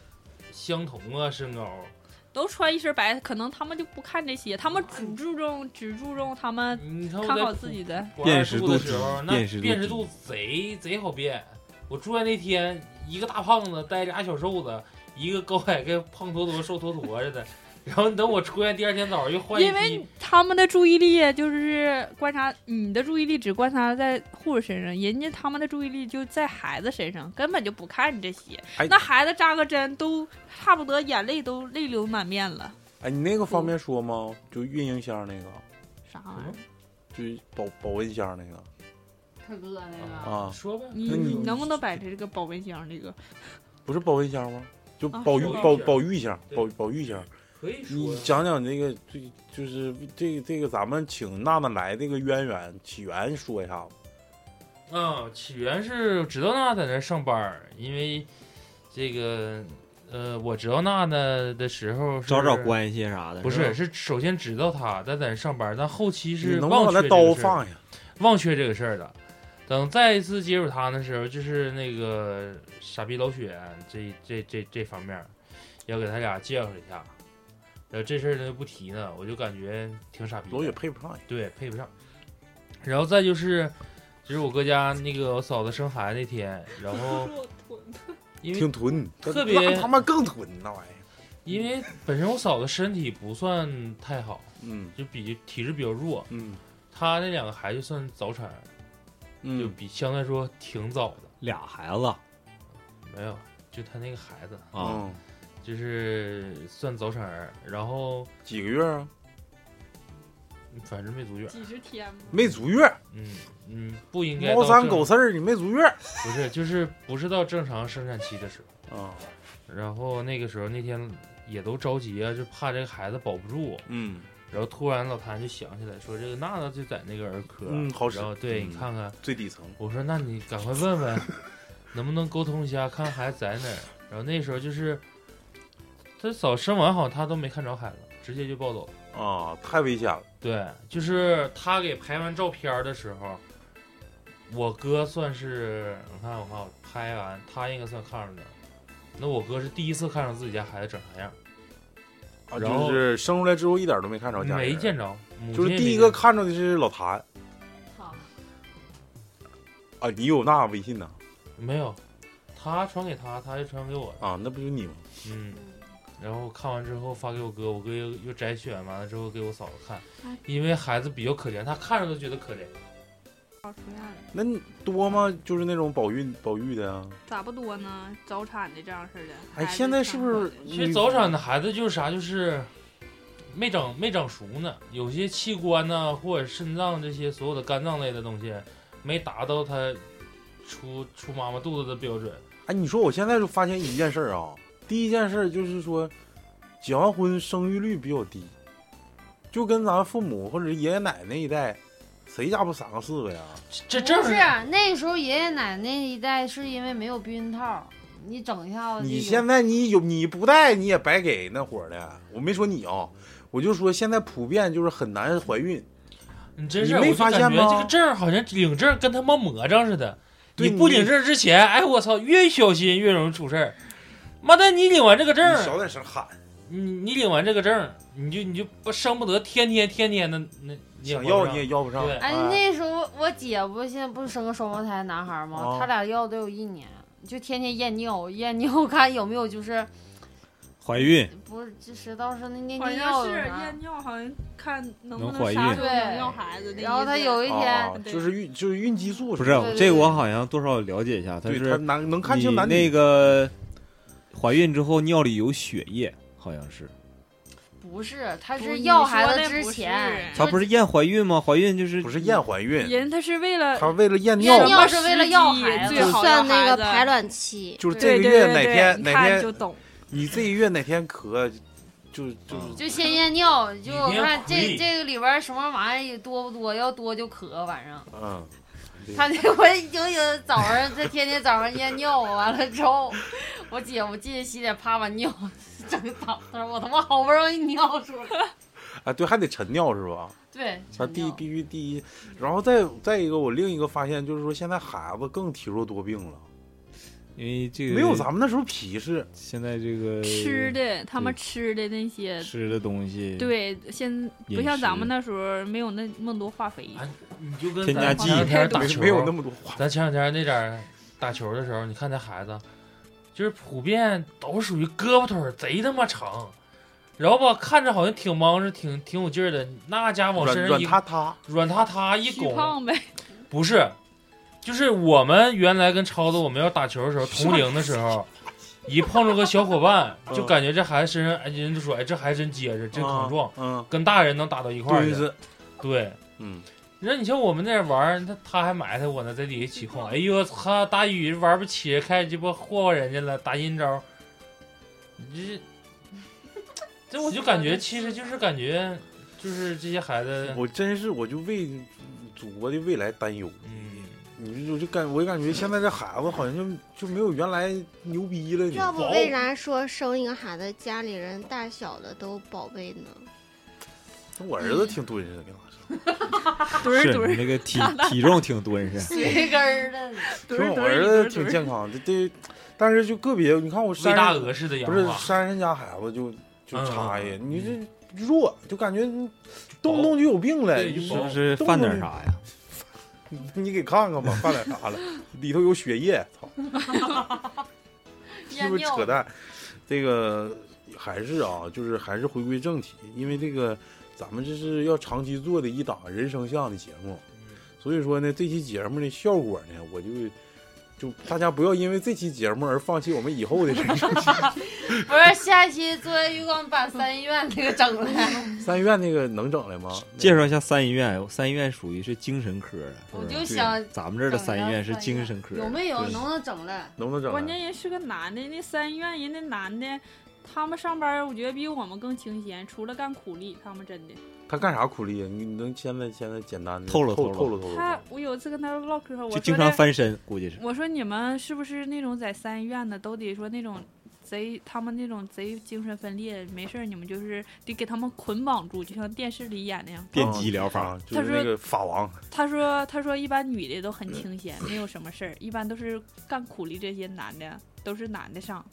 S3: 相同啊，身高。
S4: 都穿一身白，可能他们就不看这些，他们只注重只注重他们
S3: 你看我
S4: 看
S3: 在
S4: 好自己的。
S3: 普
S6: 辨
S3: 二
S6: 识
S3: 处
S6: 度
S3: 的
S6: 低
S3: 时候，那
S6: 辨识度
S3: 辨识
S6: 低
S3: 度贼贼好辨。我住院那天，一个大胖子带俩小瘦子，一个高矮跟胖坨坨、瘦坨坨似的。然后等我出院第二天早上又换一
S4: 因为
S3: 批，
S4: 他们的注意力就是观察你的注意力只观察在护士身上，人家他们的注意力就在孩子身上，根本就不看你这些。
S1: 哎
S4: 那孩子扎个针都差不多眼泪都泪流满面了，
S1: 哎，你那个方便说吗？就孕婴箱那个，
S4: 啥玩意儿？
S1: 就保保温箱那个
S5: 他哥那个
S1: 啊，
S3: 说呗，
S4: 你
S1: 那你
S4: 能不能摆这个保温箱这个？
S1: 不是保温箱吗？就
S4: 啊
S1: 保
S4: 是
S1: 育
S3: 保
S1: 保保育
S3: 育箱
S1: 箱，
S3: 对
S1: 保保育箱。
S3: 可以说
S1: 你。讲讲那个，这就是这个这个，咱们请娜娜来这个渊源起源说一下子。
S3: 嗯，起源是知道娜在那儿上班儿，因为这个呃，我知道娜娜的时候是
S6: 找找关系啥的，
S3: 不
S6: 是
S3: 是
S6: 吧
S3: 是首先知道她在在那儿上班儿，但后期
S1: 你
S3: 是
S1: 能不
S3: 忘
S1: 能把
S3: 却
S1: 那
S3: 这
S1: 刀
S3: 个事儿
S1: 放下？
S3: 忘却这个事儿了。等再一次接触他的时候，就是那个傻逼老雪这这这这方面儿，要给他俩介绍一下。然后这事儿呢不提呢，我就感觉挺傻逼的。
S1: 我也配不上你。
S3: 对，配不上。然后再就是，就是我哥家那个我嫂子生孩子那天，然后因为
S1: 挺囤，
S3: 特别
S1: 那他妈更哎囤那玩意儿。
S3: 因为本身我嫂子身体不算太好，
S1: 嗯
S3: 就比体质比较弱，
S1: 嗯
S3: 她那两个孩子算早产，就
S1: 嗯，
S3: 比相对来说挺早的。
S6: 俩孩子
S3: 没有，就她那个孩子
S6: 啊，
S1: 嗯，
S3: 就是算早产儿，然后
S1: 几个月啊？
S3: 反正没足月，
S4: 几十天吗？
S1: 没足月，
S3: 嗯嗯，不应该
S1: 猫
S3: 到
S1: 三
S3: 正
S1: 狗四儿，你没足月
S3: 不是，就是不是到正常生产期的时候。
S1: 啊？
S3: 然后那个时候那天也都着急啊，就怕这个孩子保不住。
S1: 嗯，
S3: 然后突然老谭就想起来说，这个娜娜就在那个儿科，
S1: 嗯好使
S3: 然后对
S1: 嗯
S3: 你看看，
S1: 最底层。
S3: 我说那你赶快问问， 能不能沟通一下，看看孩子在哪儿。然后那时候就是，他嫂生完好像他都没看着孩子，直接就抱走了。
S1: 啊，太危险了。
S3: 对，就是他给拍完照片儿的时候，我哥算是你看我看我拍完，他应该算看上的。那我哥是第一次看上自己家孩子长啥样，
S1: 啊，
S3: 然后
S1: 就是生出来之后一点都没看着家人，
S3: 没见着，母
S1: 就是
S3: 亲也
S1: 第
S3: 没
S1: 一个
S3: 见着
S1: 看着的是老谭
S5: 操，
S1: 啊，你有那微信呢？
S3: 没有，他传给他，他就传给我，
S1: 啊，那不就你吗？
S3: 嗯，然后看完之后发给我哥，我哥又又摘选完了之后给我嫂子看，因为孩子比较可怜，他看着都觉得可怜，
S4: 早出院了，
S1: 那你多吗？就是那种保育保育的啊。
S4: 咋不多呢？早产的这样式的。
S1: 哎，
S4: 孩子
S1: 现在是不是
S4: 上
S1: 你
S3: 其实早产的孩子就是啥，就是没长没长熟呢，有些器官呐、或者肾脏这些所有的肝脏类的东西没达到他出出妈妈肚子的标准。
S1: 哎，你说我现在就发现一件事儿啊，第一件事儿就是说，结完婚生育率比较低，就跟咱父母或者爷爷奶奶那一代，谁家不三个四个呀？
S3: 这这
S5: 不哦是啊那时候爷爷奶奶一代是因为没有避孕套，你整一
S3: 啊
S5: 下子就
S1: 你
S5: 有
S1: 现在你有你不带你也白给那伙儿的，我没说你啊、我就说现在普遍就是很难怀孕，
S3: 你真
S1: 你
S3: 是，我
S1: 没
S3: 就
S1: 发
S3: 感
S1: 现
S3: 觉
S1: 吗
S3: 这个证儿好像领证儿跟他妈魔怔似的。
S1: 对
S3: 你不
S1: 你
S3: 领证儿之前，哎我操，越小心越容易出事儿。妈蛋，你领完这个证
S1: 你
S3: 儿，
S1: 少点声喊，
S3: 你你领完这个证儿，你就你就不生不得，天天天天的那你也
S1: 想
S3: 活不
S1: 要
S3: 上
S1: 你也要不上。啊
S3: 对
S5: 哎，
S6: 啊
S5: 那时候我姐不现在不是生个双胞胎男孩吗？
S6: 哦
S1: 啊
S5: 他俩要得有一年，就天天验尿，验尿 看有没有就是
S6: 怀孕
S5: 不是就是当时那
S4: 好像
S5: 那尿啊
S4: 是
S5: 有啥
S4: 验尿，好像看能不
S6: 能怀
S4: 啥
S6: 孕
S4: 时候能要孩子的意思。
S5: 然后他有一
S6: 哦
S5: 天
S1: 啊，就是孕就是孕激素
S6: 不
S1: 吧
S6: 是
S3: 啊
S5: 对
S6: 这个我好像多少了解一下，它
S1: 对他
S6: 是
S1: 难能看清
S6: 你
S1: 男女
S6: 那个怀孕之后尿里有血液，好像是
S5: 不是，他
S4: 不
S5: 是要
S4: 你
S5: 孩
S4: 说
S5: 子
S4: 那
S5: 之
S4: 不是
S5: 前，
S6: 她不是验怀孕吗？怀孕就是
S1: 不是验怀孕，
S4: 人他是为了
S1: 他为了验
S5: 验
S1: 尿，
S5: 尿是为了要孩
S4: 最
S5: 子，
S8: 就
S4: 好
S8: 算
S4: 要
S8: 那个
S4: 孩子
S8: 排卵期，
S1: 就是这
S4: 对
S1: 个
S4: 对
S1: 月
S4: 对
S1: 哪
S4: 对
S1: 天
S4: 一
S1: 哪
S4: 看
S1: 天
S4: 就懂。
S1: 你这一月哪天咳，就就是
S5: 就先验尿，就我
S3: 你连
S5: 看这
S3: 亏
S5: 这个里边儿什么玩意儿多不多，要多就咳，晚上。
S1: 嗯，对
S5: 他那我已经有早上，这天天早上验尿，完了之后，我姐我进去洗脸，啪把尿整倒他说我他妈好不容易尿出来。
S1: 啊，对，还得晨尿是吧？
S5: 对，
S1: 那
S5: 真
S1: 第
S5: 尿
S1: 必须第一，然后再再一个，我另一个发现就是说，现在孩子更体弱多病了，
S6: 因为这个
S1: 没有咱们那时候皮实。
S6: 现在这
S1: 呃
S6: 个
S4: 吃的，他们
S6: 对
S4: 吃的那些，
S6: 吃的东西，，
S4: 对，现不
S6: 饮
S4: 像咱
S6: 食
S4: 们那时候没有那那么多化肥。
S3: 哎你就跟
S6: 添加
S3: 咱
S6: 剂
S3: 前两天打
S1: 没
S3: 球
S1: 没有那么多话，
S3: 咱前两天那点儿打球的时候，你看那孩子，就是普遍都属于胳膊腿儿贼他妈长，然后吧看着好像挺忙似的，挺挺有劲儿的，那家往
S1: 软
S3: 身上
S1: 软
S3: 一
S1: 塌塌，
S3: 软塌塌一
S4: 虚
S3: 拱，
S4: 胖呗，
S3: 不是，就是我们原来跟超子我们要打球的时候，同龄的 时候。一碰着个小伙伴，
S1: 嗯
S3: 就感觉这孩子身上，哎，人都说，哎，这孩子真结实，真扛撞，
S1: 嗯，
S3: 跟大人能打到一块儿
S1: 对
S3: 去。
S1: 是，
S3: 对，
S1: 嗯，
S3: 你说你像我们那玩儿，他他还埋汰我呢，在底下起哄。哎呦，操！大宇玩不起，开鸡巴霍霍人家了，打阴招。你这，这我就感觉，其实就是感觉，就是这些孩子，
S1: 我真是我就为祖国的未来担忧。
S3: 嗯，
S1: 你就就感我就感觉现在这孩子好像就就没有原来牛逼了，你
S8: 要不为啥说生一个孩子家里人大小的都宝贝呢？
S1: 我儿子挺敦实的，跟他说，
S4: 墩儿
S6: 是
S4: 墩
S6: 你
S4: 儿
S6: 那个体体重挺敦实，
S5: 随根儿的，
S1: 挺
S4: 墩儿
S1: 好
S4: 墩
S1: 我
S4: 儿一
S1: 儿子
S4: 墩儿墩
S1: 挺
S4: 儿。
S1: 健康的，对，但是就个别，你看我
S3: 魏
S1: 山
S3: 大
S1: 上
S3: 鹅似的啊
S1: 不
S3: 洋
S1: 是
S3: 娃，
S1: 山上家孩子就就
S3: 嗯
S1: 差一，
S3: 嗯
S1: 你这弱就感觉你动不动就有病了，
S3: 对
S1: 你
S6: 是
S1: 说
S6: 不是
S1: 动不动
S6: 犯点啥呀？
S1: 你给看看吧，犯点啥了？ 里头有血液，操！是
S5: 验
S1: 不是
S5: 尿
S1: 扯淡？这个还是啊，就是还是回归正题，因为这个咱们这是要长期做的一档人生像的节目，
S6: 嗯
S1: 所以说呢，这期节目的效果呢，我就就大家不要因为这期节目而放弃我们以后的人 生。
S5: 不是下一期作为浴缸把三医院那个整来，
S1: 三院那个能整来吗？
S6: 介绍一下三医院，三医院属于是精神科的，
S5: 我
S6: 是不是
S5: 就想
S6: 咱们这儿的三医院是精神科，
S5: 有没有
S1: 对
S5: 能不能整来？
S1: 能不能整啊
S4: 关
S1: 来？
S4: 键人是个男的，那三医院人那男的，他们上班儿我觉得比我们更清闲，除了干苦力，他们真的。
S1: 他干啥苦力啊？你能现在现在简单的
S6: 透露
S1: 透
S6: 透
S1: 露透露
S4: 他我有一次跟他唠嗑，我
S6: 就
S4: 说
S6: 经常
S4: 这嗯
S6: 翻身，估计是。
S4: 我说你们是不是那种在三医院的都得说那种贼，他们那种贼精神分裂，没事儿你们就是得给他们捆绑住，就像电视里演那样。
S6: 电击疗法，
S1: 啊，就是
S4: 他说
S1: 那个法王，
S4: 他说他说一般女的都很清闲，没有什么事儿，一般都是干苦力这些男的。都是男的上，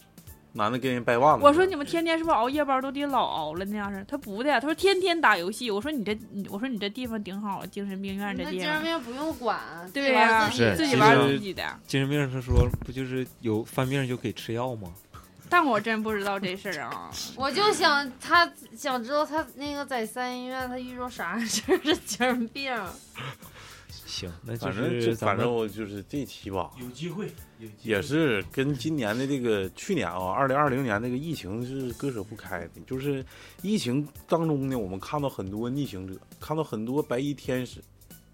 S1: 男的给人掰腕子。
S4: 我说你们天天是不是熬夜班都得老熬了那样式儿？他不的，他说天天打游戏。我说你这，你我说你这地方顶好，精神病院这
S5: 那
S4: 地
S5: 精神
S4: 方，
S5: 病不用管，
S4: 对
S5: 呀、
S4: 呀、
S5: 自己玩自
S6: 是
S4: 自
S5: 己
S4: 己
S6: 其
S4: 玩
S6: 实
S4: 自己的。
S6: 精神病他说不就是有犯病就给吃药吗？
S4: 但我真不知道这事儿啊，
S5: 我就想他想知道他那个在三医院他遇着啥事儿，这 精神病。
S6: 行，那就
S1: 反正
S6: 是
S1: 就
S6: 咱
S1: 反
S6: 们
S1: 正我就是这期吧，
S3: 有机会，有机会
S1: 也是跟今年的这个去年啊，二零二零年那个疫情是割舍不开的。就是疫情当中呢，我们看到很多逆行者，看到很多白衣天使，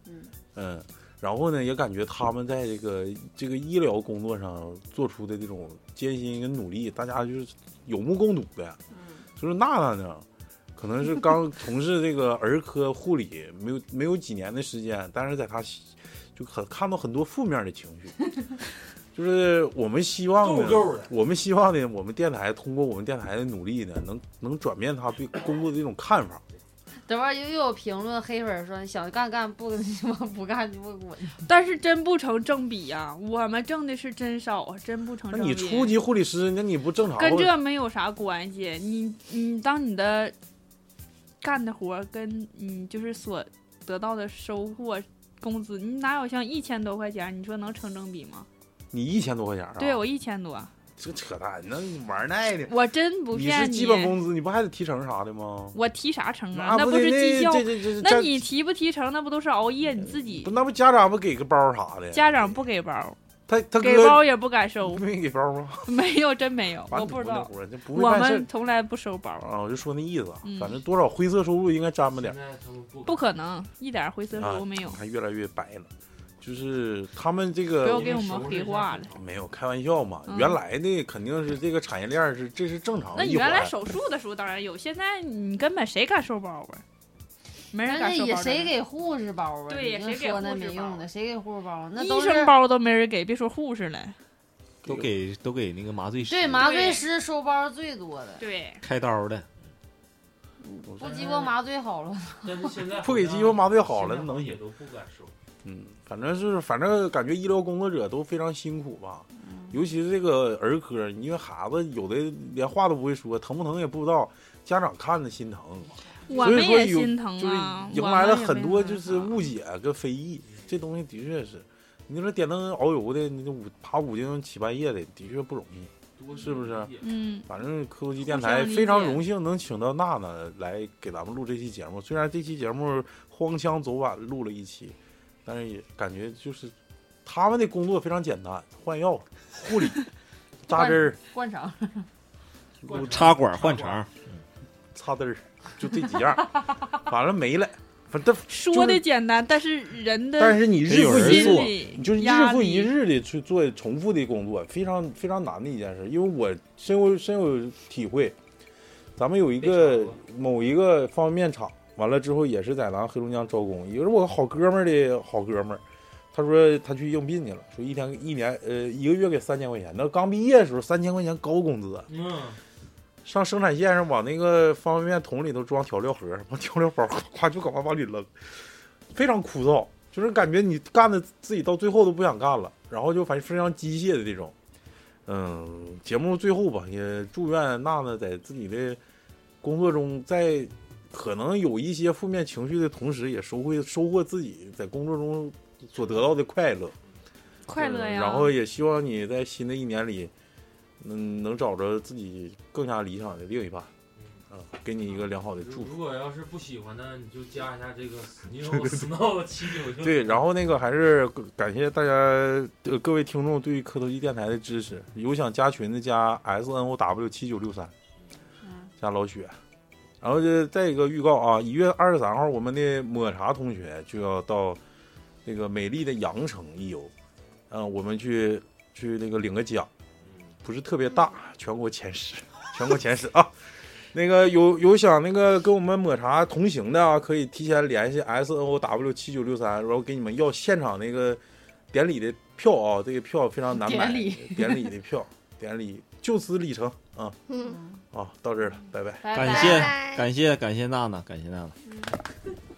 S5: 嗯
S1: 嗯，然后呢，也感觉他们在这个这个医疗工作上做出的这种艰辛跟努力，大家就是有目共睹的。
S5: 嗯，
S1: 就是娜娜呢，可能是刚 从事这个儿科护理没有没有几年的时间，但是在她西就很看到很多负面的情 绪，就是我们希望呢，
S3: 的。
S1: 我们希望呢，我们电台通过我们电台的努力呢，能能转变她对工作的这种看法。
S5: 等会儿又又有评论黑粉说想干干不你妈 不干你不滚。
S4: 但是真不成正比呀、我们挣的是真少啊，真不成
S1: 那
S4: 正比。
S1: 你初级护理师，那你不正常？
S4: 跟这没有啥关系，你你当你的干的活儿跟你就是所得到的收获。工资你哪有像一千多块钱，你说能成正比吗？
S1: 你一千多块钱啊？
S4: 对我一千多，
S1: 这扯淡，那你玩赖 的。
S4: 我真不
S1: 你
S4: 骗
S1: 是基本工资，你不还得提成啥的吗？
S4: 我提啥成啊？
S1: 那
S4: 那
S1: 不
S4: 不
S1: 得
S4: 是绩效
S1: 那，这这这
S4: 那
S1: 家
S4: 你提不提成，那不都是熬夜你自己
S1: 不？那不家长不给个包啥的？
S4: 家长不给包，
S1: 他他
S4: 给
S1: 哥
S4: 包也不敢收，
S1: 没给包吗？
S4: 没有真没有，我
S1: 完犊
S4: 不知
S1: 子那
S4: 道，
S1: 活儿，这不会
S4: 我
S1: 办事
S4: 们
S1: 儿
S4: 从来不收包。
S1: 啊！我就说那意思啊，
S4: 嗯
S1: 反正多少灰色收入应该沾吧点
S3: 现
S1: 儿，
S3: 在他们不
S4: 不可能，一点灰色
S1: 啊
S4: 收入没有。
S1: 还越来越白了。就是他们这
S4: 不要
S1: 个
S4: 给我们黑化了。
S1: 没有开玩笑嘛，
S4: 嗯
S1: 原来的肯定是这个产业链儿是啊这是正常
S4: 那
S1: 的
S4: 你
S1: 一环
S4: 原。来手术的时候当然有，现在你根本谁敢收包啊？没人
S5: 人家
S4: 敢收
S5: 也
S4: 包。
S5: 谁？给护士包啊？
S4: 对
S5: 你
S4: 谁
S5: 就
S4: 给
S5: 说那
S4: 护士
S5: 没
S4: 包
S5: 用的，谁给护士包啊？那
S4: 医
S5: 都是
S4: 生包都没人给，别说护士了。
S6: 都给都给那个麻醉师
S5: 对麻醉
S4: 对
S5: 师收包最多的，
S4: 对，
S6: 开刀的，
S5: 不鸡
S4: 嗯
S5: 巴麻醉好了，
S3: 但是现在
S1: 不给鸡巴麻醉好了，能
S3: 也都不敢收。
S1: 嗯，反正是反正感觉医疗工作者都非常辛苦吧，
S4: 嗯
S1: 尤其是这个儿科，因为孩子有的连话都不会说，疼不疼也不知道，家长看着心疼，
S4: 我
S1: 所以
S4: 们
S1: 说
S4: 也
S1: 有
S4: 心疼
S1: 就是
S4: 啊，
S1: 迎
S4: 我
S1: 来了
S4: 们也
S1: 很
S4: 没
S1: 多
S4: 办
S1: 就是
S4: 法
S1: 误解跟非议，这东西的确是，你说点灯熬油的，你这五爬五更起半夜的，的确不容易。是不是？
S4: 嗯，
S1: 反正科技电
S4: 互
S1: 台
S4: 相理
S1: 非常
S4: 解
S1: 荣幸能请到娜娜来给咱们录这期节目，虽然这期节目荒腔走板录了一期，但是也感觉就是他们的工作非常简单，换药、护 理、扎针儿、
S5: 灌肠。
S1: 撸
S6: 插管换肠，
S1: 插针儿，就这几样儿，完了没了。反正
S4: 说的简单，但是人的
S1: 但是你
S6: 得
S1: 日
S6: 有
S1: 复
S6: 人
S1: 一日
S6: 做
S4: 心理
S1: 你就是日
S4: 压
S1: 复一
S4: 力
S1: 日的去做重复的工作，非常非常难的一件事。因为我深有深有体会，咱们有一
S3: 被
S1: 个
S3: 炒过
S1: 某一个方便面厂，完了之后也是在咱黑龙江招工，也是我好哥们儿的好哥们儿。他说他去应聘去了，说一天一年呃一个月给三千块钱，那刚毕业的时候三千块钱高工资，啊
S3: 嗯，
S1: 上生产线上往那个方便面桶里头装调料盒，往调料 包夸就搁往往里扔，非常枯燥，就是感觉你干的自己到最后都不想干了，然后就反正非常机械的这种。嗯，节目最后吧，也祝愿娜娜在自己的工作中，在可能有一些负面情绪的同时，也收获收获自己在工作中所得到的快乐。
S4: 快乐
S1: 嗯
S4: 呀。
S1: 然后也希望你在新的一年里，嗯，能找着自己更加理想的另一半，啊，给你一个良好的祝
S3: 如
S1: 福。
S3: 如果要是不喜欢呢，你就加一下这个 Snow Snow 七九九。
S1: 对，然后那个还是感谢大家、呃、各位听众对于磕头机电台的支持，有想加群的加 S N O W 七九六三，
S4: 嗯
S1: 加老雪。然后就再一个预告啊，一月二十三号，我们的抹茶同学就要到那个美丽的羊城一游，嗯、我们去去那个领个奖，不是特别大，全国前十， 全国前十啊。那个有有想那个跟我们抹茶同行的啊，可以提前联系 S N O W 七九六三，然后给你们要现场那个典礼的票啊，这个票非常难买，
S5: 典礼
S1: 典礼的票，典礼就此礼成啊
S8: 嗯，
S1: 啊，到这儿了，拜拜。
S5: 拜
S6: 感
S5: 拜
S6: 谢
S8: 拜
S6: 感谢感谢娜娜，感谢娜娜。